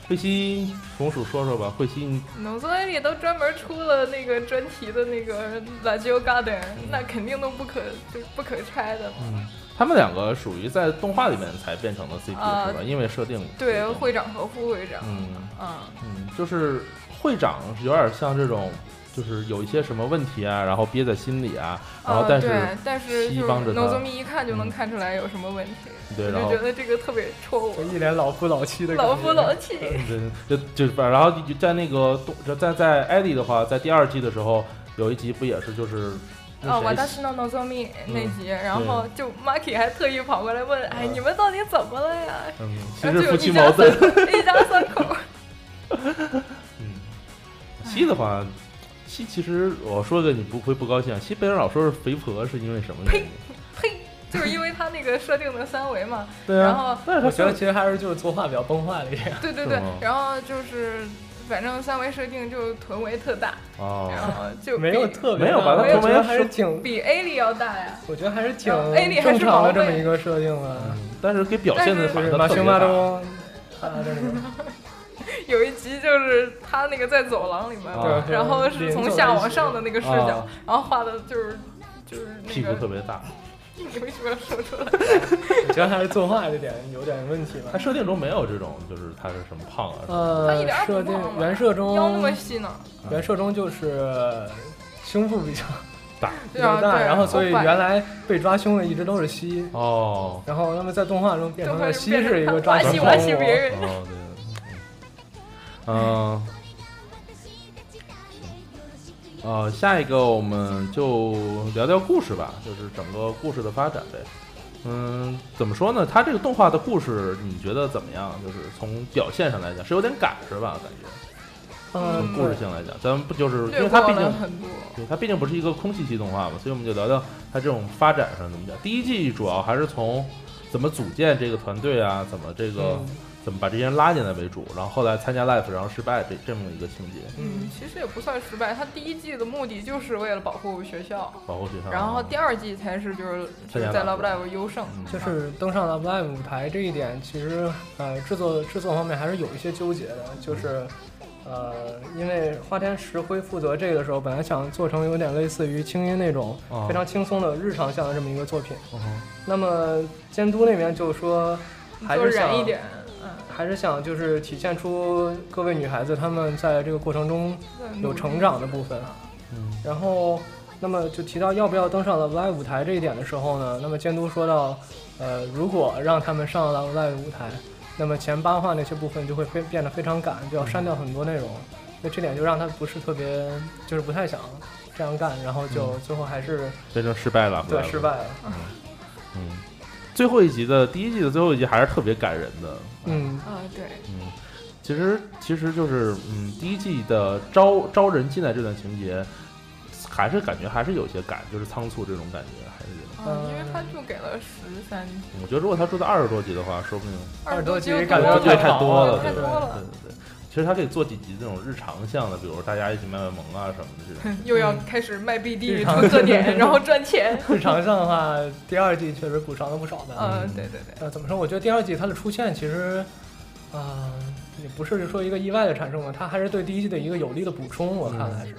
[SPEAKER 1] 惠西红薯说说吧，惠西你
[SPEAKER 3] 农村里都专门出了那个专题的那个 La g i o Garden，那肯定都不可就是不可拆的嘛。
[SPEAKER 1] 嗯，他们两个属于在动画里面才变成了 CP、
[SPEAKER 3] 啊
[SPEAKER 1] 是吧？因为设定
[SPEAKER 3] 对，
[SPEAKER 1] 不一样
[SPEAKER 3] 会长和副会长，
[SPEAKER 1] 嗯
[SPEAKER 3] 嗯，
[SPEAKER 1] 嗯，就是会长有点像这种，就是有一些什么问题啊，然后憋在心里啊，然后
[SPEAKER 3] 啊
[SPEAKER 1] 但是、
[SPEAKER 3] 对，但是
[SPEAKER 1] 西
[SPEAKER 3] 就是
[SPEAKER 1] 帮着他
[SPEAKER 3] 农村迷一看就能
[SPEAKER 1] 嗯
[SPEAKER 3] 看出来有什么问题，
[SPEAKER 1] 对
[SPEAKER 3] 我
[SPEAKER 1] 然后
[SPEAKER 3] 就觉得这个特别戳
[SPEAKER 2] 就
[SPEAKER 3] 我，
[SPEAKER 2] 一脸老夫老妻的感觉
[SPEAKER 3] 老夫老妻。
[SPEAKER 1] 对， 就就是吧，然后就在那个动在在艾莉的话，在第二季的时候有一集不也是就是那
[SPEAKER 3] 哦，
[SPEAKER 1] 谁嗯
[SPEAKER 3] 我当时弄农村迷那集，然
[SPEAKER 1] 对
[SPEAKER 3] 后就 Marky 还特意跑过来问，哎，你们到底怎么了呀？
[SPEAKER 1] 嗯，其
[SPEAKER 3] 然
[SPEAKER 1] 实
[SPEAKER 3] 后
[SPEAKER 1] 夫
[SPEAKER 3] 就有
[SPEAKER 1] 妻
[SPEAKER 3] 哎一
[SPEAKER 1] 矛
[SPEAKER 3] 家
[SPEAKER 1] 盾
[SPEAKER 3] 三。口，一家三口。
[SPEAKER 1] 嗯，西的话，西其实我说个你不会不高兴啊，西被人老说是肥婆是因为什么原因？
[SPEAKER 3] 呸，就是因为他那个设定的三维嘛。
[SPEAKER 1] 对
[SPEAKER 3] 然
[SPEAKER 1] 啊，
[SPEAKER 3] 后，
[SPEAKER 1] 但是
[SPEAKER 2] 我
[SPEAKER 1] 他
[SPEAKER 2] 觉得其实还是就是作画比较崩坏了一点。
[SPEAKER 3] 对对
[SPEAKER 1] 是
[SPEAKER 3] 对
[SPEAKER 1] 吗，
[SPEAKER 3] 然后就是反正三维设定就臀围特大，然
[SPEAKER 1] 哦，
[SPEAKER 3] 后就比
[SPEAKER 2] 没有特别
[SPEAKER 1] 没有
[SPEAKER 2] 大
[SPEAKER 1] 把它
[SPEAKER 2] 我觉
[SPEAKER 1] 作为
[SPEAKER 2] 得还是
[SPEAKER 1] 设
[SPEAKER 2] 挺，
[SPEAKER 3] 比 A 里要大呀。
[SPEAKER 2] 我觉得还是挺
[SPEAKER 3] 然后呃 A 里还
[SPEAKER 2] 正
[SPEAKER 3] 是
[SPEAKER 2] 常的
[SPEAKER 3] 宝贝
[SPEAKER 2] 这么一个设定啊。
[SPEAKER 1] 嗯但是给表现的
[SPEAKER 2] 就
[SPEAKER 1] 反
[SPEAKER 2] 是
[SPEAKER 1] 正
[SPEAKER 2] 马
[SPEAKER 1] 特别
[SPEAKER 2] 修马
[SPEAKER 1] 大。
[SPEAKER 2] 东，他的那个
[SPEAKER 3] 有一集就是他那个在走廊里面，
[SPEAKER 1] 啊
[SPEAKER 3] 然后是从下往上的那个视角
[SPEAKER 1] 啊，
[SPEAKER 3] 然后画的就是就是那
[SPEAKER 1] 屁股特
[SPEAKER 3] 个，
[SPEAKER 1] 别大，
[SPEAKER 3] 你 为什么要说出来？
[SPEAKER 2] 我觉得还是作画这点有点问题
[SPEAKER 1] 他
[SPEAKER 2] 吧。
[SPEAKER 1] 设定中没有这种，就是他是什么胖
[SPEAKER 3] 哦
[SPEAKER 1] 啊，
[SPEAKER 3] 他
[SPEAKER 2] 呃
[SPEAKER 3] 一点儿，
[SPEAKER 2] 设
[SPEAKER 3] 不
[SPEAKER 2] 定
[SPEAKER 3] 胖嘛
[SPEAKER 2] 原设
[SPEAKER 3] 腰那么
[SPEAKER 2] 中，
[SPEAKER 3] 细呢？
[SPEAKER 2] 原设中就是胸部 比较
[SPEAKER 1] 大
[SPEAKER 2] 比
[SPEAKER 3] 对
[SPEAKER 2] 较
[SPEAKER 3] 啊，对
[SPEAKER 2] 大，
[SPEAKER 3] 啊。
[SPEAKER 2] 然后所以
[SPEAKER 3] 后摆
[SPEAKER 2] 原来被抓胸的一直都是西，
[SPEAKER 1] 哦，
[SPEAKER 2] 然后他们在动画中变
[SPEAKER 3] 就
[SPEAKER 2] 成
[SPEAKER 3] 会
[SPEAKER 2] 了西是一个抓
[SPEAKER 3] 变成
[SPEAKER 2] 胸
[SPEAKER 3] 他
[SPEAKER 2] 的
[SPEAKER 3] 挖西挖西别人，
[SPEAKER 1] 哦，对， 嗯，嗯行呃，下一个我们就聊聊故事吧，就是整个故事的发展呗。嗯，怎么说呢？它这个动画的故事，你觉得怎么样？就是从表现上来讲，是有点赶是吧？感觉
[SPEAKER 2] 呃
[SPEAKER 1] 从，故事性来讲，咱们不就是因
[SPEAKER 3] 略
[SPEAKER 1] 为它
[SPEAKER 3] 过
[SPEAKER 1] 毕
[SPEAKER 3] 了
[SPEAKER 1] 竟
[SPEAKER 3] 很多。
[SPEAKER 1] 对，它毕竟不是一个空气系动画嘛，所以我们就聊聊它这种发展上怎么讲。第一季主要还是从怎么组建这个团队啊，怎么这个、
[SPEAKER 2] 嗯
[SPEAKER 1] 怎么把这些人拉进来为主，然后后来参加 Life，然后失败这这么一个情节，
[SPEAKER 3] 嗯，其实也不算失败。他第一季的目的就是为了保护学校，
[SPEAKER 1] 保护学校。
[SPEAKER 3] 然后第二季才是就是就
[SPEAKER 1] 哦参加
[SPEAKER 3] 是在
[SPEAKER 1] Love
[SPEAKER 3] Love Live 优胜。
[SPEAKER 1] 嗯
[SPEAKER 2] 就是登上 Love Live 舞台这一点，其实呃制作制作方面还是有一些纠结的，就是呃因为花田石辉负责这个的时候，本来想做成有点类似于清音那种
[SPEAKER 1] 哦
[SPEAKER 2] 非常轻松的日常向的这么一个作品，
[SPEAKER 1] 嗯哼
[SPEAKER 2] 那么监督那边就说还
[SPEAKER 3] 就是燃
[SPEAKER 2] 想
[SPEAKER 3] 一点，嗯，
[SPEAKER 2] 还是想就是体现出各位女孩子她们在这个过程中
[SPEAKER 3] 在努
[SPEAKER 2] 有
[SPEAKER 3] 力
[SPEAKER 2] 成长的部分。啊
[SPEAKER 1] 嗯
[SPEAKER 2] 然后，那么就提到要不要登上 Love Live 舞台这一点的时候呢，那么监督说到，呃，如果让他们上 Love Live 舞台，那么前八话那些部分就会非变得非常赶，就要删掉很多内容。那这点就让他不是特别，就是不太想这样干，然后就最后还是
[SPEAKER 1] 变成嗯失败了，
[SPEAKER 2] 对
[SPEAKER 1] 后来
[SPEAKER 2] 失败了。
[SPEAKER 1] 嗯，最后一集的第一季的最后一集还是特别感人的。
[SPEAKER 2] 嗯
[SPEAKER 3] 啊，对，
[SPEAKER 1] 嗯，其实其实就是嗯，第一季的招招人进来这段情节，还是感觉还是有些赶，就是仓促这种感觉，还是有。
[SPEAKER 3] 啊，
[SPEAKER 2] 嗯
[SPEAKER 3] 因为他就给了十三集，
[SPEAKER 1] 我觉得如果他做到二十多集的话，说不定
[SPEAKER 2] 二十多
[SPEAKER 3] 多
[SPEAKER 2] 集
[SPEAKER 3] 就
[SPEAKER 2] 感
[SPEAKER 1] 我
[SPEAKER 2] 觉
[SPEAKER 1] 觉得
[SPEAKER 2] 太
[SPEAKER 1] 太多
[SPEAKER 2] 多
[SPEAKER 1] 了，
[SPEAKER 2] 了
[SPEAKER 3] 太多
[SPEAKER 1] 对对
[SPEAKER 3] 了，
[SPEAKER 1] 对对。其实他可以做几集那种日常向的，比如大家一起卖卖萌啊什么的这种。
[SPEAKER 3] 又要开始卖 BD
[SPEAKER 2] 日常
[SPEAKER 3] 出 特点，然后赚钱。
[SPEAKER 2] 日常上的话，第二季确实补偿了不少的。
[SPEAKER 3] 嗯，对对对，
[SPEAKER 2] 呃，怎么说？我觉得第二季它的出现其实，啊、也不是说一个意外的产生吧，它还是对第一季的一个有力的补充。我看来是，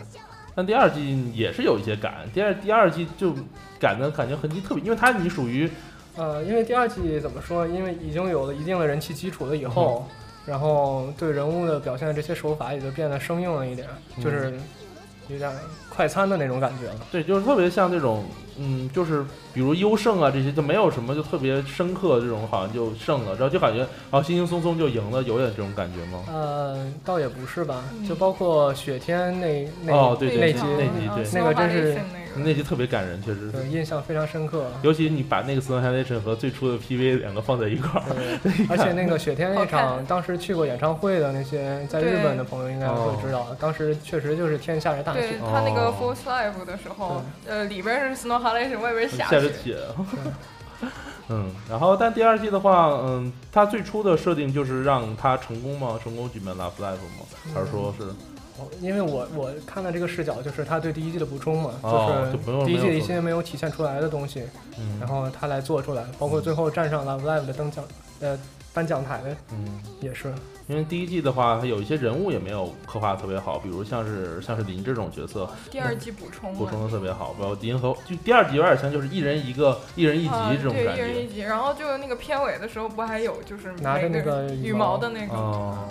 [SPEAKER 1] 但第二季也是有一些赶，第二第二季就赶的感觉痕迹特别，因为它你属于
[SPEAKER 2] 呃，因为第二季怎么说？因为已经有了一定的人气基础了以后，然后对人物的表现的这些手法也就变得生硬了一点，就是有点快餐的那种感觉了。
[SPEAKER 1] 对，就是特别像这种，嗯，就是比如优胜啊这些，就没有什么就特别深刻这种，好像就胜了，然后就感觉啊轻轻松松就赢了，有点这种感觉吗？
[SPEAKER 2] 呃，倒也不是吧，
[SPEAKER 3] 嗯
[SPEAKER 2] 就包括雪天那那、
[SPEAKER 1] 哦对对对
[SPEAKER 2] 那集，
[SPEAKER 1] 那
[SPEAKER 3] 呃
[SPEAKER 1] 集对
[SPEAKER 2] 那个真是
[SPEAKER 3] 那
[SPEAKER 1] 那集特别感人，确实是
[SPEAKER 2] 对，印象非常 深刻。
[SPEAKER 1] 尤其你把那个《Snow Nation》和最初的 PV 两个放在一块儿，
[SPEAKER 2] 对，而且那个雪天那
[SPEAKER 3] 好
[SPEAKER 2] 场，
[SPEAKER 3] 看
[SPEAKER 2] 当时去过演唱会的那些在日本的朋友应该会知道，当时确实就是天下着大
[SPEAKER 3] 对
[SPEAKER 2] 雪。
[SPEAKER 3] 他那个
[SPEAKER 1] 哦
[SPEAKER 3] Force Life 的时候，呃，里边是 Snow h a l a t i o n 外边下
[SPEAKER 1] 下着
[SPEAKER 3] 雪，
[SPEAKER 1] 雪。 嗯，然后但第二季的话，嗯，它最初的设定就是让它成功吗？成功举办 Love Live 吗？还是说是
[SPEAKER 2] 因为我我看的这个视角就是他对第一季的补充嘛，
[SPEAKER 1] 哦就不
[SPEAKER 2] 是
[SPEAKER 1] 用
[SPEAKER 2] 第一季
[SPEAKER 1] 没
[SPEAKER 2] 的
[SPEAKER 1] 有
[SPEAKER 2] 一些没有体现出来的东西，
[SPEAKER 1] 嗯
[SPEAKER 2] 然后他来做出来，包括最后站上了 Live 的登奖呃颁奖台的
[SPEAKER 1] 嗯，
[SPEAKER 2] 也是，
[SPEAKER 1] 因为第一季的话，它有一些人物也没有刻画得特别好，比如像是像是林这种角色，
[SPEAKER 3] 第二季补充
[SPEAKER 1] 补
[SPEAKER 3] 了。
[SPEAKER 1] 充的特别好，包括银河就第二集有点像就是一人一个一人一集
[SPEAKER 3] 啊，
[SPEAKER 1] 这种
[SPEAKER 3] 对，
[SPEAKER 1] 感
[SPEAKER 3] 一人
[SPEAKER 1] 觉
[SPEAKER 3] 一，集，然后就那个片尾的时候，不还有就是
[SPEAKER 2] 拿着那
[SPEAKER 3] 每
[SPEAKER 2] 个
[SPEAKER 3] 人
[SPEAKER 2] 羽
[SPEAKER 3] 羽
[SPEAKER 2] 毛
[SPEAKER 3] 毛的那个，
[SPEAKER 1] 哦，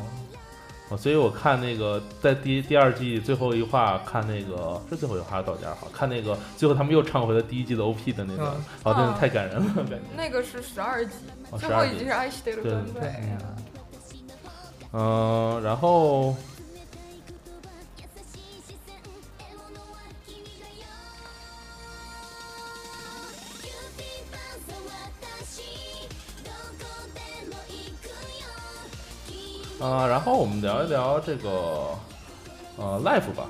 [SPEAKER 1] 我所以我看那个在第第二季最后一话，看那个是最后一话还是到点儿好看那个最后他们又唱回了第一季的 OP 的那个
[SPEAKER 2] 嗯，
[SPEAKER 1] 哦，真的
[SPEAKER 3] 啊
[SPEAKER 1] 太感人了，感觉
[SPEAKER 3] 那个是十二集，
[SPEAKER 1] 哦
[SPEAKER 3] 最后
[SPEAKER 1] 12
[SPEAKER 3] 一集是爱してる
[SPEAKER 1] 对
[SPEAKER 3] 乾杯
[SPEAKER 1] 嗯嗯，然后啊、然后我们聊一聊这个呃 live 吧。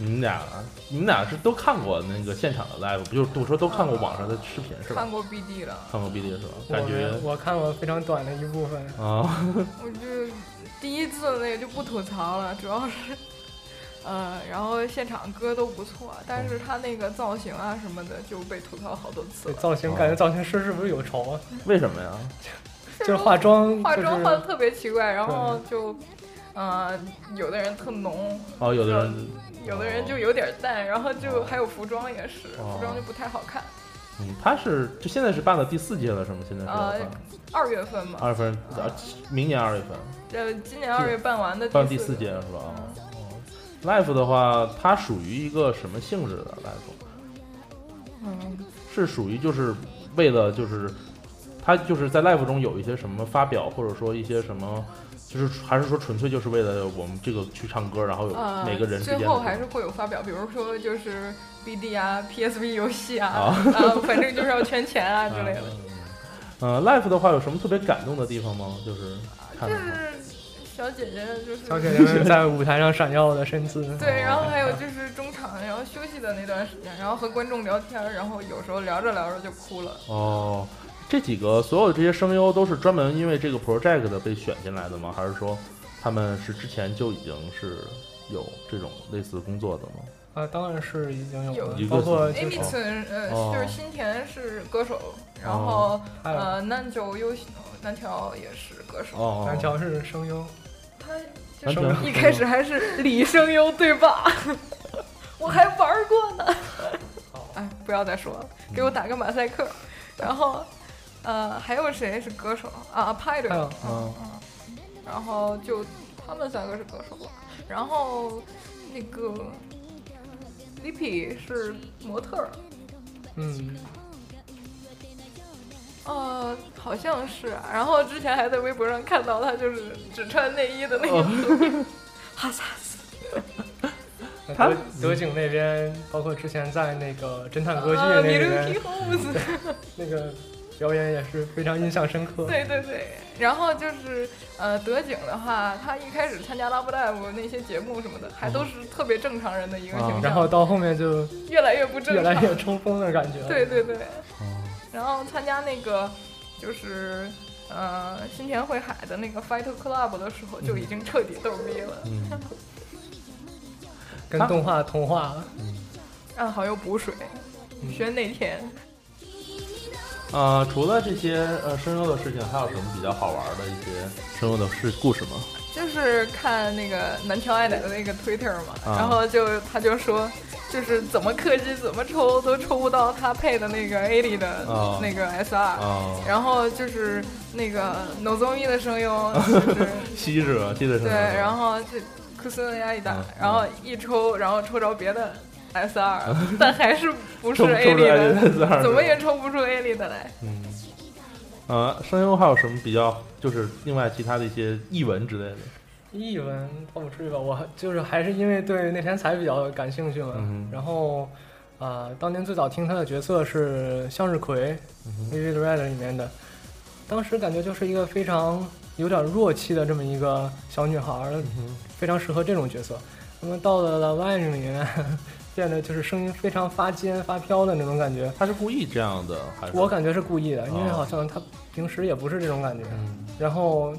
[SPEAKER 1] 你们俩，你们俩是都看过那个现场的 live，不就是都说都看过网上的视频是吧
[SPEAKER 3] 看？过 BD 了，
[SPEAKER 1] 看过 BD 是吧？
[SPEAKER 2] 我
[SPEAKER 1] 感觉
[SPEAKER 2] 我看过非常短的一部分，
[SPEAKER 1] 啊，
[SPEAKER 3] 我就第一次那个就不吐槽了，主要是。呃， 然后现场歌都不错，但是他那个造型啊什么的就被吐槽好多次
[SPEAKER 2] 对
[SPEAKER 3] 了，
[SPEAKER 2] 造
[SPEAKER 1] 哦
[SPEAKER 2] 型感觉造型师是不是有仇啊？
[SPEAKER 1] 为什么呀？
[SPEAKER 2] 就是化妆，
[SPEAKER 3] 化
[SPEAKER 2] 就
[SPEAKER 3] 妆
[SPEAKER 2] 是
[SPEAKER 3] 化的特别奇怪，然后就，呃，有的人特浓，
[SPEAKER 1] 哦，有的人，
[SPEAKER 3] 有的人就有点淡，然后就还有服装也是，
[SPEAKER 1] 哦
[SPEAKER 3] 服装就不太好看。
[SPEAKER 1] 嗯，他是就现在是办到第四届了，是吗？现在是要
[SPEAKER 3] 呃
[SPEAKER 1] 办
[SPEAKER 3] 二月份嘛，
[SPEAKER 1] 二月份，啊明年二月份
[SPEAKER 3] 呃，今年二月办完的
[SPEAKER 1] 办
[SPEAKER 3] 第
[SPEAKER 1] 第
[SPEAKER 3] 四
[SPEAKER 1] 四届了，是吧？哦，Life 的话，它属于一个什么性质的？Life
[SPEAKER 3] 嗯，
[SPEAKER 1] 是属于就是为了就是它就是在 Life 中有一些什么发表，或者说一些什么，就是还是说纯粹就是为了我们这个去唱歌，然后有
[SPEAKER 3] 呃，
[SPEAKER 1] 每个人之间
[SPEAKER 3] 最
[SPEAKER 1] 的
[SPEAKER 3] 后还是会有发表，比如说就是 BD 啊、PSV 游戏啊，
[SPEAKER 1] 啊
[SPEAKER 3] 呃，反正就是要圈钱 啊之类的。
[SPEAKER 1] 嗯嗯呃，Life 的话有什么特别感动的地方吗？就是看
[SPEAKER 3] 就
[SPEAKER 1] 的话
[SPEAKER 3] 是小姐姐就是
[SPEAKER 2] 小姐姐们在舞台上闪耀的身姿。
[SPEAKER 3] 对，然后还有就是中场，然后休息的那段时间，然后和观众聊天，然后有时候聊着聊着就哭了。
[SPEAKER 1] 哦，这几个所有的这些声优都是专门因为这个 project 的被选进来的吗？还是说他们是之前就已经是有这种类似工作的吗？
[SPEAKER 2] 啊，当然是已经
[SPEAKER 3] 有
[SPEAKER 2] 有了
[SPEAKER 1] 一，个
[SPEAKER 2] 包括就
[SPEAKER 3] Amy
[SPEAKER 2] 是
[SPEAKER 3] 村，呃，
[SPEAKER 1] 哦
[SPEAKER 3] 就是新田是歌手，然
[SPEAKER 1] 哦
[SPEAKER 3] 后
[SPEAKER 2] 还有
[SPEAKER 3] 呃，南九优南条也是歌手，
[SPEAKER 1] 哦，
[SPEAKER 2] 南桥是声优，
[SPEAKER 3] 他就
[SPEAKER 1] 南
[SPEAKER 3] 是
[SPEAKER 1] 条
[SPEAKER 3] 一开始还是李声优对吧？ 我还玩过呢。
[SPEAKER 2] 哦
[SPEAKER 3] 哎，不要再说了，给我打个马赛克。然后，呃，还有谁是歌手啊
[SPEAKER 2] 还
[SPEAKER 3] ？Pilot，
[SPEAKER 2] 有
[SPEAKER 1] 嗯
[SPEAKER 3] 然后就他们三个是歌手吧。然后那个 Lippy 是模特儿，
[SPEAKER 2] 嗯，
[SPEAKER 3] 呃，好像是、啊。然后之前还在微博上看到他就是只穿内衣的那个图
[SPEAKER 2] 哦
[SPEAKER 3] 片， 哈萨斯。
[SPEAKER 2] 那
[SPEAKER 1] 他
[SPEAKER 2] 德德景那边，包括之前在那个侦探歌剧
[SPEAKER 3] 啊
[SPEAKER 2] 那
[SPEAKER 3] 米
[SPEAKER 2] 边、
[SPEAKER 3] 露皮猴子。
[SPEAKER 2] 那个表演也是非常印象深刻。
[SPEAKER 3] 对对对，然后就是呃，德景的话，他一开始参加拉布大夫那些节目什么的，还
[SPEAKER 2] 嗯
[SPEAKER 3] 都是特别正常人的一个
[SPEAKER 1] 啊
[SPEAKER 3] 形
[SPEAKER 2] 然后
[SPEAKER 3] 象，
[SPEAKER 2] 到后面就
[SPEAKER 3] 越来越不正
[SPEAKER 2] 越来
[SPEAKER 3] 常。
[SPEAKER 2] 越冲锋的感觉。
[SPEAKER 3] 对，对对，
[SPEAKER 1] 哦
[SPEAKER 3] 然后参加那个就是呃新田惠海的那个 Fight Club 的时候，就已经彻底逗逼了。
[SPEAKER 1] 嗯
[SPEAKER 2] 跟动画同化了。
[SPEAKER 3] 暗好又补水，
[SPEAKER 2] 嗯
[SPEAKER 3] 学内田。
[SPEAKER 1] 啊、除了这些呃声优的事情，还有什么比较好玩的一些声优的事故事吗？
[SPEAKER 3] 就是看那个南条爱乃的那个 Twitter 嘛，
[SPEAKER 1] 啊
[SPEAKER 3] 然后就他就说，就是怎么氪金怎么抽都抽不到他配的那个 A 里的
[SPEAKER 1] 啊
[SPEAKER 3] 那个 SR，、
[SPEAKER 1] 啊、
[SPEAKER 3] 然后就是那个 Nozomi 的 声优，就是
[SPEAKER 1] 西者，西者
[SPEAKER 3] 对，然后这库斯内亚一打
[SPEAKER 1] 嗯，
[SPEAKER 3] 然后一抽，然后抽着别的 SR，但 还是不
[SPEAKER 1] 嗯
[SPEAKER 3] 是
[SPEAKER 1] 抽抽
[SPEAKER 3] A
[SPEAKER 1] 出
[SPEAKER 3] 里
[SPEAKER 1] 来
[SPEAKER 3] 的，
[SPEAKER 1] 这二，
[SPEAKER 3] 怎么也抽不出 A 里的来。
[SPEAKER 1] 嗯。啊、声优还有什么比较，就是另外其他的一些译文之类的？
[SPEAKER 2] 译文倒不至于吧，我就是还是因为对内田彩比较感兴趣嘛。
[SPEAKER 1] 嗯
[SPEAKER 2] 然后，啊、当年最早听他的角色是向日葵，《Vivid Red》里面的，当时感觉就是一个非常有点弱气的这么一个小女孩儿，非常适合这种角色。那么到了《Love Island》里面，变得就是声音非常发尖发飘的那种感觉。
[SPEAKER 1] 他是故意这样的，还是
[SPEAKER 2] 我感觉是故意的，因为
[SPEAKER 1] 哦
[SPEAKER 2] 好像她平时也不是这种感觉。
[SPEAKER 1] 嗯
[SPEAKER 2] 然后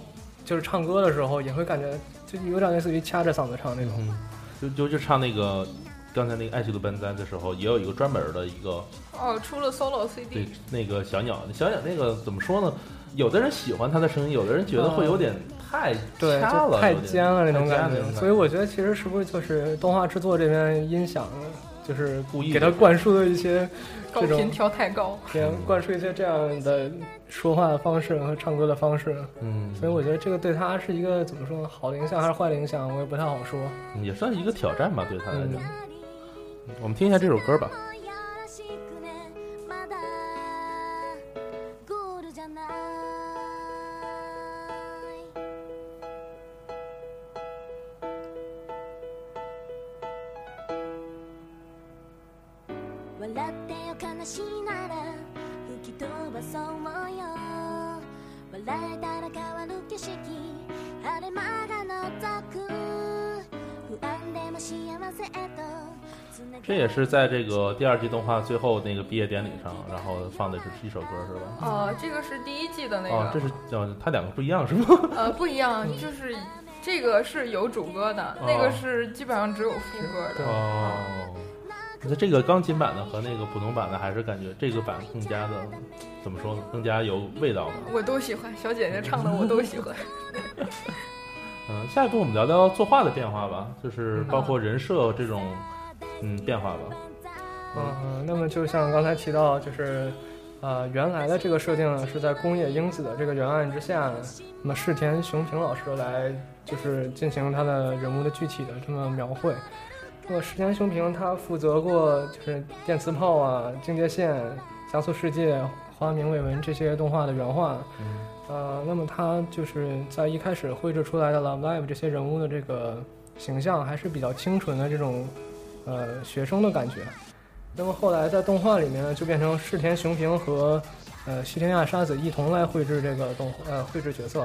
[SPEAKER 2] 就是唱歌的时候也会感觉就有点类似于掐着嗓子唱那种。
[SPEAKER 1] 嗯，就就就唱那个刚才那个《爱情的班单》的时候，也有一个专门的一个
[SPEAKER 3] 哦，出了 solo
[SPEAKER 1] 对
[SPEAKER 3] CD，
[SPEAKER 1] 那个小鸟，小鸟那个怎么说呢？有的人喜欢他的声音，有的人觉得会有点太
[SPEAKER 2] 嗯对，
[SPEAKER 1] 掐
[SPEAKER 2] 就
[SPEAKER 1] 了，
[SPEAKER 2] 太
[SPEAKER 1] 有点
[SPEAKER 2] 尖了那种
[SPEAKER 1] 太尖
[SPEAKER 2] 感
[SPEAKER 1] 了那
[SPEAKER 2] 觉
[SPEAKER 1] 种感。觉
[SPEAKER 2] 所以我觉得其实是不是就是动画制作这边音响，就是
[SPEAKER 1] 故意
[SPEAKER 2] 给他
[SPEAKER 1] 的
[SPEAKER 2] 灌输的一些
[SPEAKER 3] 高
[SPEAKER 2] 这种
[SPEAKER 3] 频调太高。
[SPEAKER 2] 给
[SPEAKER 1] 嗯
[SPEAKER 2] 他灌输一些这样的说话的方式和唱歌的方式。
[SPEAKER 1] 嗯，
[SPEAKER 2] 所以我觉得这个对他是一个怎么说呢好的影响还是坏的影响，我也不太好说。
[SPEAKER 1] 嗯也算是一个挑战吧，对他来
[SPEAKER 2] 嗯
[SPEAKER 1] 讲。，我们听一下这首歌吧。
[SPEAKER 4] よろしくねまだゴールじゃない笑ってよ悲しいなら吹き飛ばそう思うよ笑えたら変わる景色あれ間が覗く不安でも幸せへとつながる
[SPEAKER 1] 这也是在这个第二季动画最后那个毕业典礼上，然后放的是一首歌，是吧？
[SPEAKER 3] 哦，这个是第一季的那个，
[SPEAKER 1] 哦，这是哦，它两个不一样是吗？
[SPEAKER 3] 呃，不一样，就是这个是有主歌的，那
[SPEAKER 1] 哦
[SPEAKER 3] 个是基本上只有副歌的。
[SPEAKER 1] 哦，那这个钢琴版的和那个普通版的，还是感觉这个版更加的怎么说呢？更加有味道吧。
[SPEAKER 3] 我都喜欢，小姐姐唱的我都喜 欢。
[SPEAKER 1] 嗯，下一步我们聊聊作画的变化吧，
[SPEAKER 3] 嗯
[SPEAKER 1] 就是包括人设这种嗯变化吧。
[SPEAKER 2] 嗯，那么就像刚才提到，就是，呃，原来的这个设定呢是在工业英子的这个原案之下，那么世田雄平老师来就是进行他的人物的具体的这么描绘。那么世田雄平他负责过就是电磁炮啊、境界线、加速世界、花明未闻这些动画的原画。
[SPEAKER 3] 嗯
[SPEAKER 2] 呃，那么他就是在一开始绘制出来的 Love Live 这些人物的这个形象还是比较清纯的这种，呃，学生的感觉。那么后来在动画里面呢，就变成世田雄平和呃西田亚沙子一同来绘制这个动呃绘制角色。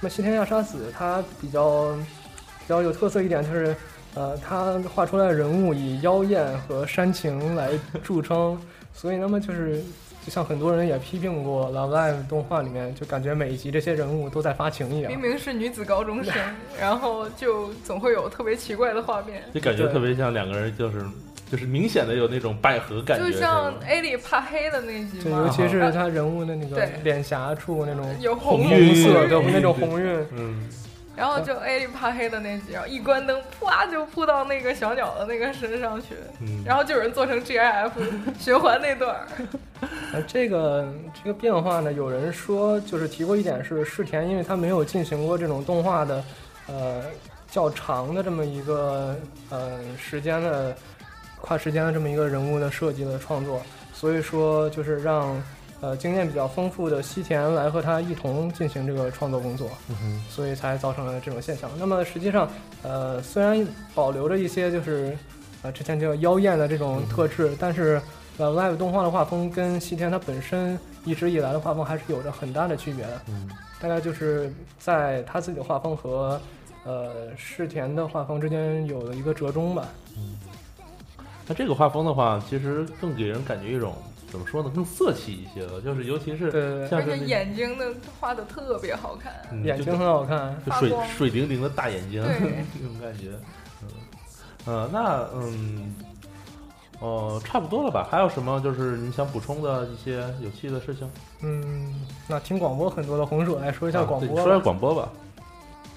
[SPEAKER 2] 那么西田亚沙子她比较比较有特色一点就是，呃，她画出来的人物以妖艳和煽情来著称，所以那么就是。就像很多人也批评过《Love Live》动画里面，就感觉每一集这些人物都在发情一样
[SPEAKER 3] 明。明是女子高中生，然后就总会有特别奇怪的画面。
[SPEAKER 1] 就感觉
[SPEAKER 2] 对
[SPEAKER 1] 特别像两个人，就是就是明显的有那种百合感觉，
[SPEAKER 3] 就是像
[SPEAKER 1] 吧
[SPEAKER 3] A 里怕黑的那集
[SPEAKER 2] 就
[SPEAKER 3] 嘛
[SPEAKER 2] 尤，其是他人物的那个
[SPEAKER 3] 嗯对
[SPEAKER 2] 脸颊处那种
[SPEAKER 3] 有
[SPEAKER 1] 红
[SPEAKER 2] 红
[SPEAKER 1] 晕
[SPEAKER 2] 色，对
[SPEAKER 1] 红晕
[SPEAKER 2] 那种
[SPEAKER 1] 对
[SPEAKER 2] 红晕，
[SPEAKER 1] 嗯，
[SPEAKER 3] 然后就 A 里怕黑的那集，然后一关灯，啪就扑到那个小鸟的那个身上去，
[SPEAKER 1] 嗯
[SPEAKER 3] 然后就有人做成 GIF 循环那段儿，
[SPEAKER 2] 呃，这个这个变化呢，有人说就是提过一点是世田，因为他没有进行过这种动画的，呃，较长的这么一个呃时间的跨时间的这么一个人物的设计的创作，所以说就是让呃经验比较丰富的西田来和他一同进行这个创作工作。
[SPEAKER 1] 嗯哼
[SPEAKER 2] 所以才造成了这种现象。那么实际上，呃，虽然保留着一些就是呃之前叫妖艳的这种特
[SPEAKER 1] 嗯
[SPEAKER 2] 质，但是呃 Live 动画的画风跟西天它本身一直以来的画风还是有着很大的区别的。
[SPEAKER 1] 嗯
[SPEAKER 2] 大概就是在他自己的画风和呃世田的画风之间有了一个折中吧。
[SPEAKER 1] 那这个画风的话，其实更给人感觉一种怎么说呢，更色气一些的，就是尤其
[SPEAKER 2] 对
[SPEAKER 1] 是
[SPEAKER 2] 对对，
[SPEAKER 1] 像
[SPEAKER 3] 而
[SPEAKER 1] 是
[SPEAKER 3] 且
[SPEAKER 1] 那
[SPEAKER 3] 眼睛的画的特别好看。
[SPEAKER 1] 嗯
[SPEAKER 2] 眼
[SPEAKER 1] 就
[SPEAKER 2] 睛很好看。
[SPEAKER 1] 就
[SPEAKER 3] 发
[SPEAKER 1] 水
[SPEAKER 3] 光
[SPEAKER 1] 水灵灵的大眼睛，
[SPEAKER 3] 对
[SPEAKER 1] 这种感觉，嗯呃，那嗯。哦，差不多了吧？还有什么就是你想补充的一些有趣的事情？
[SPEAKER 2] 嗯，那听广播很多的红薯来说一
[SPEAKER 1] 啊
[SPEAKER 2] 下广
[SPEAKER 1] 对
[SPEAKER 2] 播吧。
[SPEAKER 1] 说下广播吧。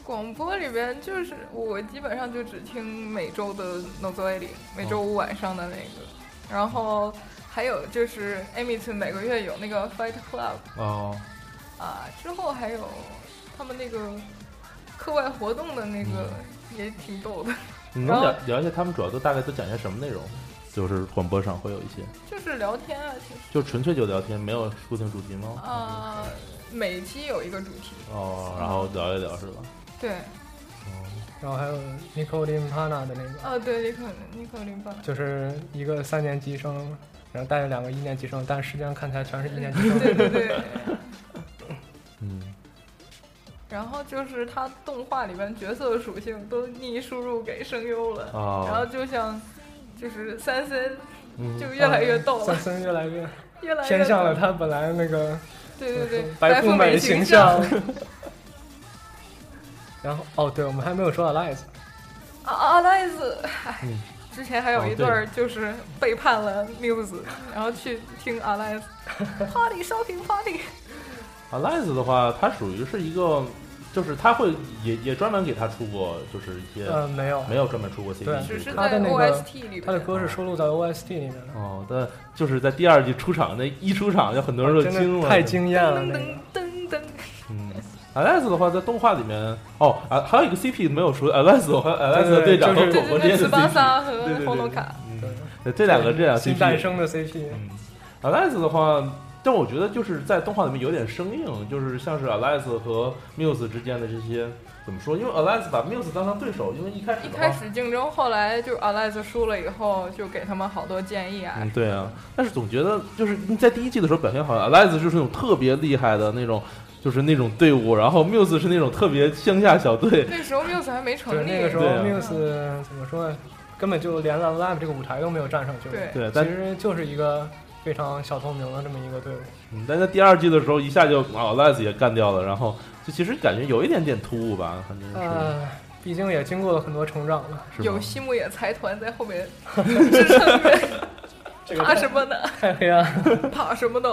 [SPEAKER 3] 广播里边就是我基本上就只听每周的 n o z o e 里，每周五晚上的那个，然后还有就是 Amy 每个月有那个 Fight Club
[SPEAKER 1] 哦，
[SPEAKER 3] 啊，之后还有他们那个课外活动的那个也挺逗的，
[SPEAKER 1] 你
[SPEAKER 3] 然
[SPEAKER 1] 能
[SPEAKER 3] 后
[SPEAKER 1] 聊聊一下他们主要都大概都讲些什么内容？就是广播上会有一些，
[SPEAKER 3] 就是聊天啊，其实
[SPEAKER 1] 就纯粹就聊天，没有固定主题吗？
[SPEAKER 3] 啊，每期有一个主题，
[SPEAKER 1] 哦，然后聊一聊是吧？哦
[SPEAKER 3] 对，
[SPEAKER 2] 然后还有 Nico l i m p a n a 的那个。
[SPEAKER 3] 啊，对，你可能你可能吧，
[SPEAKER 2] 就是一个三年级生，然后带着两个一年级生，但实际上看起来全是一年级生。
[SPEAKER 3] 对对对。
[SPEAKER 1] 嗯，
[SPEAKER 3] 然后就是它动画里边角色属性都逆输入给声优了，
[SPEAKER 1] 哦，
[SPEAKER 3] 然后就像就是三森
[SPEAKER 1] 嗯
[SPEAKER 3] 就越来越逗了
[SPEAKER 2] 森，森越来越
[SPEAKER 3] 越来越
[SPEAKER 2] 偏向
[SPEAKER 3] 逗
[SPEAKER 2] 了他本来那个
[SPEAKER 3] 对对对
[SPEAKER 2] 白
[SPEAKER 3] 富
[SPEAKER 2] 富美
[SPEAKER 3] 形
[SPEAKER 2] 形象。然后哦，对，我们还没有说到 Lies，
[SPEAKER 3] 啊啊赖子，唉
[SPEAKER 1] 嗯
[SPEAKER 3] 之前还有一对
[SPEAKER 2] 哦
[SPEAKER 3] 儿就是背叛了 Muse，然后去听 阿赖子 party shopping party，
[SPEAKER 1] 啊，Lies 的话，它属于是一个，就是他会也也专门给他出过，就是一些、
[SPEAKER 2] 呃，没有，
[SPEAKER 1] 没有专门出过 CD
[SPEAKER 2] 对
[SPEAKER 1] 这
[SPEAKER 3] 只
[SPEAKER 1] 一
[SPEAKER 3] 是
[SPEAKER 1] 块。
[SPEAKER 2] 他的
[SPEAKER 3] 在
[SPEAKER 2] 那个
[SPEAKER 3] OST 里
[SPEAKER 2] 他的
[SPEAKER 3] 边。
[SPEAKER 2] 歌是收录在 OST 里面的，
[SPEAKER 1] 哦，但就是在第二季出场那一出场，就很多人都哦惊
[SPEAKER 2] 真
[SPEAKER 1] 了，
[SPEAKER 2] 的太惊艳了啊
[SPEAKER 3] 噔
[SPEAKER 2] 那
[SPEAKER 3] 噔
[SPEAKER 2] 个。
[SPEAKER 3] 噔噔，
[SPEAKER 1] 嗯，Alex 的话，在动画里面，哦，啊，还有一个 CP 没有说，Alex 和 Alex 的队长和
[SPEAKER 2] 对
[SPEAKER 3] 对
[SPEAKER 1] 火锅
[SPEAKER 3] 对对，
[SPEAKER 1] 店
[SPEAKER 3] 斯
[SPEAKER 1] 的
[SPEAKER 3] 巴
[SPEAKER 1] CP，
[SPEAKER 3] 萨和
[SPEAKER 1] 对对
[SPEAKER 3] 红楼
[SPEAKER 1] 对，
[SPEAKER 3] 卡，
[SPEAKER 1] 嗯
[SPEAKER 2] 对，哦
[SPEAKER 1] 对这两个这两
[SPEAKER 2] 新诞
[SPEAKER 1] CP，
[SPEAKER 2] 生的 CP，
[SPEAKER 1] 嗯，Alex 的话，但我觉得就是在动画里面有点生硬，就是像是 Alex 和 Muse 之间的这些怎么说？因为 Alex 把 Muse 当成对手，因为一开始
[SPEAKER 3] 一
[SPEAKER 1] 的
[SPEAKER 3] 开
[SPEAKER 1] 话。
[SPEAKER 3] 始竞争，后来就 Alex 输了以后，就给他们好多建议啊
[SPEAKER 1] 嗯，。对啊，但是总觉得就是在第一季的时候表现好像 Alex 就是那种特别厉害的那种，就是那种队伍，然后 Muse 是那种特别乡下小队，
[SPEAKER 3] 那时候 Muse 还没成
[SPEAKER 2] 对，
[SPEAKER 3] 立，
[SPEAKER 2] 那个时候
[SPEAKER 1] 对啊
[SPEAKER 2] Muse 怎么说呢，根本就连 Love Live 这个舞台都没有站上去过。
[SPEAKER 3] 对
[SPEAKER 1] 对，但
[SPEAKER 2] 其实就是一个非常小透明的这么一个队伍。
[SPEAKER 1] 嗯，但在第二季的时候，一下就啊 l e s 也干掉了，然后就其实感觉有一点点突兀吧，反正是、
[SPEAKER 2] 呃，毕竟也经过了很多成长嘛，
[SPEAKER 1] 是吧
[SPEAKER 3] 有西木野财团在后面支撑着，
[SPEAKER 2] 这
[SPEAKER 3] 怕什么呢？
[SPEAKER 2] 太黑暗 了。
[SPEAKER 3] 怕什么呢？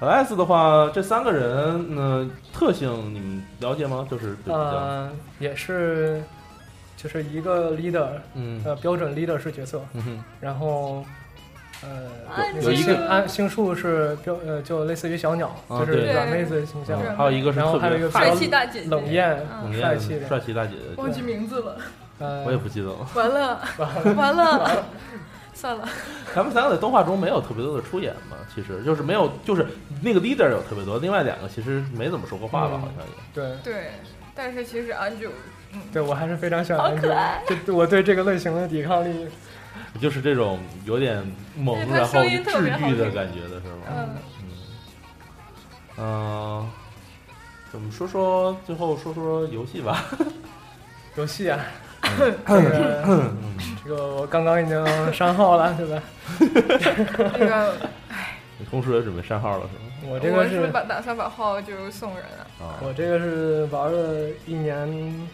[SPEAKER 1] l e s 的话，这三个人嗯、特性你们了解吗？就是比较、
[SPEAKER 2] 呃，也是，就是一个 leader，
[SPEAKER 1] 嗯
[SPEAKER 2] 呃，标准 leader 是角色，
[SPEAKER 1] 嗯哼
[SPEAKER 2] 然后。呃，
[SPEAKER 3] 安
[SPEAKER 2] 那
[SPEAKER 1] 有
[SPEAKER 2] 个
[SPEAKER 1] 一
[SPEAKER 2] 杏
[SPEAKER 3] 个
[SPEAKER 2] 安杏树是标呃，就类似于小鸟，
[SPEAKER 1] 啊
[SPEAKER 2] 就是
[SPEAKER 1] 对
[SPEAKER 2] 软妹子形象，
[SPEAKER 1] 嗯还有一个是
[SPEAKER 2] 然后
[SPEAKER 1] 特
[SPEAKER 2] 还有一
[SPEAKER 1] 别
[SPEAKER 2] 个
[SPEAKER 1] 大
[SPEAKER 3] 帅
[SPEAKER 2] 比
[SPEAKER 3] 气大姐姐，
[SPEAKER 2] 冷艳，
[SPEAKER 3] 嗯
[SPEAKER 1] 冷艳
[SPEAKER 2] 帅气的
[SPEAKER 1] 帅气大姐姐，
[SPEAKER 3] 忘记名字了，
[SPEAKER 2] 呃
[SPEAKER 1] 我也，不记得了。
[SPEAKER 3] 完了，完了，算了，
[SPEAKER 1] 他们三个在动画中没有特别多的出演嘛，其实就是没有，就是那个 leader 有特别多，另外两个其实没怎么说过话吧，
[SPEAKER 2] 嗯
[SPEAKER 1] 好像也。
[SPEAKER 2] 对
[SPEAKER 3] 对。但是其实安九，嗯，
[SPEAKER 2] 对，我还是非常喜欢
[SPEAKER 3] 好
[SPEAKER 2] 安
[SPEAKER 3] 可
[SPEAKER 2] 吉
[SPEAKER 3] 爱
[SPEAKER 2] 就对我对这个类型的抵抗力，
[SPEAKER 1] 就是这种有点萌，
[SPEAKER 3] 对他
[SPEAKER 1] 然后
[SPEAKER 3] 声音特
[SPEAKER 1] 治
[SPEAKER 3] 别好
[SPEAKER 1] 愈的
[SPEAKER 3] 听
[SPEAKER 1] 感觉的是吗？
[SPEAKER 3] 嗯，
[SPEAKER 1] 嗯，嗯、我们说说最后说说游戏吧。
[SPEAKER 2] 游戏啊，
[SPEAKER 1] 嗯
[SPEAKER 2] 这个这个我刚刚已经删号了，对吧？
[SPEAKER 3] 那个
[SPEAKER 1] 你同时也准备删号了是吗？
[SPEAKER 2] 我 这
[SPEAKER 3] 我
[SPEAKER 2] 个
[SPEAKER 3] 是
[SPEAKER 2] 是，
[SPEAKER 3] 把打算把号就送人了，
[SPEAKER 1] 啊，
[SPEAKER 2] 我这个是玩了一年，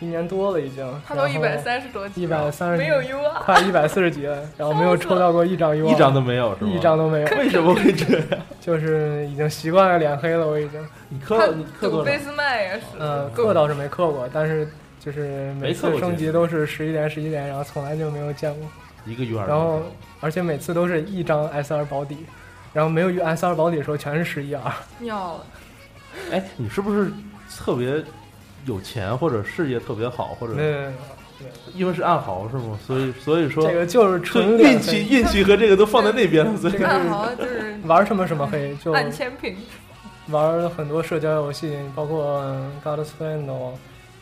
[SPEAKER 2] 一年多了已经。
[SPEAKER 3] 它都一百，三十多
[SPEAKER 2] 一
[SPEAKER 3] 集
[SPEAKER 2] 百
[SPEAKER 3] 了，
[SPEAKER 2] 三十，
[SPEAKER 3] 没有 U 啊，
[SPEAKER 2] 快一百四十级了，然后没有抽到过一张 U，
[SPEAKER 1] 一张都没有是吗？
[SPEAKER 2] 一张都没有，
[SPEAKER 1] 为什么会这样？
[SPEAKER 2] 就是已经习惯了脸黑了，我已经。
[SPEAKER 1] 你氪
[SPEAKER 3] 它
[SPEAKER 1] 了你氪
[SPEAKER 3] 赌
[SPEAKER 1] 多少
[SPEAKER 3] 贝？斯麦也是，
[SPEAKER 2] 呃，氪倒是没氪过，但是就是每
[SPEAKER 1] 没氪
[SPEAKER 2] 次
[SPEAKER 1] 过
[SPEAKER 2] 升级
[SPEAKER 1] 这个
[SPEAKER 2] 都是十一连十一连，然后从来就没有见过，
[SPEAKER 1] 一个 U 二。
[SPEAKER 2] 然后而且每次都是一张 S 二保底，然后没有 S 二保底的时候全是十一 R，
[SPEAKER 3] 尿了，
[SPEAKER 1] 哎，你是不是特别有钱或者事业特别好，或
[SPEAKER 2] 没
[SPEAKER 1] 者
[SPEAKER 2] 有没有没
[SPEAKER 1] 因为是暗号是吗？所以所以
[SPEAKER 2] 有
[SPEAKER 1] 说
[SPEAKER 2] 嗯这个就是
[SPEAKER 1] 就
[SPEAKER 2] 纯脸
[SPEAKER 1] 运
[SPEAKER 2] 黑
[SPEAKER 1] 气运气和这个都放在那边了，所以
[SPEAKER 2] 这个
[SPEAKER 3] 那好像就是
[SPEAKER 2] 玩什么什么黑，就
[SPEAKER 3] 按千平，
[SPEAKER 2] 玩了很多社交游戏，包括嗯 God's Friend，哦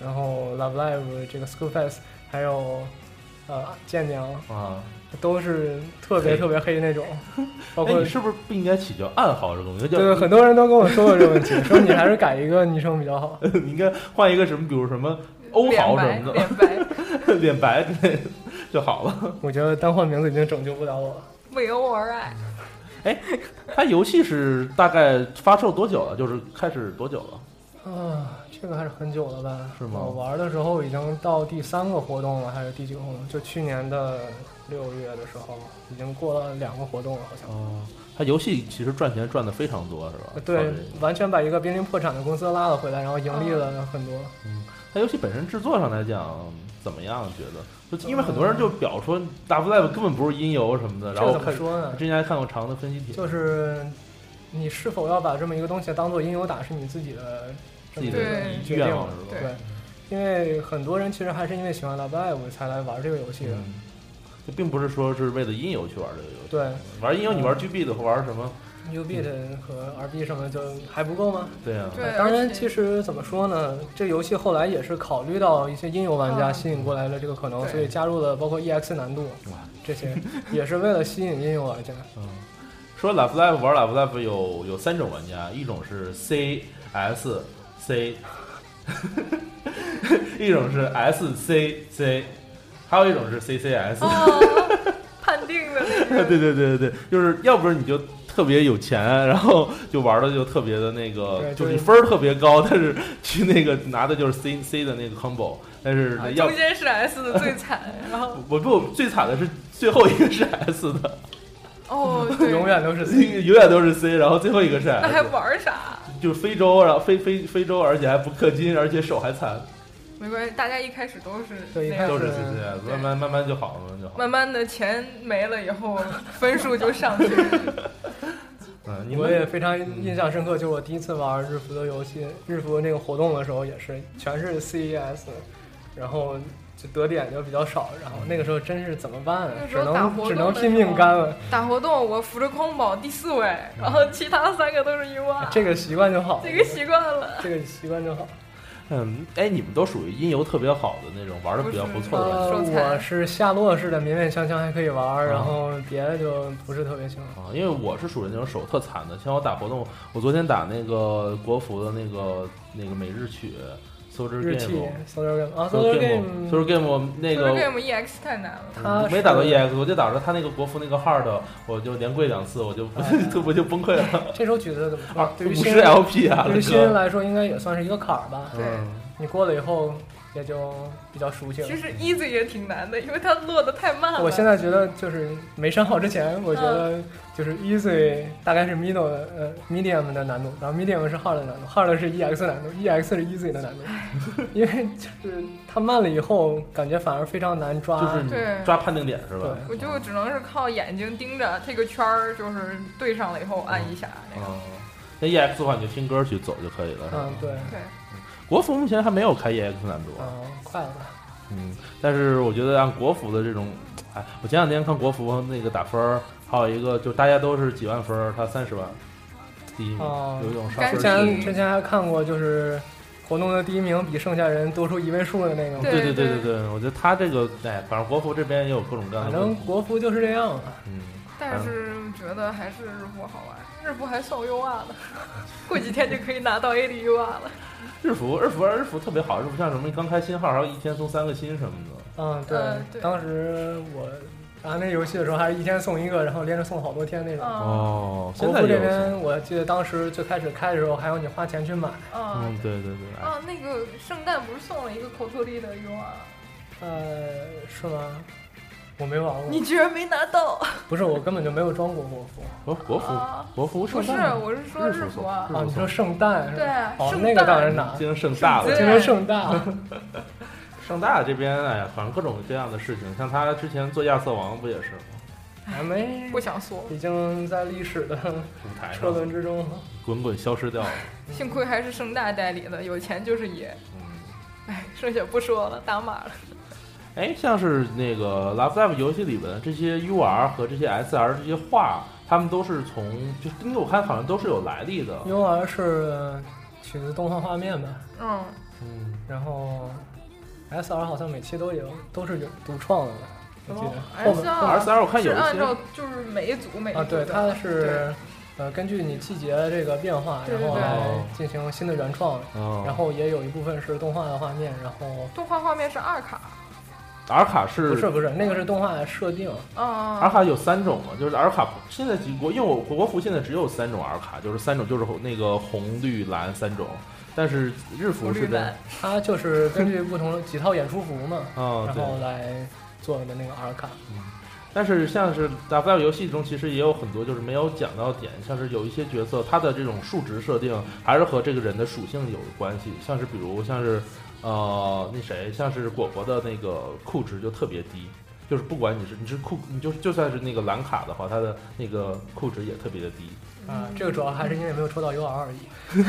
[SPEAKER 2] 然后 Love Live 这个 School Fest，还有呃剑娘，
[SPEAKER 1] 啊。
[SPEAKER 2] 都是特别
[SPEAKER 1] 黑
[SPEAKER 2] 特别黑那 种，包
[SPEAKER 1] 哎，
[SPEAKER 2] 括
[SPEAKER 1] 你是不是不应该起叫暗号这东西？
[SPEAKER 2] 对，
[SPEAKER 1] 叫
[SPEAKER 2] 很多人都跟我说过这个 问题，说你还是改一个昵称比较好。
[SPEAKER 1] 你应该换一个什么，比如什么欧
[SPEAKER 3] 脸
[SPEAKER 1] 豪
[SPEAKER 3] 白
[SPEAKER 1] 什么
[SPEAKER 3] 脸白，
[SPEAKER 1] 的，脸白之类的就好了。
[SPEAKER 2] 我觉得单换名字已经拯救不了我了。
[SPEAKER 3] 为欧而爱，
[SPEAKER 1] 它游戏是大概发售多久了？就是开始多久了？
[SPEAKER 2] 啊，这个还是很久了吧？
[SPEAKER 1] 是吗
[SPEAKER 2] 我玩的时候已经到第三个活动了，还是第几个活动？就去年的六月的时候，已经过了两个活动了，好像。
[SPEAKER 1] 哦，它游戏其实赚钱赚的非常多，是吧？靠
[SPEAKER 2] 呃对
[SPEAKER 1] 这个，
[SPEAKER 2] 完全把一个濒临破产的公司拉了回来，然后盈利了很多。
[SPEAKER 1] 它游戏本身制作上来讲怎么样？觉得就因为很多人就表说《Love Live》根本不是音游什么的，然
[SPEAKER 2] 这
[SPEAKER 1] 后
[SPEAKER 2] 怎么
[SPEAKER 1] 看
[SPEAKER 2] 说呢？
[SPEAKER 1] 之前还看过长的分析帖，
[SPEAKER 2] 就是你是否要把这么一个东西当做音游打，是你自己的
[SPEAKER 1] 自己
[SPEAKER 2] 这
[SPEAKER 1] 的
[SPEAKER 2] 么一个
[SPEAKER 3] 对
[SPEAKER 2] 决定
[SPEAKER 1] 愿望
[SPEAKER 2] 了
[SPEAKER 1] 是吧？
[SPEAKER 2] 对，因为很多人其实还是因为喜欢 Love Live 才来玩这个游戏的。
[SPEAKER 1] 嗯就并不是说是为了音游去玩这个游戏。
[SPEAKER 2] 对
[SPEAKER 1] 玩音游，
[SPEAKER 2] 嗯
[SPEAKER 1] 你玩 GB 的或玩什么？
[SPEAKER 2] U Beat 和 R B 什么就还不够吗？呃
[SPEAKER 1] 对啊，
[SPEAKER 3] 对，
[SPEAKER 2] 当
[SPEAKER 3] 而
[SPEAKER 2] 然，
[SPEAKER 3] 且
[SPEAKER 2] 其实怎么说呢，这游戏后来也是考虑到一些音游玩家
[SPEAKER 3] 嗯
[SPEAKER 2] 吸引过来的这个可能，
[SPEAKER 3] 对
[SPEAKER 2] 所以加入了包括 E X 难度
[SPEAKER 1] 哇
[SPEAKER 2] 这些，也是为了吸引音游玩家。
[SPEAKER 1] 嗯，说 Love Live 玩 Love Live 有有三种玩家，一种是 C S C，一种是 S C C，还有一种是 C C S。
[SPEAKER 3] 哦，判定的 那
[SPEAKER 1] 对
[SPEAKER 3] 个，
[SPEAKER 1] 对对对对，就是要不是你就特别有钱，然后就玩的就特别的那个，
[SPEAKER 2] 对
[SPEAKER 1] 就
[SPEAKER 2] 就是
[SPEAKER 1] 是你分儿特别高，但是去那个拿的就是 C C 的那个 combo，但是
[SPEAKER 3] 啊
[SPEAKER 1] 要
[SPEAKER 3] 中间是 S 的最惨，然后
[SPEAKER 1] 我不我最惨的是最后一个是 S 的，
[SPEAKER 3] 哦，对，
[SPEAKER 2] 永远都是 C，
[SPEAKER 1] 永远都是 C，然后最后一个是 S，
[SPEAKER 3] 那还玩啥？
[SPEAKER 1] 就是非洲，然后非非非洲，而且还不氪金，而且手还残，
[SPEAKER 3] 没关系，大家一开始都是
[SPEAKER 2] 对一
[SPEAKER 3] 那
[SPEAKER 2] 开
[SPEAKER 3] 样
[SPEAKER 1] 都
[SPEAKER 2] 始
[SPEAKER 1] 是这些，慢慢慢慢就好了，慢慢就好了。
[SPEAKER 3] 慢慢的钱没了以后，分数就上去了。
[SPEAKER 1] 嗯，你
[SPEAKER 2] 我
[SPEAKER 1] 们
[SPEAKER 2] 也非常印象深刻，就是我第一次玩日服的游戏，日服那个活动的时候也是全是 C E S，然后就得点就比较少，然后那个时候真是怎么办啊
[SPEAKER 3] 那？时
[SPEAKER 2] 只
[SPEAKER 3] 候打
[SPEAKER 2] 能
[SPEAKER 3] 活动
[SPEAKER 2] 只
[SPEAKER 3] 的
[SPEAKER 2] 能
[SPEAKER 3] 时
[SPEAKER 2] 拼命
[SPEAKER 3] 候
[SPEAKER 2] 干了，
[SPEAKER 3] 打活动我扶着空宝第四位，然后其他三个都是 U 啊，
[SPEAKER 2] 这个习惯就好了，
[SPEAKER 3] 这个习惯了。
[SPEAKER 2] 这个习惯就好。
[SPEAKER 1] 嗯，哎，你们都属于音游特别好的那种，玩的比较不错的玩
[SPEAKER 3] 不
[SPEAKER 1] 家
[SPEAKER 2] 呃，
[SPEAKER 3] 是收藏
[SPEAKER 2] 我是夏洛式的，勉勉强强还可以玩儿，然后别的就不是特别喜欢。
[SPEAKER 1] 啊，因为我是属于那种手特残的，像我打活动，我昨天打那个国服的那个那个每日曲搜之
[SPEAKER 2] 日系
[SPEAKER 1] game。
[SPEAKER 2] Solar Game 啊
[SPEAKER 1] s o
[SPEAKER 2] ，Solar
[SPEAKER 1] game，s o
[SPEAKER 2] Game，
[SPEAKER 1] game，那
[SPEAKER 3] 就是
[SPEAKER 1] 个
[SPEAKER 3] game EX 太难了，
[SPEAKER 2] 它
[SPEAKER 1] 没打到
[SPEAKER 2] 是
[SPEAKER 1] EX，我就打着他那个国服那个 hard，我就连跪两次，我就我就崩溃了。
[SPEAKER 2] 这首曲子怎么
[SPEAKER 1] 二
[SPEAKER 2] 说？对于
[SPEAKER 1] 五
[SPEAKER 2] 新
[SPEAKER 1] 十
[SPEAKER 2] 人，
[SPEAKER 1] LP 啊，
[SPEAKER 2] 对于
[SPEAKER 1] 大
[SPEAKER 2] 新人
[SPEAKER 1] 哥
[SPEAKER 2] 来说应该也算是一个坎儿吧。
[SPEAKER 3] 对
[SPEAKER 1] 嗯，
[SPEAKER 2] 你过了以后也就比较熟悉了
[SPEAKER 3] 其。实 easy 也挺难的，因为它落的太慢了。
[SPEAKER 2] 我现在觉得
[SPEAKER 3] 嗯
[SPEAKER 2] 就是没删号之前，我觉得就是 easy 大概是 middle 的呃 medium 的难度，然后 medium 是 hard 的难度，hard 是 ex 难度，ex 是 easy 的难度， 因为就是它慢了以后，感觉反而非常难抓。
[SPEAKER 1] 就是你
[SPEAKER 3] 对
[SPEAKER 1] 抓判定点是吧？
[SPEAKER 3] 我就只能是靠眼睛盯着这个圈儿，就是对上了以后按一下那
[SPEAKER 2] 哦
[SPEAKER 3] 个。
[SPEAKER 1] 嗯，那 EX 的话，你就听歌去走就可以了。是吧
[SPEAKER 2] 嗯，对，
[SPEAKER 3] 对，
[SPEAKER 1] 国服目前还没有开 EX 难度啊。
[SPEAKER 2] 嗯，快了吧？
[SPEAKER 1] 嗯，但是我觉得按国服的这种，哎，我前两天看国服那个打分儿，还有一个就大家都是几万分儿，他三十万，第一名，
[SPEAKER 2] 哦
[SPEAKER 1] 有一种刷
[SPEAKER 3] 干
[SPEAKER 2] 之
[SPEAKER 1] 分儿
[SPEAKER 3] 净
[SPEAKER 1] 机
[SPEAKER 2] 前
[SPEAKER 1] 制。
[SPEAKER 2] 之前还看过，就是活动的第一名比剩下人多出一位数的那个嘛。
[SPEAKER 1] 对对
[SPEAKER 3] 对
[SPEAKER 1] 对对，我觉得他这个，哎，反正国服这边也有各种各样
[SPEAKER 2] 反
[SPEAKER 1] 的问
[SPEAKER 2] 正
[SPEAKER 1] 题。
[SPEAKER 2] 国服就是这样了。啊
[SPEAKER 1] 嗯，
[SPEAKER 3] 但是觉得还是日服好玩，日服还送 U R 呢， 过几天就可以拿到 A 的 U R 了。
[SPEAKER 1] 日服，日服，日服特别好，日服像什么刚开新号，还有一天送三个新什么的，
[SPEAKER 2] 嗯，对，
[SPEAKER 3] 呃对
[SPEAKER 2] 当时我玩那游戏的时候，还是一天送一个，然后连着送好多天那种。
[SPEAKER 3] 嗯
[SPEAKER 1] 哦，现
[SPEAKER 2] 国
[SPEAKER 1] 在
[SPEAKER 2] 服
[SPEAKER 1] 就
[SPEAKER 2] 这
[SPEAKER 1] 有送
[SPEAKER 2] 边，我记得当时最开始开的时候，还要你花钱去买。
[SPEAKER 3] 嗯
[SPEAKER 1] 嗯，对对对，哎
[SPEAKER 3] 啊，那个圣诞不是送了一个口托利的 U 啊 R，
[SPEAKER 2] 呃，是吗？我没
[SPEAKER 1] 哦
[SPEAKER 2] 玩过
[SPEAKER 3] 你，居然没拿到？
[SPEAKER 2] 不是，我根本就没有装过国服。
[SPEAKER 1] 国国服
[SPEAKER 3] 啊，
[SPEAKER 1] 国服
[SPEAKER 3] 不
[SPEAKER 1] 圣
[SPEAKER 3] 是，
[SPEAKER 1] 诞
[SPEAKER 3] 我是说
[SPEAKER 1] 日
[SPEAKER 3] 日
[SPEAKER 1] 服
[SPEAKER 3] 服啊
[SPEAKER 1] 送，
[SPEAKER 2] 啊，你说圣诞是
[SPEAKER 3] 对
[SPEAKER 2] 吧？，哦，
[SPEAKER 3] 圣
[SPEAKER 2] 那个当
[SPEAKER 3] 诞
[SPEAKER 2] 然拿，
[SPEAKER 1] 今天盛大
[SPEAKER 2] 我
[SPEAKER 1] 了
[SPEAKER 3] 圣。
[SPEAKER 2] 听说圣诞，
[SPEAKER 1] 盛大这边，哎呀，反正各种各样的事情，像他之前做亚瑟王不也是吗？
[SPEAKER 2] 还没
[SPEAKER 3] 不，想说，
[SPEAKER 2] 已经在历史的
[SPEAKER 1] 舞台
[SPEAKER 2] 车
[SPEAKER 1] 上
[SPEAKER 2] 轮之中了。
[SPEAKER 1] 滚滚消失掉了。
[SPEAKER 3] 幸亏还是盛大代理的，有钱就是爷。
[SPEAKER 1] 嗯，
[SPEAKER 3] 哎， 剩下不说了，打码了。
[SPEAKER 1] 哎，像是那个 Love Live 游戏里边的这些 UR 和这些 SR 这些画，他们都是从，就是因为我看好像都是有来历的。
[SPEAKER 2] U R 是取自动画画面吧，
[SPEAKER 3] 嗯，
[SPEAKER 1] 嗯，
[SPEAKER 2] 然后 S R 好像每期都有，都是有独创的吧，我记得。后
[SPEAKER 3] 哦
[SPEAKER 2] 面
[SPEAKER 3] SR
[SPEAKER 1] 二十二我看
[SPEAKER 3] 是
[SPEAKER 1] 有一
[SPEAKER 3] 按照
[SPEAKER 1] 些，
[SPEAKER 3] 就是每一组每一组
[SPEAKER 2] 啊，对，
[SPEAKER 3] 的
[SPEAKER 2] 它是呃根据你季节的这个变化，
[SPEAKER 3] 对
[SPEAKER 2] 然
[SPEAKER 3] 对
[SPEAKER 2] 后
[SPEAKER 3] 对
[SPEAKER 2] 来进行新的原创，
[SPEAKER 1] 嗯，
[SPEAKER 2] 然后也有一部分是动画的画面，然后
[SPEAKER 3] 动画画面是二卡，
[SPEAKER 1] 尔卡
[SPEAKER 2] 不
[SPEAKER 1] 是
[SPEAKER 2] 是不是，那个是动画的设定，
[SPEAKER 3] 嗯，
[SPEAKER 1] 尔卡有三种嘛，就是尔卡现在几国，因为我国服现在只有三种尔卡，就是三种，就是那个红绿蓝三种，但是日服
[SPEAKER 3] 红
[SPEAKER 1] 是
[SPEAKER 3] 绿
[SPEAKER 1] 在
[SPEAKER 3] 蓝，
[SPEAKER 2] 它就是根据不同的几套演出服嘛，
[SPEAKER 1] 啊、
[SPEAKER 2] 然
[SPEAKER 1] 对。
[SPEAKER 2] 后来做的那个 R 卡。
[SPEAKER 1] 但是像是 W L 游戏中，其实也有很多就是没有讲到点，像是有一些角色他的这种数值设定还是和这个人的属性有关系，像是比如像是呃那谁，像是果果的那个库值就特别低。就是不管你是你是库，你就就算是那个蓝卡的话，它的那个库值也特别的低。
[SPEAKER 2] 啊，
[SPEAKER 3] 嗯
[SPEAKER 2] 这个主要还是因为没有抽到 U R 而已。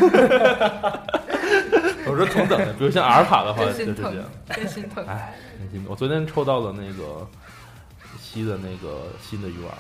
[SPEAKER 1] 我说同等的，比如像 R 卡的话
[SPEAKER 3] 真
[SPEAKER 1] 就是
[SPEAKER 3] 心
[SPEAKER 1] 这
[SPEAKER 3] 疼
[SPEAKER 1] 样。，
[SPEAKER 3] 真心 疼。
[SPEAKER 1] 哎，真心疼我昨天抽到了那个西的那个新的 U R，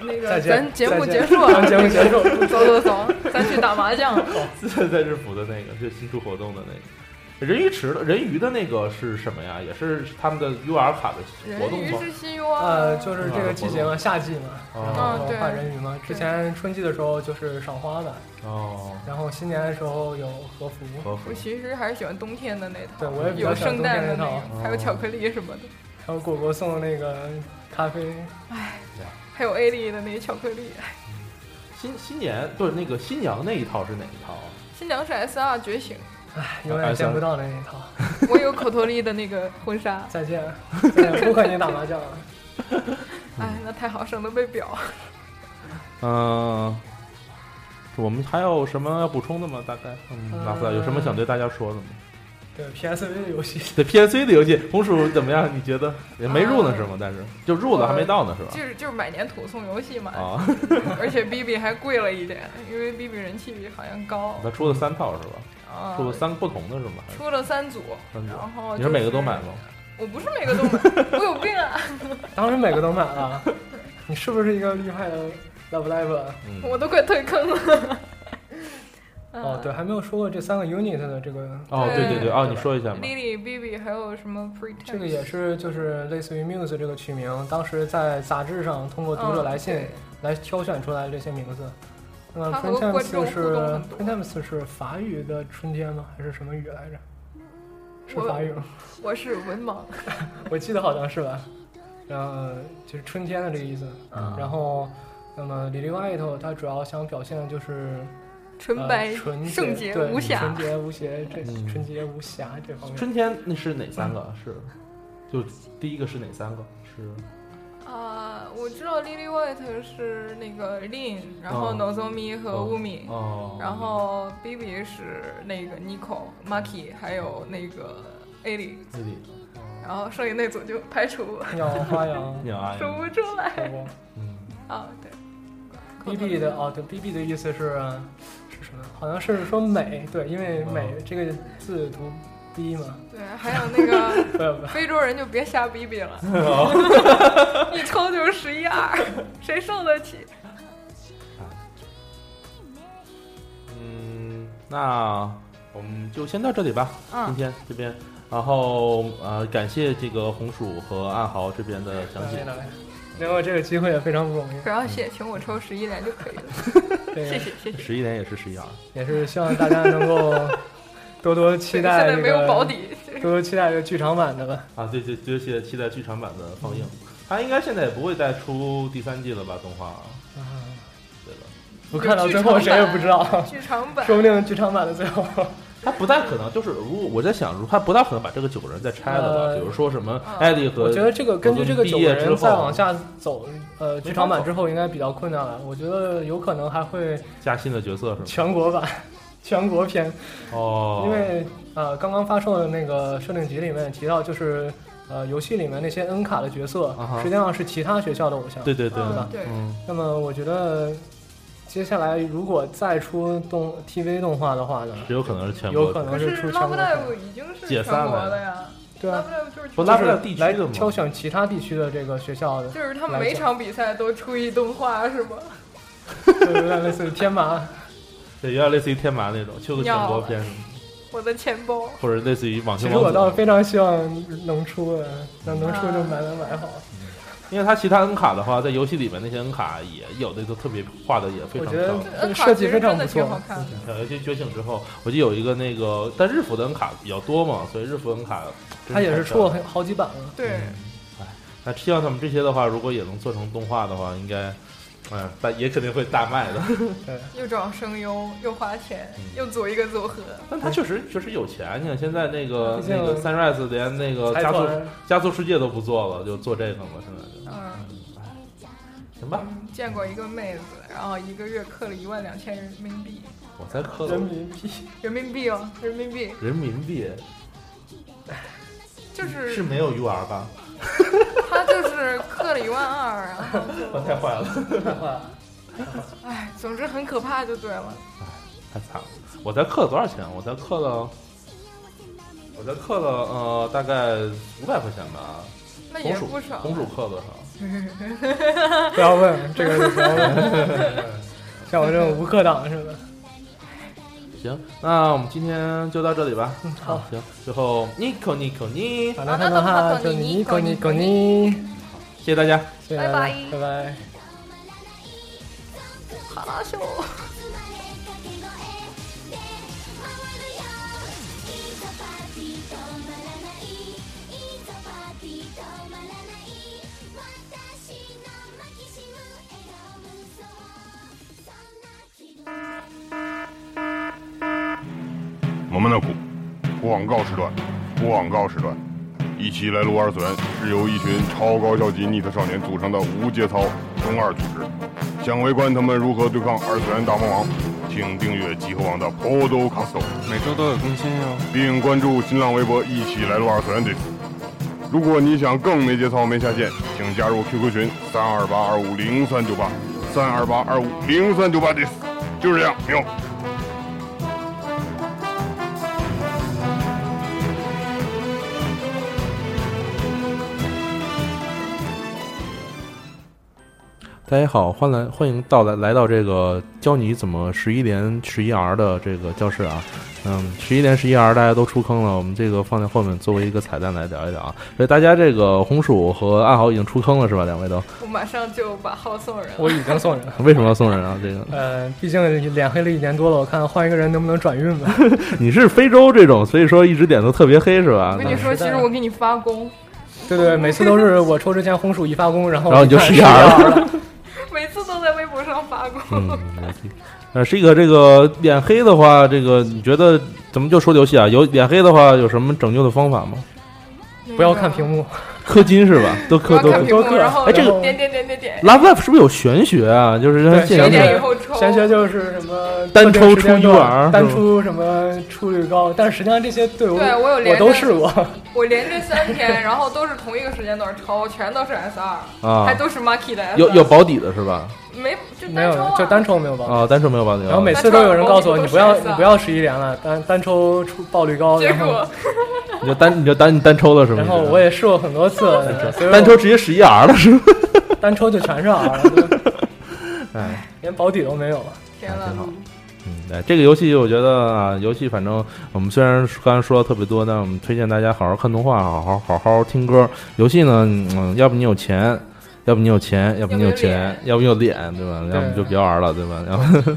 [SPEAKER 3] 那
[SPEAKER 2] 再
[SPEAKER 3] 个
[SPEAKER 2] 见
[SPEAKER 3] 咱节目
[SPEAKER 2] 再见
[SPEAKER 3] 结束了，
[SPEAKER 2] 节目结束，
[SPEAKER 3] 走走走，咱去打麻将了。
[SPEAKER 1] 在在日服的那个，就新出活动的那个，人鱼池的人鱼的那个是什么呀？也是他们的 UR 卡的活
[SPEAKER 3] 人
[SPEAKER 1] 动
[SPEAKER 3] 鱼
[SPEAKER 1] 吗？
[SPEAKER 3] 是西瓜，
[SPEAKER 2] 呃，就是这个季节嘛，夏季嘛，
[SPEAKER 1] 哦
[SPEAKER 2] 然后
[SPEAKER 3] 嗯对
[SPEAKER 2] 画人鱼嘛。之前春季的时候就是赏花的，
[SPEAKER 1] 哦，
[SPEAKER 2] 然后新年的时候有和服。
[SPEAKER 1] 和
[SPEAKER 3] 我
[SPEAKER 1] 服
[SPEAKER 3] 其实还是喜欢冬天的那
[SPEAKER 2] 对，
[SPEAKER 3] 套，
[SPEAKER 2] 我也比较
[SPEAKER 3] 有
[SPEAKER 2] 喜欢
[SPEAKER 3] 圣
[SPEAKER 2] 冬
[SPEAKER 3] 诞
[SPEAKER 2] 天
[SPEAKER 3] 的
[SPEAKER 2] 那
[SPEAKER 3] 那
[SPEAKER 2] 套，啊
[SPEAKER 3] 个，还有巧克力什么的，
[SPEAKER 2] 还有果果送的那个咖啡。
[SPEAKER 3] 还有 A 莉的那巧克力。
[SPEAKER 1] 新新年对那个新娘那一套是哪一套啊？
[SPEAKER 3] 新娘是 S R 觉醒，
[SPEAKER 2] 唉，永远见不到的那一套。
[SPEAKER 3] 我有口托利的那个婚纱，
[SPEAKER 2] 再见，再见，不和你打麻将了。
[SPEAKER 3] 哎，那太好，省得被表。
[SPEAKER 1] 嗯、我们还有什么要补充的吗？大概，嗯，拉夫达有什么想对大家说的吗？
[SPEAKER 2] 对 PSV 游戏，
[SPEAKER 1] 对 PSC 的游戏，红薯怎么样？你觉得也没
[SPEAKER 3] 啊
[SPEAKER 1] 入呢是吗？但是就入了还没到呢是吧？
[SPEAKER 3] 就是就是买粘土送游戏嘛，
[SPEAKER 1] 啊，
[SPEAKER 3] 而且 B B 还贵了一点，因为 B B 人气好像高
[SPEAKER 1] 他出了三套是吧？
[SPEAKER 3] 啊。
[SPEAKER 1] 出了三个不同的是吗？还是
[SPEAKER 3] 出了哦三组，
[SPEAKER 2] 嗯
[SPEAKER 1] 三
[SPEAKER 3] 然
[SPEAKER 1] 种？
[SPEAKER 3] 后、
[SPEAKER 1] 你是每个都买吗？？
[SPEAKER 3] 我不是每个都买，我有病啊！
[SPEAKER 2] 当时每个都买了。你是不是一个厉害的 Love Live？
[SPEAKER 1] 嗯，
[SPEAKER 3] 我都快退坑了。嗯
[SPEAKER 2] 哦，对，还没有说过这三个 unit 的这个，
[SPEAKER 1] 哦，对对对，哦，
[SPEAKER 2] 对
[SPEAKER 1] 你说一下嘛。
[SPEAKER 3] ，Lily、B B 还有什么 Pretend？
[SPEAKER 2] 这个也是就是类似于 Muse 这个曲名，当时在杂志上通过读者来信
[SPEAKER 3] 嗯
[SPEAKER 2] 来挑选出来这些名字。那么
[SPEAKER 3] 它和观
[SPEAKER 2] Printemps
[SPEAKER 3] 众
[SPEAKER 2] 是
[SPEAKER 3] 互动很多
[SPEAKER 2] Printemps 是法语的春天吗？还是什么语来着？是
[SPEAKER 3] 我
[SPEAKER 2] 法语吗？
[SPEAKER 3] 我是文盲，
[SPEAKER 2] 我记得好像是吧。然后就是春天的这个意思。
[SPEAKER 1] 啊
[SPEAKER 2] 然后，那么里里外头，它主要想表现的就是
[SPEAKER 3] 纯白、
[SPEAKER 2] 呃纯洁
[SPEAKER 3] 圣洁
[SPEAKER 2] 对
[SPEAKER 3] 无瑕
[SPEAKER 2] 纯。洁无邪这
[SPEAKER 1] 嗯
[SPEAKER 2] 纯洁无瑕这方面。
[SPEAKER 1] 春天那是哪三个？啊是，就第一个是哪三个？是
[SPEAKER 3] 啊、我知道 Lily White 是那个 Lin，然后
[SPEAKER 1] 哦
[SPEAKER 3] Nozomi 和 Umi，、
[SPEAKER 1] 哦，
[SPEAKER 3] 嗯然后 B B 是那个 Nico、Maki，还有那个 A 里，
[SPEAKER 1] 那里
[SPEAKER 3] 然后剩下那组就 排除，
[SPEAKER 2] 鸟 花阳，
[SPEAKER 1] 鸟爱，
[SPEAKER 3] 数不出来
[SPEAKER 2] 火锅。
[SPEAKER 1] 嗯，
[SPEAKER 3] 啊。对
[SPEAKER 2] B B 的哦，对，B B 的意思是是什么？好像是说美，对，因为美
[SPEAKER 1] 哦
[SPEAKER 2] 这个字读 B 嘛，
[SPEAKER 3] 对，还有那个
[SPEAKER 2] 不不，
[SPEAKER 3] 非洲人就别瞎逼逼了， 一抽就是十一二，谁受得起？
[SPEAKER 1] 嗯，那我们就先到这里吧，
[SPEAKER 3] 嗯
[SPEAKER 1] 今天这边。然后呃，感谢这个红薯和暗豪这边的讲
[SPEAKER 2] 来
[SPEAKER 1] 解
[SPEAKER 2] 来，来，能有这个机会也非常不容易。
[SPEAKER 3] 不要谢，请我抽十一连就可以了，
[SPEAKER 2] 对，
[SPEAKER 3] 谢谢谢谢。
[SPEAKER 1] 十一点也是十一二，
[SPEAKER 2] 也是希望大家能够 多多期
[SPEAKER 3] 现
[SPEAKER 2] 待
[SPEAKER 3] 在
[SPEAKER 2] 这
[SPEAKER 3] 没有保
[SPEAKER 2] 个，
[SPEAKER 3] 底，
[SPEAKER 2] 多多期待这个剧场版的吧。
[SPEAKER 1] 啊，对对，就期期待剧场版的放映。它应该现在也不会再出第三季了吧？动画，
[SPEAKER 3] 嗯
[SPEAKER 2] 啊，
[SPEAKER 1] 对吧？
[SPEAKER 2] 我看到最后谁也不知道，
[SPEAKER 3] 剧场 版
[SPEAKER 2] 说不定剧场版的最 后，
[SPEAKER 1] 它不太可能，就是如果我在想，如它不大可能把这个九个人再拆了吧？
[SPEAKER 2] 呃
[SPEAKER 1] 比如说什么
[SPEAKER 3] 嗯
[SPEAKER 1] 艾丽和，
[SPEAKER 2] 我觉得这个根据这个九个人再往下走，呃，
[SPEAKER 1] 走
[SPEAKER 2] 剧场版之后应该比较困难了。我觉得有可能还会
[SPEAKER 1] 加新的角色是吗？
[SPEAKER 2] 全国版、 全国篇，
[SPEAKER 1] 哦，
[SPEAKER 2] 因为呃，刚刚发售的那个设定集里面提到，就是呃，游戏里面那些 N 卡的角色
[SPEAKER 1] 啊哈
[SPEAKER 2] 实际上是其他学校的偶像。
[SPEAKER 1] 对对对，
[SPEAKER 3] 嗯对
[SPEAKER 1] 嗯，
[SPEAKER 2] 那么我觉得，接下来如果再出动 TV 动画的话呢，
[SPEAKER 1] 只有可能是全
[SPEAKER 2] 有
[SPEAKER 1] 国
[SPEAKER 2] 可能
[SPEAKER 3] 可
[SPEAKER 2] 是出
[SPEAKER 3] 是
[SPEAKER 2] 全国
[SPEAKER 3] Love
[SPEAKER 2] 版
[SPEAKER 3] Live 已经是
[SPEAKER 1] 解
[SPEAKER 3] 全
[SPEAKER 1] 散
[SPEAKER 3] 国
[SPEAKER 1] 了
[SPEAKER 3] 的呀
[SPEAKER 2] 对啊
[SPEAKER 3] ，Love，Live 就是
[SPEAKER 1] 不
[SPEAKER 2] 就
[SPEAKER 3] 全
[SPEAKER 1] 拉
[SPEAKER 2] 是
[SPEAKER 1] 布拉地区
[SPEAKER 2] 来
[SPEAKER 1] 的嘛
[SPEAKER 2] 挑选其他地区的这个学校的，
[SPEAKER 3] 就是他们每场比赛都出一动画是吗？
[SPEAKER 2] 就有点类似于天 马。
[SPEAKER 1] 对，有点类似于天麻那种，修个全国片什么的，
[SPEAKER 3] 我的钱包，
[SPEAKER 1] 或者类似于网球
[SPEAKER 2] 其
[SPEAKER 1] 王子。
[SPEAKER 2] 实我倒非常希望能出的，能能出就买能买好。
[SPEAKER 1] 因为它其他 N 卡的话，在游戏里面那些 N 卡也有的都特别画的也非
[SPEAKER 2] 我
[SPEAKER 1] 常
[SPEAKER 2] 觉得
[SPEAKER 1] 漂亮。
[SPEAKER 2] 这个设计非常不
[SPEAKER 3] 这个卡其实真的挺
[SPEAKER 2] 错嗯
[SPEAKER 3] 好看的。
[SPEAKER 1] 呃，尤其觉醒之后，我记得有一个那个，但日服的 N 卡比较多嘛，所以日服 N 卡真
[SPEAKER 2] 它也
[SPEAKER 1] 太
[SPEAKER 2] 是
[SPEAKER 1] 漂
[SPEAKER 2] 出
[SPEAKER 1] 亮
[SPEAKER 2] 了很好几版了。
[SPEAKER 3] 对，
[SPEAKER 1] 哎那希望他们这些的话，如果也能做成动画的话，应该，嗯，但也肯定会大卖的。
[SPEAKER 2] 对，
[SPEAKER 3] 又找声优，又花钱
[SPEAKER 1] 嗯，
[SPEAKER 3] 又组一个组合，
[SPEAKER 1] 但他确实确实有钱，你看现在那个
[SPEAKER 2] 毕竟
[SPEAKER 1] 那个 Sunrise 连那个
[SPEAKER 2] 财
[SPEAKER 1] 加速
[SPEAKER 2] 团
[SPEAKER 1] 加速世界都不做了，就做这个嘛，现在就哎
[SPEAKER 3] 嗯，
[SPEAKER 1] 行
[SPEAKER 3] 我
[SPEAKER 1] 吧，
[SPEAKER 3] 们见过一个妹子，然后一个月氪了一万两千人民币，
[SPEAKER 1] 我才氪
[SPEAKER 2] 人
[SPEAKER 1] 了
[SPEAKER 2] 民币
[SPEAKER 3] 人民币哦，人民币
[SPEAKER 1] 人民币
[SPEAKER 3] 就是是
[SPEAKER 1] 没有 UR 吧？
[SPEAKER 3] 她就是氪了一万二，然后
[SPEAKER 1] 我太坏了，
[SPEAKER 2] 的话，
[SPEAKER 3] 哎，总之很可怕就对了。
[SPEAKER 1] 太惨了！我才氪了多少钱？啊我才氪了，我才氪了呃大概五百块钱吧。
[SPEAKER 3] 那
[SPEAKER 1] 红
[SPEAKER 3] 也
[SPEAKER 1] 薯
[SPEAKER 3] 不少，啊
[SPEAKER 1] 红薯氪多少？
[SPEAKER 2] 不要 问这个，不要问。 像我这种无课党似的，
[SPEAKER 1] 行，那我们今天就到这里吧。嗯，
[SPEAKER 2] 好
[SPEAKER 1] 行，最后 Nico Nico Ni，
[SPEAKER 2] 好了，那的话就你狗你狗你，
[SPEAKER 1] 谢谢大家。
[SPEAKER 2] 谢谢大家，拜拜。
[SPEAKER 3] 哈拉秀。
[SPEAKER 4] 「生まれかけ声で回るよ」「いざパーティー止まらない」「いざパーティー止まらない」「私のマキシムエロ無双」「そんな気分」
[SPEAKER 5] 我们的广广告时段，广告时段，一起来撸二次元是由一群超高校级逆特少年组成的无节操中二组织。想围观他们如何对抗二次元大魔王，请订阅集合网的 Podcast，
[SPEAKER 6] 每周都有更新哦哟、
[SPEAKER 5] 并关注新浪微博“一起来撸二次元”队。如果你想更没节操、没下限，请加入 QQ 群三二八二五零三九八三二八二五零三九八，this 就是这样，牛。
[SPEAKER 1] 大家好，欢来欢迎到来来到这个教你怎么十一连十一 R 的这个教室啊。嗯，十一连十一 R 大家都出坑了，我们这个放在后面作为一个彩蛋来聊一聊啊。所以大家这个红薯和暗豪已经出坑了是吧？两位都
[SPEAKER 3] 我马上就把号 送人了。
[SPEAKER 2] 我已经送人了。
[SPEAKER 1] 为什么要送人啊？这个
[SPEAKER 2] 呃，毕竟脸黑了一年多了，我看换一个人能不能转运吧。
[SPEAKER 1] 你是非洲这种，所以说一直脸都特别黑是吧
[SPEAKER 2] 嗯
[SPEAKER 3] 我？跟你说，其实我给你发功，
[SPEAKER 2] 对对，每次都是我抽之前红薯一发功，然后
[SPEAKER 1] 然后你就
[SPEAKER 2] 看
[SPEAKER 1] 11
[SPEAKER 2] 11了。
[SPEAKER 3] 每次都在微博上发功。
[SPEAKER 1] 嗯，没问题呃，是一个这个脸黑的话，这个你觉得咱们就说游戏啊，有脸黑的话有什么拯救的方法吗？
[SPEAKER 2] 不要看屏
[SPEAKER 3] 幕，
[SPEAKER 2] 幕，
[SPEAKER 1] 氪金是吧？ 都
[SPEAKER 3] 不
[SPEAKER 1] 氪
[SPEAKER 3] 要
[SPEAKER 1] 都
[SPEAKER 3] 看
[SPEAKER 1] 氪。
[SPEAKER 3] 屏
[SPEAKER 2] 多
[SPEAKER 3] 幕，
[SPEAKER 2] 氪
[SPEAKER 3] 然后
[SPEAKER 1] 哎这
[SPEAKER 2] 个
[SPEAKER 3] 点点点点点，
[SPEAKER 1] Love Live 是不是有玄学啊？就是让
[SPEAKER 2] 对
[SPEAKER 1] 尽
[SPEAKER 3] 十
[SPEAKER 1] 量不
[SPEAKER 2] 玄学
[SPEAKER 1] 要
[SPEAKER 3] 点以后抽。
[SPEAKER 2] 玄学就是什么
[SPEAKER 1] 单抽
[SPEAKER 2] 特定时间
[SPEAKER 1] 出 UR
[SPEAKER 2] 段
[SPEAKER 1] 是吧
[SPEAKER 2] 单出什么出率高，但实际上这些对我
[SPEAKER 3] 对我有连
[SPEAKER 2] 我
[SPEAKER 3] 啊着
[SPEAKER 2] 都试过，
[SPEAKER 3] 我连着三天，然后都是同一个时间段抽，全都是 S 二、
[SPEAKER 1] 啊
[SPEAKER 3] 还，都是 Maki 的 S
[SPEAKER 1] 有有保底的是吧？
[SPEAKER 3] 没就
[SPEAKER 2] 没
[SPEAKER 3] 单抽、
[SPEAKER 2] 有
[SPEAKER 3] 啊、
[SPEAKER 2] 就单抽没有吧。
[SPEAKER 1] 啊，单抽没有保底啊。
[SPEAKER 2] 哦然后每次都有人告诉我，你不要你不要十一连了，单单抽出爆率高，
[SPEAKER 3] 结
[SPEAKER 2] 然后
[SPEAKER 3] 果
[SPEAKER 1] 你就单你就单你单抽了是吗？
[SPEAKER 2] 然后我也试过很多次，所以我
[SPEAKER 1] 单抽直接十一 R 了是吧？
[SPEAKER 2] 单抽就全是 R 了，就
[SPEAKER 1] 哎，
[SPEAKER 2] 连保底都没有了。
[SPEAKER 3] 天
[SPEAKER 1] 啊
[SPEAKER 3] 了
[SPEAKER 1] 挺，好嗯，哎，这个游戏我觉得啊，游戏反正我们虽然刚才说的特别多，但我们推荐大家好好看动画，好好好好听歌。游戏呢，嗯，要不你有钱，要不你有钱，要不你有钱，要不你有脸，对吧？
[SPEAKER 2] 对
[SPEAKER 1] 要不你就别玩了，对吧？ 然后，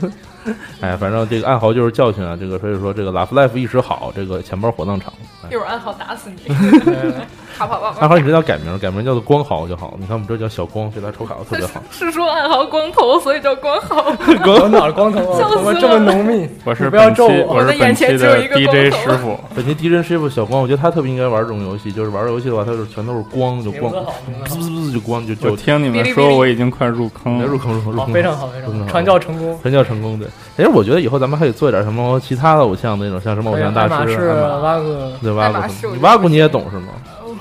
[SPEAKER 1] 哎，反正这个暗号就是教训啊。这个所以说，这个 Love Life 一时好，这个钱包火葬场。哎
[SPEAKER 3] 一会儿暗号打死你，
[SPEAKER 2] 对
[SPEAKER 3] 啪啪啪
[SPEAKER 1] 暗
[SPEAKER 3] 啪。
[SPEAKER 1] 号你这叫改名，改名叫做光豪就好。你看我们这叫小光，给他抽卡特别好。
[SPEAKER 3] 是说暗号光头，所以叫光豪。
[SPEAKER 2] 我哪儿光头啊？
[SPEAKER 3] 笑死
[SPEAKER 2] 头发这么浓 密，
[SPEAKER 6] 我是
[SPEAKER 2] 你不要
[SPEAKER 6] 本期
[SPEAKER 2] 咒我
[SPEAKER 6] 我
[SPEAKER 3] 我
[SPEAKER 6] 是
[SPEAKER 3] 的
[SPEAKER 6] 本
[SPEAKER 3] 眼
[SPEAKER 6] 期
[SPEAKER 3] 前只有
[SPEAKER 6] 的
[SPEAKER 3] 一个
[SPEAKER 6] DJ
[SPEAKER 3] 光头
[SPEAKER 6] 师傅，
[SPEAKER 1] 本期敌人师傅小光，我觉得他特别应该玩这种游戏，就是玩游戏的话，他就是全都是光，就光，
[SPEAKER 2] 好，名 啊
[SPEAKER 1] 滋滋滋就光，就
[SPEAKER 6] 我
[SPEAKER 1] 就
[SPEAKER 6] 听你
[SPEAKER 3] 哔
[SPEAKER 6] 们
[SPEAKER 3] 哩哔
[SPEAKER 6] 说
[SPEAKER 3] 哩
[SPEAKER 6] 我已经快入坑
[SPEAKER 1] 入
[SPEAKER 6] 了，
[SPEAKER 1] 坑入坑入
[SPEAKER 3] 哦
[SPEAKER 2] 好，
[SPEAKER 1] 坑，
[SPEAKER 2] 非常好，非常
[SPEAKER 1] 嗯
[SPEAKER 2] 好，传教成功。
[SPEAKER 1] 传教成功，对。其实我觉得以后咱们还得做一点什么其他的偶像的那种，像什么偶
[SPEAKER 2] 对，
[SPEAKER 1] 像
[SPEAKER 2] 爱
[SPEAKER 1] 大
[SPEAKER 2] 马
[SPEAKER 1] 师
[SPEAKER 2] 仕、
[SPEAKER 1] 啊，
[SPEAKER 2] 拉个，
[SPEAKER 1] 对
[SPEAKER 3] 爱
[SPEAKER 1] 挖
[SPEAKER 3] 马
[SPEAKER 1] 苦
[SPEAKER 3] 仕
[SPEAKER 1] 什么，
[SPEAKER 3] 我
[SPEAKER 1] 你
[SPEAKER 3] 就
[SPEAKER 1] 挖
[SPEAKER 3] 不
[SPEAKER 1] 苦你
[SPEAKER 3] 行
[SPEAKER 1] 也懂是吗？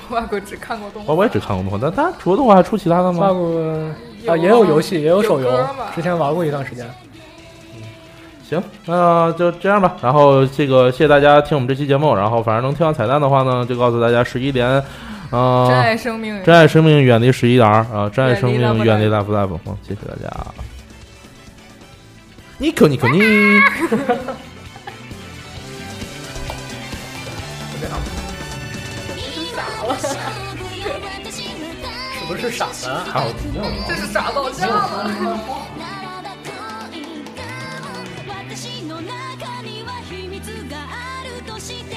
[SPEAKER 3] 我外国只看过动
[SPEAKER 1] 我
[SPEAKER 3] 画，
[SPEAKER 1] 哦我也只看过动画，但他除了动画还出其他的
[SPEAKER 2] 拉
[SPEAKER 1] 吗？
[SPEAKER 2] 个
[SPEAKER 3] 有
[SPEAKER 2] 啊，也有游戏，也有
[SPEAKER 3] 有
[SPEAKER 2] 手游
[SPEAKER 3] 歌嘛，
[SPEAKER 2] 之前玩过一段时间。
[SPEAKER 1] 行，那就这样吧。然后这个谢谢大家听我们这期节目，然后反正能听到彩蛋的话呢，就告诉大家十一连，呃，
[SPEAKER 3] 珍爱生命，
[SPEAKER 1] 珍爱生命，远离十一 R 啊！珍爱生
[SPEAKER 3] 远
[SPEAKER 1] 命，
[SPEAKER 3] 离
[SPEAKER 1] 远离
[SPEAKER 3] Love
[SPEAKER 1] Love Life。好，谢谢大家。你可你可你。
[SPEAKER 2] 是不是傻子啊？
[SPEAKER 1] 好，你又
[SPEAKER 3] 这是傻到家了。
[SPEAKER 4] 「私の中には秘密があるとして」